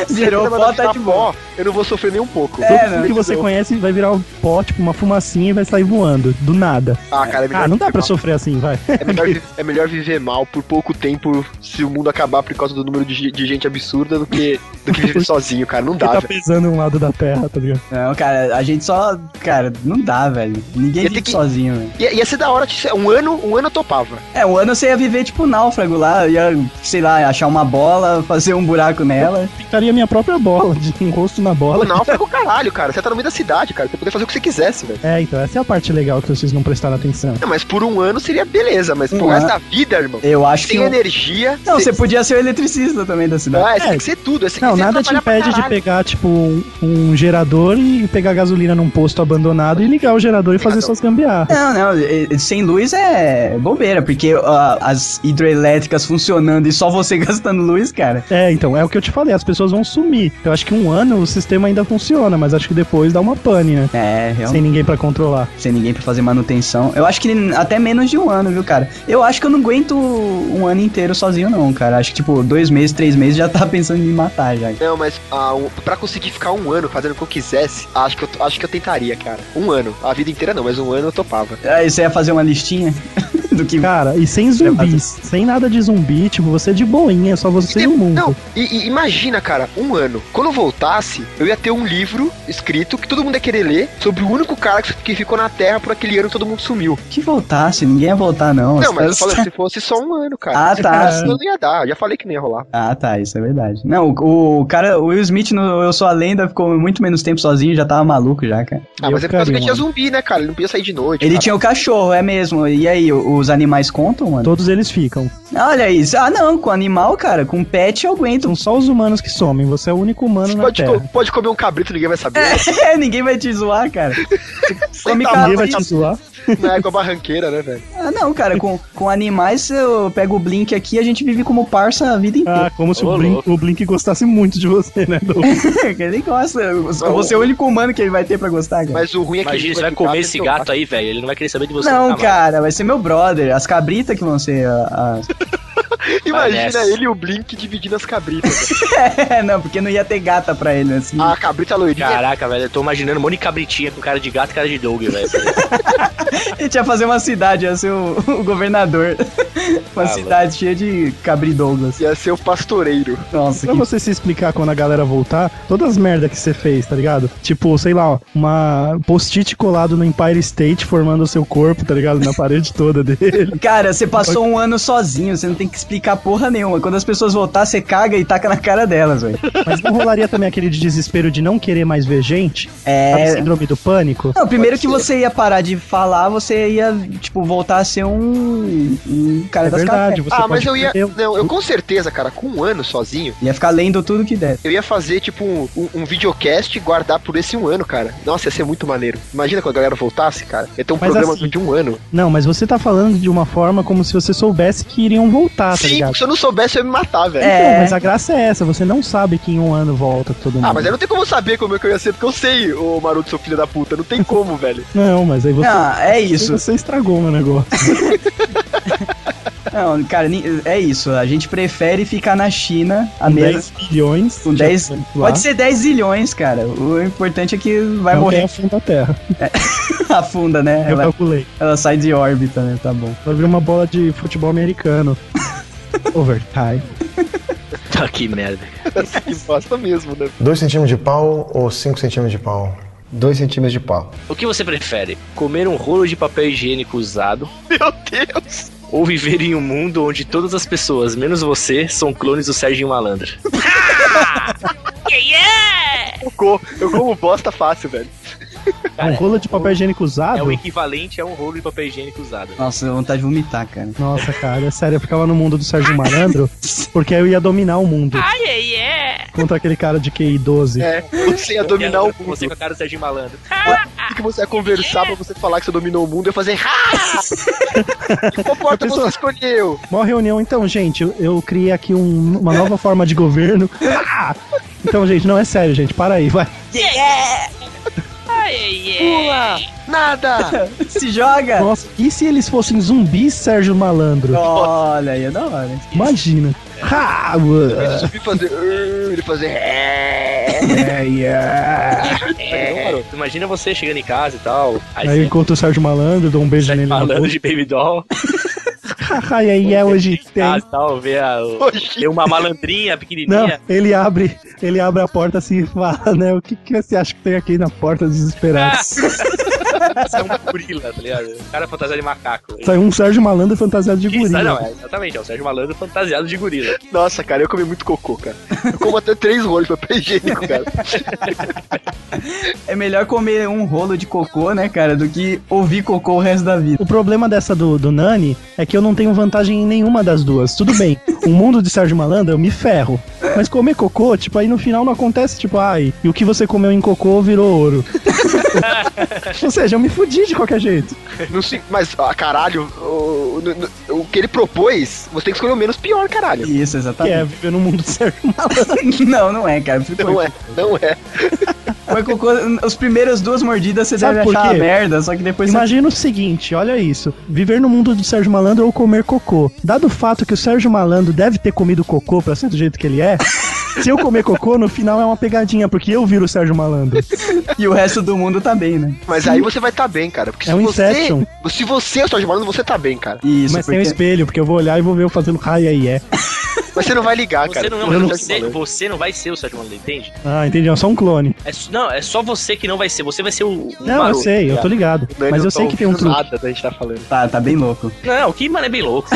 [SPEAKER 2] virou
[SPEAKER 5] Você vai
[SPEAKER 2] pó,
[SPEAKER 5] deixar
[SPEAKER 2] tá de boa.
[SPEAKER 5] Eu não vou sofrer nem um pouco.
[SPEAKER 2] É,
[SPEAKER 3] Tudo
[SPEAKER 2] não,
[SPEAKER 3] que né? você
[SPEAKER 5] entendeu?
[SPEAKER 3] conhece vai virar um pó, tipo uma fumacinha e vai sair voando, do nada.
[SPEAKER 5] Ah, cara, é melhor
[SPEAKER 3] Ah, não dá
[SPEAKER 5] viver
[SPEAKER 3] pra
[SPEAKER 5] mal.
[SPEAKER 3] sofrer assim, vai.
[SPEAKER 2] Tá,
[SPEAKER 5] É melhor, vi- é melhor viver mal por pouco tempo se o mundo acabar por causa do número de, ge- de gente absurda do que, do que
[SPEAKER 3] [LAUGHS]
[SPEAKER 5] viver sozinho, cara. Não dá,
[SPEAKER 3] tá
[SPEAKER 5] velho.
[SPEAKER 3] pesando um lado da terra, tá ligado?
[SPEAKER 2] Não, cara, a gente só. Cara, não dá, velho. Ninguém
[SPEAKER 5] Ia ter
[SPEAKER 2] vive
[SPEAKER 5] que-
[SPEAKER 2] sozinho, velho.
[SPEAKER 5] Ia, ia ser da hora, de ser- um ano, um ano eu topava.
[SPEAKER 2] É, um ano você ia viver tipo náufrago lá, ia, sei lá, achar uma bola, [LAUGHS] fazer um buraco nela.
[SPEAKER 3] Pintaria minha própria bola, de um rosto na
[SPEAKER 5] O
[SPEAKER 3] bola.
[SPEAKER 5] náufrago, caralho, cara. Você tá no meio da cidade, cara. Você poderia fazer o que você quisesse, velho.
[SPEAKER 3] É, então, essa é a parte legal que vocês não prestaram atenção.
[SPEAKER 5] Não, mas por um ano seria beleza, mas
[SPEAKER 2] Um
[SPEAKER 5] pro resto
[SPEAKER 3] é.
[SPEAKER 2] ano.
[SPEAKER 5] da vida, irmão.
[SPEAKER 2] Eu acho
[SPEAKER 5] Sem
[SPEAKER 2] que. eu-
[SPEAKER 5] energia.
[SPEAKER 2] Não,
[SPEAKER 5] sem-
[SPEAKER 2] você podia ser o eletricista também da cidade.
[SPEAKER 5] Ah, você
[SPEAKER 3] É.
[SPEAKER 5] tem que ser tudo. Você
[SPEAKER 3] Não,
[SPEAKER 5] você
[SPEAKER 3] nada te
[SPEAKER 5] trabalha pra
[SPEAKER 3] impede de
[SPEAKER 5] caralho.
[SPEAKER 3] pegar, tipo, um, um gerador e pegar gasolina num posto abandonado e ligar o gerador e fazer
[SPEAKER 5] razão.
[SPEAKER 3] suas gambiarras.
[SPEAKER 2] Não, não, e- e sem luz é bobeira, porque ah, as hidrelétricas funcionando e só você [LAUGHS] gastando luz, cara.
[SPEAKER 3] É, então, é o que eu te falei, as pessoas vão sumir. Eu acho que um ano o sistema ainda funciona, mas acho que depois dá uma pane, né?
[SPEAKER 2] É, realmente,
[SPEAKER 3] Sem ninguém pra controlar.
[SPEAKER 2] sem ninguém pra fazer manutenção. Eu acho que até menos de um ano, viu, cara? Eu acho que eu não aguento um ano inteiro sozinho, não, cara. Acho que, tipo, dois meses, três meses já tá [LAUGHS] pensando em me matar já.
[SPEAKER 5] Não, mas ah, um, pra conseguir ficar um ano fazendo o que eu quisesse, acho que eu, acho que eu tentaria, cara. Um ano. A vida inteira não, mas um ano eu topava.
[SPEAKER 2] Aí você ia fazer uma listinha [LAUGHS] do que.
[SPEAKER 3] Cara, e sem zumbis, sem nada de zumbi, tipo, você é de boinha, só você e o mundo.
[SPEAKER 5] Não, e, e imagina, cara, um ano. Quando eu voltasse, eu ia ter um livro escrito que todo mundo ia querer ler sobre o único cara que, que ficou na Terra por aquele ano que todo mundo sumiu.
[SPEAKER 2] Que voltasse, ninguém ia voltar, não.
[SPEAKER 5] não, mas eu
[SPEAKER 2] Você-
[SPEAKER 5] falei, se fosse só um ano, cara.
[SPEAKER 2] Ah, tá.
[SPEAKER 5] Senão não ia dar, eu já falei que não ia rolar.
[SPEAKER 2] Ah, tá, isso é verdade. Não, o, o cara, o Will Smith no Eu Sou a Lenda ficou muito menos tempo sozinho, já tava maluco já, cara.
[SPEAKER 5] Ah,
[SPEAKER 3] Eu
[SPEAKER 5] mas é por causa que
[SPEAKER 3] ficaria,
[SPEAKER 5] tinha
[SPEAKER 3] mano.
[SPEAKER 5] zumbi, né, cara? Ele não podia sair de noite.
[SPEAKER 2] Ele
[SPEAKER 5] cara.
[SPEAKER 2] tinha o cachorro, é mesmo. E aí, o- os animais contam, mano?
[SPEAKER 3] Todos eles ficam.
[SPEAKER 2] Olha isso. Ah, não, com animal, cara, com pet eu aguento.
[SPEAKER 3] São só os humanos que somem, você é o único humano na
[SPEAKER 5] Pode,
[SPEAKER 3] Terra.
[SPEAKER 5] co- pode comer um cabrito, ninguém vai saber.
[SPEAKER 2] [LAUGHS] É, ninguém vai te zoar, cara. Come
[SPEAKER 4] tá
[SPEAKER 5] Sentar
[SPEAKER 3] Ninguém vai
[SPEAKER 2] cabrito.
[SPEAKER 3] te zoar.
[SPEAKER 5] na é água barranqueira, né, velho?
[SPEAKER 2] Ah, não, cara, com, com animais eu pego o Blink aqui a gente vive como parça a vida inteira.
[SPEAKER 3] Ah, como se
[SPEAKER 4] Ô,
[SPEAKER 3] o, Blink,
[SPEAKER 4] louco.
[SPEAKER 3] o Blink gostasse muito de você, né? Doug?
[SPEAKER 2] [LAUGHS] ele gosta. Eu eu vou ser o único humano que ele vai ter pra gostar, cara.
[SPEAKER 5] Mas o ruim é que.
[SPEAKER 4] Imagina,
[SPEAKER 5] ele
[SPEAKER 4] você vai
[SPEAKER 5] ficar
[SPEAKER 4] comer esse
[SPEAKER 5] tentando-
[SPEAKER 4] gato aí, velho. Ele não vai querer saber de você. Tá
[SPEAKER 2] Não,
[SPEAKER 4] nunca mais.
[SPEAKER 2] cara, vai ser meu brother. As cabritas que vão ser. ah, a- as-
[SPEAKER 4] tá
[SPEAKER 5] Imagina
[SPEAKER 4] Parece.
[SPEAKER 5] ele e o Blink dividindo as cabritas.
[SPEAKER 2] [LAUGHS]
[SPEAKER 5] Ah,
[SPEAKER 2] É, não, porque não ia ter gata pra ele, assim.
[SPEAKER 5] a cabrita loirinha.
[SPEAKER 4] Caraca, velho, eu tô imaginando um monte de cabritinha com cara de gato e cara de
[SPEAKER 2] [LAUGHS]
[SPEAKER 4] dog, velho. Ah.
[SPEAKER 2] Ele ia fazer uma cidade, ia ser o, [LAUGHS] o
[SPEAKER 4] [LAUGHS]
[SPEAKER 2] governador. uma
[SPEAKER 4] Ah,
[SPEAKER 2] cidade cheia de cabridoulas.
[SPEAKER 5] Ia ser o pastoreiro.
[SPEAKER 2] Nossa,
[SPEAKER 3] Pra
[SPEAKER 2] que...
[SPEAKER 3] você se explicar quando a galera voltar, todas as merda que você fez, tá ligado? Tipo, sei lá, ó, uma post-it colado no Empire State formando o seu corpo, tá ligado? Na parede [LAUGHS] toda dele.
[SPEAKER 2] Cara, você passou um ano sozinho, você não tem que explicar porra nenhuma. Quando as pessoas voltar, você caga e taca na cara delas, velho.
[SPEAKER 3] Mas não rolaria também aquele de desespero de não querer mais ver gente? Sabe,
[SPEAKER 2] É.
[SPEAKER 3] síndrome do pânico?
[SPEAKER 2] Não, primeiro que
[SPEAKER 5] ser.
[SPEAKER 2] você ia parar de falar, você ia, tipo, voltar a ser um, um cara
[SPEAKER 3] É
[SPEAKER 2] das
[SPEAKER 3] verdade, você
[SPEAKER 5] ah,
[SPEAKER 3] pode um
[SPEAKER 5] mas eu ia.
[SPEAKER 3] perder o-
[SPEAKER 5] Não, eu com certeza, cara, com um ano sozinho,
[SPEAKER 2] café. Ia ficar lendo tudo que der.
[SPEAKER 5] eu ia fazer, tipo, um, um- um videocast e guardar por esse um ano, cara. Nossa, ia ser muito maneiro. Imagina quando a galera voltasse, cara. Ia ter um
[SPEAKER 3] Mas
[SPEAKER 5] programa
[SPEAKER 3] assim-
[SPEAKER 5] de um ano.
[SPEAKER 3] Não, mas você tá falando de uma forma como se você soubesse que iriam voltar, tá
[SPEAKER 5] Sim,
[SPEAKER 3] ligado?
[SPEAKER 5] porque se eu não soubesse, eu ia me matar, velho.
[SPEAKER 2] É.
[SPEAKER 3] Então, mas a graça é essa, você não sabe que em um ano volta todo mundo.
[SPEAKER 5] Ah, mas aí não tem como eu saber como é que eu ia ser, porque eu sei, ô Maroto, seu filho da puta. Não tem como, [LAUGHS] velho.
[SPEAKER 3] Não, mas aí você,
[SPEAKER 2] Ah, é isso.
[SPEAKER 3] você estragou meu negócio.
[SPEAKER 2] Não, cara, ni- é isso. A gente prefere ficar na China a
[SPEAKER 3] Com
[SPEAKER 2] mesma.
[SPEAKER 3] 10 bilhões.
[SPEAKER 2] Ah, Com
[SPEAKER 3] de
[SPEAKER 2] 10
[SPEAKER 3] habitantes lá,
[SPEAKER 2] Pode ser 10 zilhões, cara. O importante é que vai
[SPEAKER 3] não tem
[SPEAKER 2] morrer
[SPEAKER 3] a fundo da Terra.
[SPEAKER 2] [LAUGHS] afunda, né?
[SPEAKER 3] Eu
[SPEAKER 2] Ela,
[SPEAKER 3] calculei.
[SPEAKER 2] ela sai de órbita, né? Tá bom.
[SPEAKER 3] Vai vir uma bola de futebol americano. Overtime.
[SPEAKER 4] Tá que merda.
[SPEAKER 5] que bosta mesmo, né?
[SPEAKER 6] 2 centímetros de pau ou 5 centímetros de pau?
[SPEAKER 7] 2 centímetros de pau.
[SPEAKER 4] O que você prefere? Comer um rolo de papel higiênico usado
[SPEAKER 5] Meu Deus.
[SPEAKER 4] ou viver em um mundo onde todas as pessoas, menos você, são clones do Serginho Malandro?
[SPEAKER 5] Eu como, eu como bosta fácil, velho.
[SPEAKER 3] É um rolo de papel higiênico usado?
[SPEAKER 4] É o equivalente a um rolo de papel higiênico usado.
[SPEAKER 2] Nossa, vontade de vomitar, cara.
[SPEAKER 3] Nossa, cara, é sério, eu ficava no mundo do Sérgio Malandro, porque aí eu ia dominar o mundo
[SPEAKER 8] Ai, ai, é.
[SPEAKER 3] contra aquele cara de QI 12.
[SPEAKER 5] É, você ia dominar o mundo.
[SPEAKER 4] Você com a cara do Serginho Malandro.
[SPEAKER 5] O que que você ia conversar pra você falar que você dominou o mundo? Eu ia fazer. "Ha!" E Qual porta
[SPEAKER 3] A pessoa-
[SPEAKER 5] você escolheu?
[SPEAKER 3] Mó reunião, então, gente, eu, eu criei aqui um- uma nova forma de governo. Ah! Então, gente, não é sério, gente, para aí, vai.
[SPEAKER 8] Ai, ai, é.
[SPEAKER 5] Pula! Nada!
[SPEAKER 2] [LAUGHS] Se joga!
[SPEAKER 3] Nossa, e se eles fossem zumbis, Sérgio Malandro?
[SPEAKER 2] Olha aí, é da hora.
[SPEAKER 3] Imagina. Ha! ué.
[SPEAKER 5] Ele subir e fazer. "Ur", Ele fazer. "É".
[SPEAKER 4] Mas não, garoto, Imagina você chegando em casa e tal. Aí,
[SPEAKER 3] Aí eu
[SPEAKER 4] você
[SPEAKER 3] encontro o Sérgio Malandro, dou um beijo
[SPEAKER 4] sai
[SPEAKER 3] nele na
[SPEAKER 4] falando
[SPEAKER 3] boca.
[SPEAKER 4] de Baby Doll.
[SPEAKER 3] Haha, e aí é hoje
[SPEAKER 4] em
[SPEAKER 3] tem.
[SPEAKER 4] casa e tal, vê, tá, a, o-
[SPEAKER 5] Hoje.
[SPEAKER 4] vê uma malandrinha
[SPEAKER 3] Não,
[SPEAKER 4] pequenininha.
[SPEAKER 3] ele abre, ele abre a porta assim e fala, né? O que, que você acha que tem aqui na porta desesperado?
[SPEAKER 4] [LAUGHS] Sai um gorila, tá ligado? O cara fantasiado de macaco.
[SPEAKER 3] Sai um Sérgio Malandro fantasiado de
[SPEAKER 4] Quem sabe- não,
[SPEAKER 3] gorila.
[SPEAKER 4] é, exatamente, é o Sérgio Malandro fantasiado de gorila.
[SPEAKER 5] Nossa, cara, eu comi muito cocô, cara. Eu como até três rolos de papel higiênico, cara.
[SPEAKER 2] É melhor comer um rolo de cocô, né, cara, do que ouvir cocô o resto da vida.
[SPEAKER 3] O problema dessa do, do Nani é que eu não tenho vantagem em nenhuma das duas. Tudo bem, o mundo de Sérgio Malandro eu me ferro. Mas comer cocô, tipo, aí no final não acontece, tipo, ai, e o que você comeu em cocô virou ouro. Ou seja, eu me fudi de qualquer jeito.
[SPEAKER 5] Não sei, mas, ah, caralho, o, o- o que ele propôs, você tem que escolher o menos pior, caralho.
[SPEAKER 2] Isso,
[SPEAKER 3] Que é
[SPEAKER 2] exatamente.
[SPEAKER 3] viver no mundo de Sérgio
[SPEAKER 2] [LAUGHS]
[SPEAKER 3] Malandro.
[SPEAKER 2] Não, não é, cara. Põe-
[SPEAKER 5] Não é, não é.
[SPEAKER 2] põe cocô, os primeiras duas mordidas você
[SPEAKER 3] Sabe
[SPEAKER 2] deve
[SPEAKER 3] por
[SPEAKER 2] achar
[SPEAKER 3] quê?
[SPEAKER 2] uma merda, só que depois você...
[SPEAKER 3] Imagina o seguinte, olha isso. Viver no mundo do Sérgio Malandro ou comer cocô. Dado o fato que o Sérgio Malandro deve ter comido cocô pra ser do jeito que ele
[SPEAKER 2] [LAUGHS]
[SPEAKER 3] é, se eu comer cocô, no final é uma pegadinha, porque eu viro o Sérgio Malandro.
[SPEAKER 2] E o resto do mundo tá bem, né?
[SPEAKER 5] Mas aí você vai tá bem, cara. Porque
[SPEAKER 3] É um
[SPEAKER 5] se você.
[SPEAKER 3] Inception.
[SPEAKER 5] Se você é o Sérgio Malandro, você tá bem, cara.
[SPEAKER 2] Isso,
[SPEAKER 3] Mas tem um
[SPEAKER 2] porque...
[SPEAKER 3] espelho, porque eu vou olhar e vou ver eu fazendo raia e é.
[SPEAKER 5] Mas você não vai ligar,
[SPEAKER 4] Você
[SPEAKER 5] cara.
[SPEAKER 4] não,
[SPEAKER 5] Você
[SPEAKER 4] é
[SPEAKER 5] é o
[SPEAKER 4] você,
[SPEAKER 5] Sérgio Malandro.
[SPEAKER 4] você não vai ser o Sérgio Malandro, entende?
[SPEAKER 3] Ah, entendi, é só um clone.
[SPEAKER 4] É s- não, é só você que não vai ser. Você vai ser o. o
[SPEAKER 3] Não, eu
[SPEAKER 4] maroto,
[SPEAKER 3] sei, eu
[SPEAKER 4] tá
[SPEAKER 3] tô ligado.
[SPEAKER 5] Não, ele
[SPEAKER 3] Mas
[SPEAKER 5] não
[SPEAKER 3] eu
[SPEAKER 5] tá
[SPEAKER 3] sei que tem um
[SPEAKER 5] ouvindo
[SPEAKER 3] truque.
[SPEAKER 5] Nada da gente tá falando.
[SPEAKER 2] Tá, tá bem louco. [LAUGHS]
[SPEAKER 4] Não, que mano é bem louco.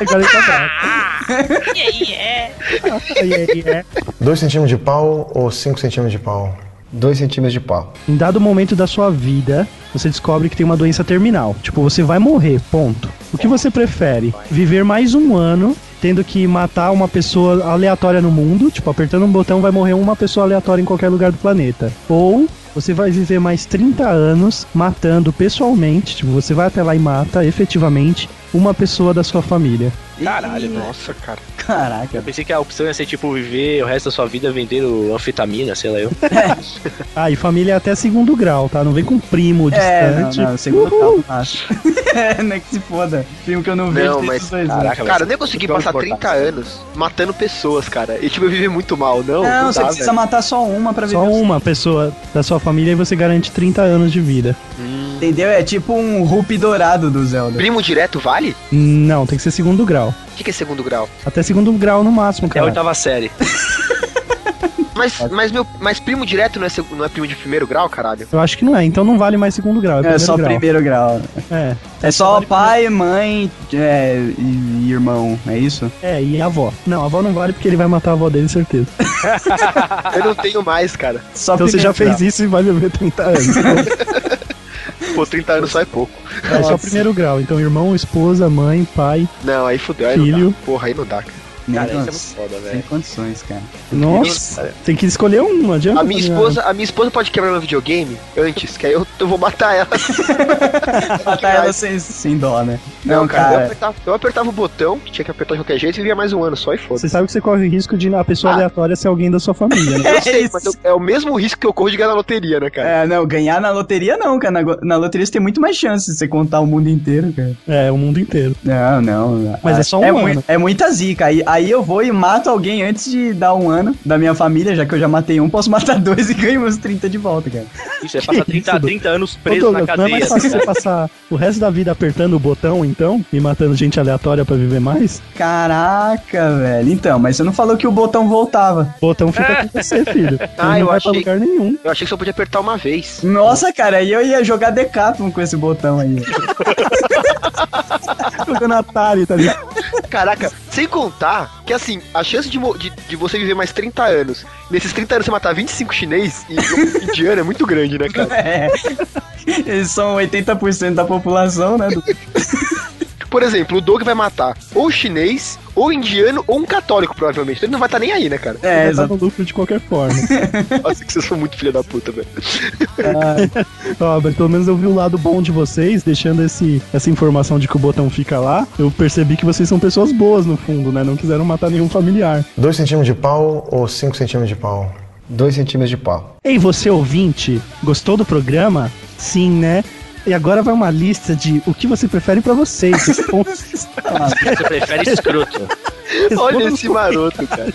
[SPEAKER 3] Agora ele tá [LAUGHS] bravo.
[SPEAKER 8] E aí, é.
[SPEAKER 3] Ai, ai, ai.
[SPEAKER 6] Dois centímetros de pau ou cinco centímetros de pau?
[SPEAKER 7] 2 centímetros de pau.
[SPEAKER 3] Em dado momento da sua vida, você descobre que tem uma doença terminal. Tipo, você vai morrer, ponto. O que você prefere? Viver mais um ano, tendo que matar uma pessoa aleatória no mundo, tipo, apertando um botão vai morrer uma pessoa aleatória em qualquer lugar do planeta. Ou você vai viver mais 30 anos matando pessoalmente, tipo, você vai até lá e mata efetivamente uma pessoa da sua família.
[SPEAKER 4] Caralho,
[SPEAKER 2] Ih,
[SPEAKER 5] Nossa, cara.
[SPEAKER 2] Caraca.
[SPEAKER 4] Eu pensei que a opção ia ser, tipo, viver o resto da sua vida vendendo anfetamina, sei lá eu.
[SPEAKER 3] Ah, e família é até segundo grau, tá? Não vem com primo
[SPEAKER 2] É, não,
[SPEAKER 3] distante.
[SPEAKER 2] não, segundo
[SPEAKER 3] Uhul!
[SPEAKER 2] grau, acho. [LAUGHS] é, não é que se foda. Filme que eu não vejo
[SPEAKER 5] Não,
[SPEAKER 2] tem
[SPEAKER 5] mas-
[SPEAKER 2] esses dois
[SPEAKER 3] né,
[SPEAKER 2] anos.
[SPEAKER 4] Caraca,
[SPEAKER 5] Cara, eu
[SPEAKER 4] velho.
[SPEAKER 5] nem consegui
[SPEAKER 3] um
[SPEAKER 4] Então,
[SPEAKER 5] passar
[SPEAKER 4] cortar.
[SPEAKER 5] 30 anos matando pessoas, cara. E tipo, eu vivi muito mal, não?
[SPEAKER 2] Não,
[SPEAKER 5] não
[SPEAKER 2] você
[SPEAKER 5] dá,
[SPEAKER 2] precisa
[SPEAKER 5] velho.
[SPEAKER 2] matar só uma pra viver.
[SPEAKER 3] Só um.
[SPEAKER 2] os-
[SPEAKER 3] uma pessoa da sua família e você garante 30 anos de vida.
[SPEAKER 2] Entendeu? É tipo um Rupi dourado do Zelda.
[SPEAKER 5] Primo direto vale?
[SPEAKER 3] Não, tem que ser segundo grau.
[SPEAKER 5] O que, que é segundo grau?
[SPEAKER 3] Até segundo grau no máximo,
[SPEAKER 4] É a
[SPEAKER 3] cara.
[SPEAKER 4] oitava série.
[SPEAKER 5] Mas, mas, meu, mas primo direto não é, seg- não é primo de primeiro grau, caralho?
[SPEAKER 3] Eu acho que não é, então não vale mais segundo grau. É,
[SPEAKER 2] É
[SPEAKER 3] primeiro
[SPEAKER 2] só
[SPEAKER 3] grau.
[SPEAKER 2] primeiro grau.
[SPEAKER 3] É.
[SPEAKER 2] É só pai, mãe é, e e irmão, é isso?
[SPEAKER 3] é, e a avó. Não, a avó não vale porque ele vai matar a avó dele, certeza.
[SPEAKER 5] Eu não tenho mais, cara.
[SPEAKER 2] Só
[SPEAKER 3] Então você já fez isso e vai viver 30 anos.
[SPEAKER 5] [LAUGHS] Pô, 30 anos só é pouco.
[SPEAKER 3] é só primeiro grau. Então irmão, esposa, mãe, pai.
[SPEAKER 5] Não, aí fudeu. Aí
[SPEAKER 3] Filho.
[SPEAKER 5] Não dá. Porra, aí não dá, cara.
[SPEAKER 2] isso.
[SPEAKER 4] Cara, isso é muito foda, velho.
[SPEAKER 2] sem condições, cara.
[SPEAKER 3] Nossa, tem que escolher um, não adianta.
[SPEAKER 5] A minha esposa, a minha esposa pode quebrar meu videogame antes, que aí eu, eu vou
[SPEAKER 2] [LAUGHS]
[SPEAKER 5] matar ela.
[SPEAKER 2] Matar ela sem, sem dó, né? Não,
[SPEAKER 5] Eu
[SPEAKER 2] cara.
[SPEAKER 5] apertava, eu apertava o botão, que tinha que apertar de qualquer jeito, e vivia mais um ano só e foda.
[SPEAKER 3] Você sabe que você corre o risco de a pessoa
[SPEAKER 5] Ah.
[SPEAKER 3] aleatória ser alguém da sua
[SPEAKER 5] [LAUGHS]
[SPEAKER 3] família, né?
[SPEAKER 5] Eu sei,
[SPEAKER 2] isso.
[SPEAKER 5] mas eu- é o mesmo risco que eu corro de ganhar na loteria, né, cara?
[SPEAKER 2] É, não, ganhar na loteria não, cara. Na, go- na loteria você tem muito mais chance de você contar o mundo inteiro, cara.
[SPEAKER 3] É, o mundo inteiro.
[SPEAKER 2] Não, não.
[SPEAKER 3] Mas é só um
[SPEAKER 2] é
[SPEAKER 3] ano.
[SPEAKER 2] mui- é muita zica. Aí, aí eu vou e mato alguém antes de dar um ano da minha família, já que eu já matei um, posso matar [LAUGHS] dois e ganho meus 30 de volta, cara.
[SPEAKER 4] Isso, é
[SPEAKER 3] [LAUGHS]
[SPEAKER 4] passar 30,
[SPEAKER 3] isso?
[SPEAKER 4] 30 anos
[SPEAKER 3] Ô,
[SPEAKER 4] preso na
[SPEAKER 3] Douglas, não é
[SPEAKER 4] cadeia. tá
[SPEAKER 3] mais fácil você passar o resto da vida apertando o botão, então, e matando gente aleatória pra viver mais?
[SPEAKER 2] Caraca, velho. Então, mas você não falou que o botão voltava.
[SPEAKER 3] O botão fica com você, [LAUGHS] filho.
[SPEAKER 5] Ah,
[SPEAKER 3] Ele não
[SPEAKER 5] eu
[SPEAKER 3] vai
[SPEAKER 5] achei-
[SPEAKER 3] pra lugar nenhum.
[SPEAKER 5] Eu achei que só podia apertar uma vez.
[SPEAKER 2] Nossa, cara, aí eu ia jogar Decathlon com esse botão aí. [LAUGHS]
[SPEAKER 3] Jogando Atari, [LAUGHS] tá ligado?
[SPEAKER 5] Caraca, sem contar que assim, a chance de, mo- de, de você viver mais 30 anos, nesses 30 anos você matar 25 chinês e um indiano é muito grande.
[SPEAKER 2] [LAUGHS]
[SPEAKER 5] sangue, né, cara?
[SPEAKER 2] É. Eles são 80% da população, né? do-
[SPEAKER 5] Por exemplo, o Doug vai matar ou chinês, ou indiano, ou um católico, provavelmente. Então ele não vai estar nem aí, né, cara?
[SPEAKER 2] É,
[SPEAKER 3] tá
[SPEAKER 2] exato.
[SPEAKER 3] no lucro de qualquer forma.
[SPEAKER 5] Nossa, que vocês são muito filha da puta, velho.
[SPEAKER 3] Ó, mas pelo menos eu vi o lado bom de vocês, deixando esse, essa informação de que o botão fica lá. Eu percebi que vocês são pessoas boas no fundo, né? Não quiseram matar nenhum familiar.
[SPEAKER 6] 2 centímetros de pau ou 5 centímetros de pau?
[SPEAKER 7] 2 centímetros de pau.
[SPEAKER 3] Ei, você ouvinte, gostou do programa? Sim, né? E agora vai uma lista de o que você prefere pra vocês. [LAUGHS] Responda-
[SPEAKER 4] Você prefere escroto.
[SPEAKER 5] Olha
[SPEAKER 3] responda
[SPEAKER 5] esse maroto, cara.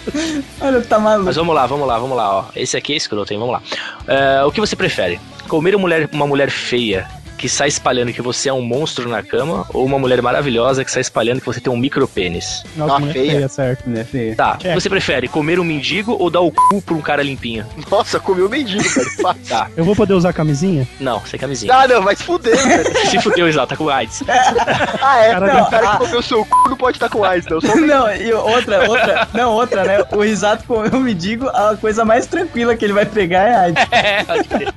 [SPEAKER 2] Olha, tá
[SPEAKER 4] Mas
[SPEAKER 2] maluco.
[SPEAKER 4] vamos lá, vamos lá, vamos lá, ó. Esse aqui é escroto, hein? Vamos lá. É, o que você prefere? Comer uma mulher, uma mulher feia que sai espalhando que você é um monstro na cama ou uma mulher maravilhosa que sai espalhando que você tem um micro pênis?
[SPEAKER 3] Nossa,
[SPEAKER 5] Tá
[SPEAKER 3] mulher
[SPEAKER 5] feia.
[SPEAKER 3] feia, certo.
[SPEAKER 2] Né, feio.
[SPEAKER 4] Tá,
[SPEAKER 3] Check.
[SPEAKER 4] você prefere comer um mendigo ou dar o cu pra um cara limpinho?
[SPEAKER 5] Nossa, comeu o mendigo, cara.
[SPEAKER 4] Tá.
[SPEAKER 3] Eu vou poder usar a camisinha?
[SPEAKER 4] Não, sem
[SPEAKER 5] [LAUGHS]
[SPEAKER 4] camisinha.
[SPEAKER 5] Ah, não, vai se fuder, velho.
[SPEAKER 4] Se fudeu, Isla, tá com AIDS.
[SPEAKER 5] Ah, é?
[SPEAKER 3] Cara,
[SPEAKER 5] não,
[SPEAKER 3] não,
[SPEAKER 5] o cara que comeu seu cu não pode estar com AIDS, não.
[SPEAKER 2] [LAUGHS]
[SPEAKER 5] Só
[SPEAKER 2] Não, e outra, outra, não, outra, né? O risato, como eu me digo, a coisa mais tranquila que ele vai pegar é a AIDS.
[SPEAKER 4] É, pode crer.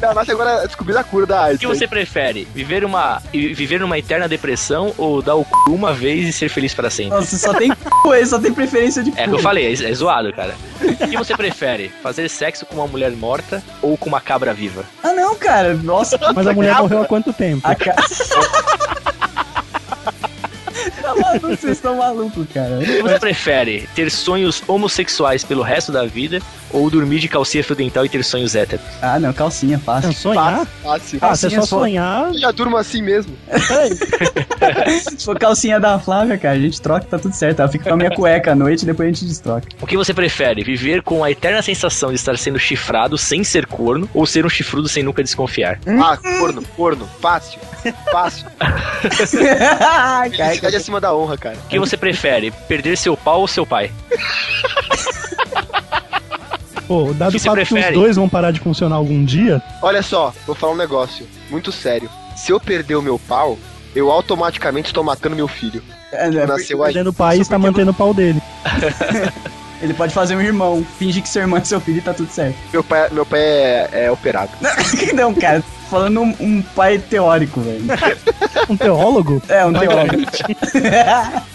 [SPEAKER 5] não, nossa, tá agora descobriu a cura
[SPEAKER 4] [LAUGHS]
[SPEAKER 5] da
[SPEAKER 4] O
[SPEAKER 5] AIDS.
[SPEAKER 4] que você prefere? Viver uma viver numa eterna depressão ou dar o cu uma vez e ser feliz para sempre?
[SPEAKER 2] Nossa, só tem cu, ele só tem preferência de cu.
[SPEAKER 4] É o que eu falei, é, é zoado, cara. O que você prefere? Fazer sexo com uma mulher morta ou com uma cabra viva?
[SPEAKER 2] Ah, não, cara, nossa,
[SPEAKER 3] Mas a mulher morreu há quanto tempo?
[SPEAKER 2] a cara... [LAUGHS] Tá maluco, vocês estão malucos, cara.
[SPEAKER 4] O que você prefere? Ter sonhos homossexuais pelo resto da vida ou dormir de calcinha fio dental e ter sonhos héteros?
[SPEAKER 2] Ah, não, calcinha,
[SPEAKER 4] [LAUGHS]
[SPEAKER 2] fácil.
[SPEAKER 3] Não, sonhar?
[SPEAKER 5] Fácil.
[SPEAKER 3] Ah, se é só
[SPEAKER 2] Calcinha só.
[SPEAKER 3] sonhar,
[SPEAKER 5] Eu já durmo assim mesmo.
[SPEAKER 2] Se for calcinha da Flávia, cara, a gente troca, tá tudo certo. Ela fica com a minha cueca à noite e depois a gente destroca. [LAUGHS]
[SPEAKER 4] O que você prefere? Viver com a eterna sensação de estar sendo chifrado sem ser corno ou ser um chifrudo sem nunca desconfiar?
[SPEAKER 5] Ah, corno, corno. Fácil. Fácil.
[SPEAKER 2] Ai, cara,
[SPEAKER 5] Felicidade acima da honra, cara.
[SPEAKER 4] O que você prefere? Perder seu pau ou seu pai?
[SPEAKER 3] pô, dado
[SPEAKER 4] Que
[SPEAKER 3] o
[SPEAKER 4] você
[SPEAKER 3] fato que
[SPEAKER 4] prefere?
[SPEAKER 3] os dois vão parar de funcionar algum dia,
[SPEAKER 5] Olha só, vou falar um negócio muito sério. Se eu perder o meu pau, eu automaticamente estou matando meu filho.
[SPEAKER 2] é, né,
[SPEAKER 5] Nasceu aí.
[SPEAKER 3] perdendo o país, tá mantendo o pau dele.
[SPEAKER 2] Ele pode fazer um irmão, finge que seu irmão é seu filho e tá tudo certo.
[SPEAKER 5] Meu pai, meu pai é, é operado.
[SPEAKER 2] [LAUGHS] Não, cara, falando um, um pai teórico, velho.
[SPEAKER 3] Um teólogo?
[SPEAKER 2] É, um teórico.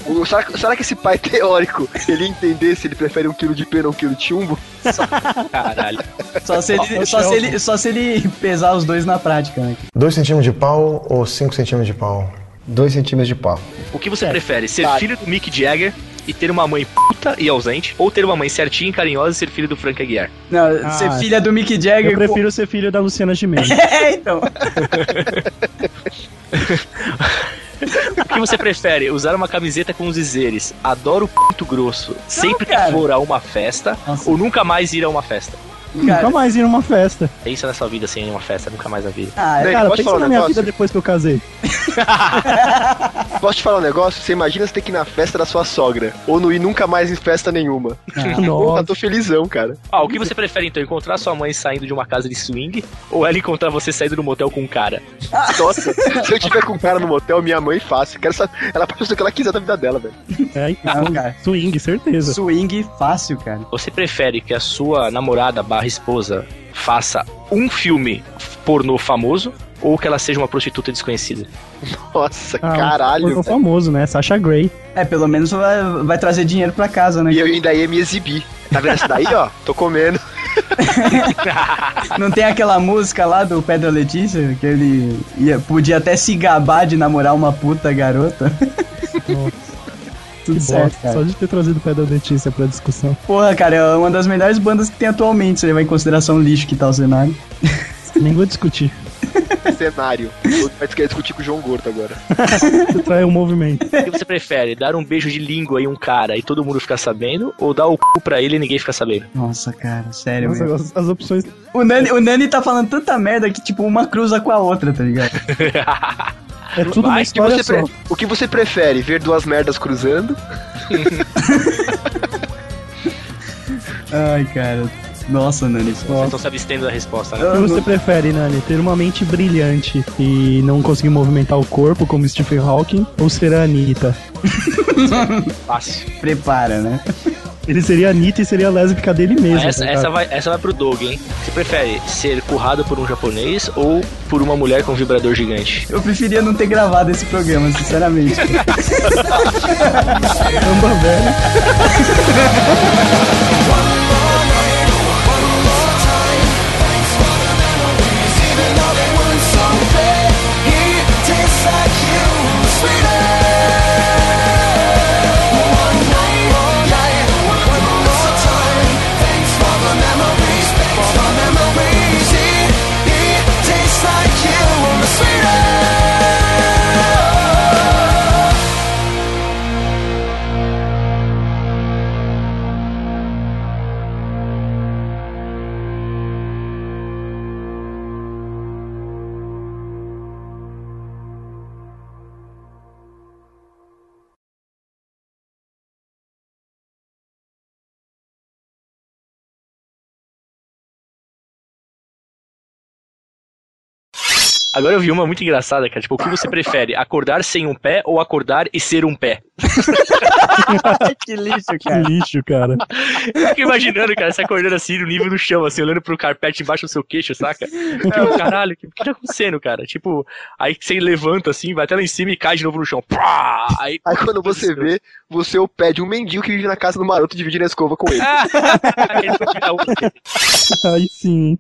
[SPEAKER 5] O- será, que- será que esse pai é teórico, ele entender se ele prefere um quilo de pena ou um quilo de chumbo?
[SPEAKER 4] Caralho.
[SPEAKER 2] Só se ele, só se ele, só se ele pesar os dois na prática, né?
[SPEAKER 6] 2 centímetros de pau ou 5 centímetros de pau?
[SPEAKER 7] 2 centímetros de pau.
[SPEAKER 4] O que você prefere? Ser
[SPEAKER 5] Tá.
[SPEAKER 4] filho do Mick Jagger e ter uma mãe puta e ausente? Ou ter uma mãe certinha e carinhosa e ser filho do Frank Aguiar?
[SPEAKER 2] Não,
[SPEAKER 3] Ah,
[SPEAKER 2] ser filha do Mick Jagger.
[SPEAKER 3] Eu prefiro ser filho da Luciana Gimenez.
[SPEAKER 2] [LAUGHS] É, então.
[SPEAKER 4] O que você prefere? Usar uma camiseta com os dizeres Adoro puto grosso sempre
[SPEAKER 2] cara.
[SPEAKER 4] que for a uma festa
[SPEAKER 2] Nossa.
[SPEAKER 4] ou nunca mais ir a uma festa?
[SPEAKER 3] Nunca
[SPEAKER 2] Cara,
[SPEAKER 3] mais ir numa festa.
[SPEAKER 4] É isso nessa vida sem uma festa, nunca mais na vida.
[SPEAKER 2] ah,
[SPEAKER 5] Bem,
[SPEAKER 3] Cara,
[SPEAKER 5] posso
[SPEAKER 3] pensa
[SPEAKER 5] falar
[SPEAKER 3] na
[SPEAKER 5] um
[SPEAKER 3] minha
[SPEAKER 5] negócio?
[SPEAKER 3] vida depois que eu casei.
[SPEAKER 5] Posso te falar um negócio? Você imagina você ter que ir na festa da sua sogra, ou não ir nunca mais em festa nenhuma. [LAUGHS] Porra,
[SPEAKER 3] Ah, Nossa.
[SPEAKER 5] tô felizão, cara.
[SPEAKER 4] Ah, o que você prefere então? Encontrar sua mãe saindo de uma casa de swing ou ela encontrar você saindo do motel com um cara?
[SPEAKER 5] Nossa, se eu tiver com um cara no motel, minha mãe fácil. Quero saber, ela pode o que ela quiser da vida dela, velho.
[SPEAKER 3] É, então,
[SPEAKER 2] [LAUGHS] Não, cara.
[SPEAKER 3] swing, certeza.
[SPEAKER 2] swing fácil, cara.
[SPEAKER 4] Você prefere que a sua namorada barra esposa faça um filme pornô famoso ou que ela seja uma prostituta desconhecida?
[SPEAKER 5] Nossa,
[SPEAKER 3] Ah, um
[SPEAKER 5] caralho.
[SPEAKER 3] ator
[SPEAKER 5] velho.
[SPEAKER 3] famoso, né? Sasha Grey.
[SPEAKER 2] É, pelo menos vai, vai trazer dinheiro pra casa,
[SPEAKER 3] um
[SPEAKER 2] né?
[SPEAKER 5] E eu ainda ia me exibir. Tá vendo essa daí, ó? Tô comendo.
[SPEAKER 2] Não tem aquela música lá do Pedro Letícia que ele ia- podia até se gabar de namorar uma puta garota? [LAUGHS] Tudo
[SPEAKER 3] Que
[SPEAKER 2] certo,
[SPEAKER 3] bosta.
[SPEAKER 2] cara.
[SPEAKER 3] Só de ter trazido o pé da dentista pra discussão.
[SPEAKER 2] Porra, cara, é uma das melhores bandas que tem atualmente. Você levar em consideração o lixo que tá o cenário.
[SPEAKER 3] Nem vou discutir.
[SPEAKER 5] Cenário. Eu- Vai querer discutir com o João Gordo agora.
[SPEAKER 3] Você traiu o movimento.
[SPEAKER 4] O que você prefere? [LAUGHS] Dar um beijo de língua em um cara e todo mundo ficar sabendo? Ou dar o cu pra ele e ninguém ficar sabendo?
[SPEAKER 2] Nossa, cara, sério,
[SPEAKER 3] Nossa,
[SPEAKER 2] velho.
[SPEAKER 3] as, as opções. é
[SPEAKER 2] O Nani, o Nani tá falando tanta merda que, tipo, uma cruza com a outra, tá ligado?
[SPEAKER 3] É tudo uma
[SPEAKER 4] Vai,
[SPEAKER 5] O que você
[SPEAKER 3] história só.
[SPEAKER 5] pre- O que você prefere? Ver duas merdas cruzando?
[SPEAKER 2] Ai, cara. Nossa, Nani.
[SPEAKER 4] Vocês
[SPEAKER 2] Nossa.
[SPEAKER 4] estão se abstendo da resposta, né?
[SPEAKER 3] O que
[SPEAKER 2] Eu,
[SPEAKER 3] você prefere, Nani? Ter uma mente brilhante e não conseguir movimentar o corpo como Stephen Hawking? Ou ser a Anitta?
[SPEAKER 2] [LAUGHS]
[SPEAKER 4] Fácil.
[SPEAKER 2] não- prepara, né?
[SPEAKER 3] Ele seria a Anitta e seria a lésbica dele mesmo.
[SPEAKER 4] Essa,
[SPEAKER 3] tá
[SPEAKER 4] essa,
[SPEAKER 3] ligado?
[SPEAKER 4] vai, essa vai pro Doug, hein? Você prefere ser currado por um japonês ou por uma mulher com um vibrador gigante?
[SPEAKER 2] Eu preferia não ter gravado esse programa, sinceramente.
[SPEAKER 4] Agora eu vi uma muito engraçada, cara. Tipo, o que você prefere? Acordar sem um pé ou acordar e ser um pé?
[SPEAKER 2] que lixo,
[SPEAKER 3] Que lixo, cara.
[SPEAKER 4] Eu fico imaginando, cara, você acordando assim, no nível do chão, assim, olhando pro carpete embaixo do seu queixo, saca? Tipo, caralho, o que, o que tá acontecendo, cara? Tipo, aí você levanta assim, vai até lá em cima e cai de novo no chão. Pá! Aí,
[SPEAKER 5] Aí quando você vê, você é o pé de um mendigo que vive na casa do maroto dividindo a escova com ele.
[SPEAKER 4] Aí,
[SPEAKER 3] Aí sim.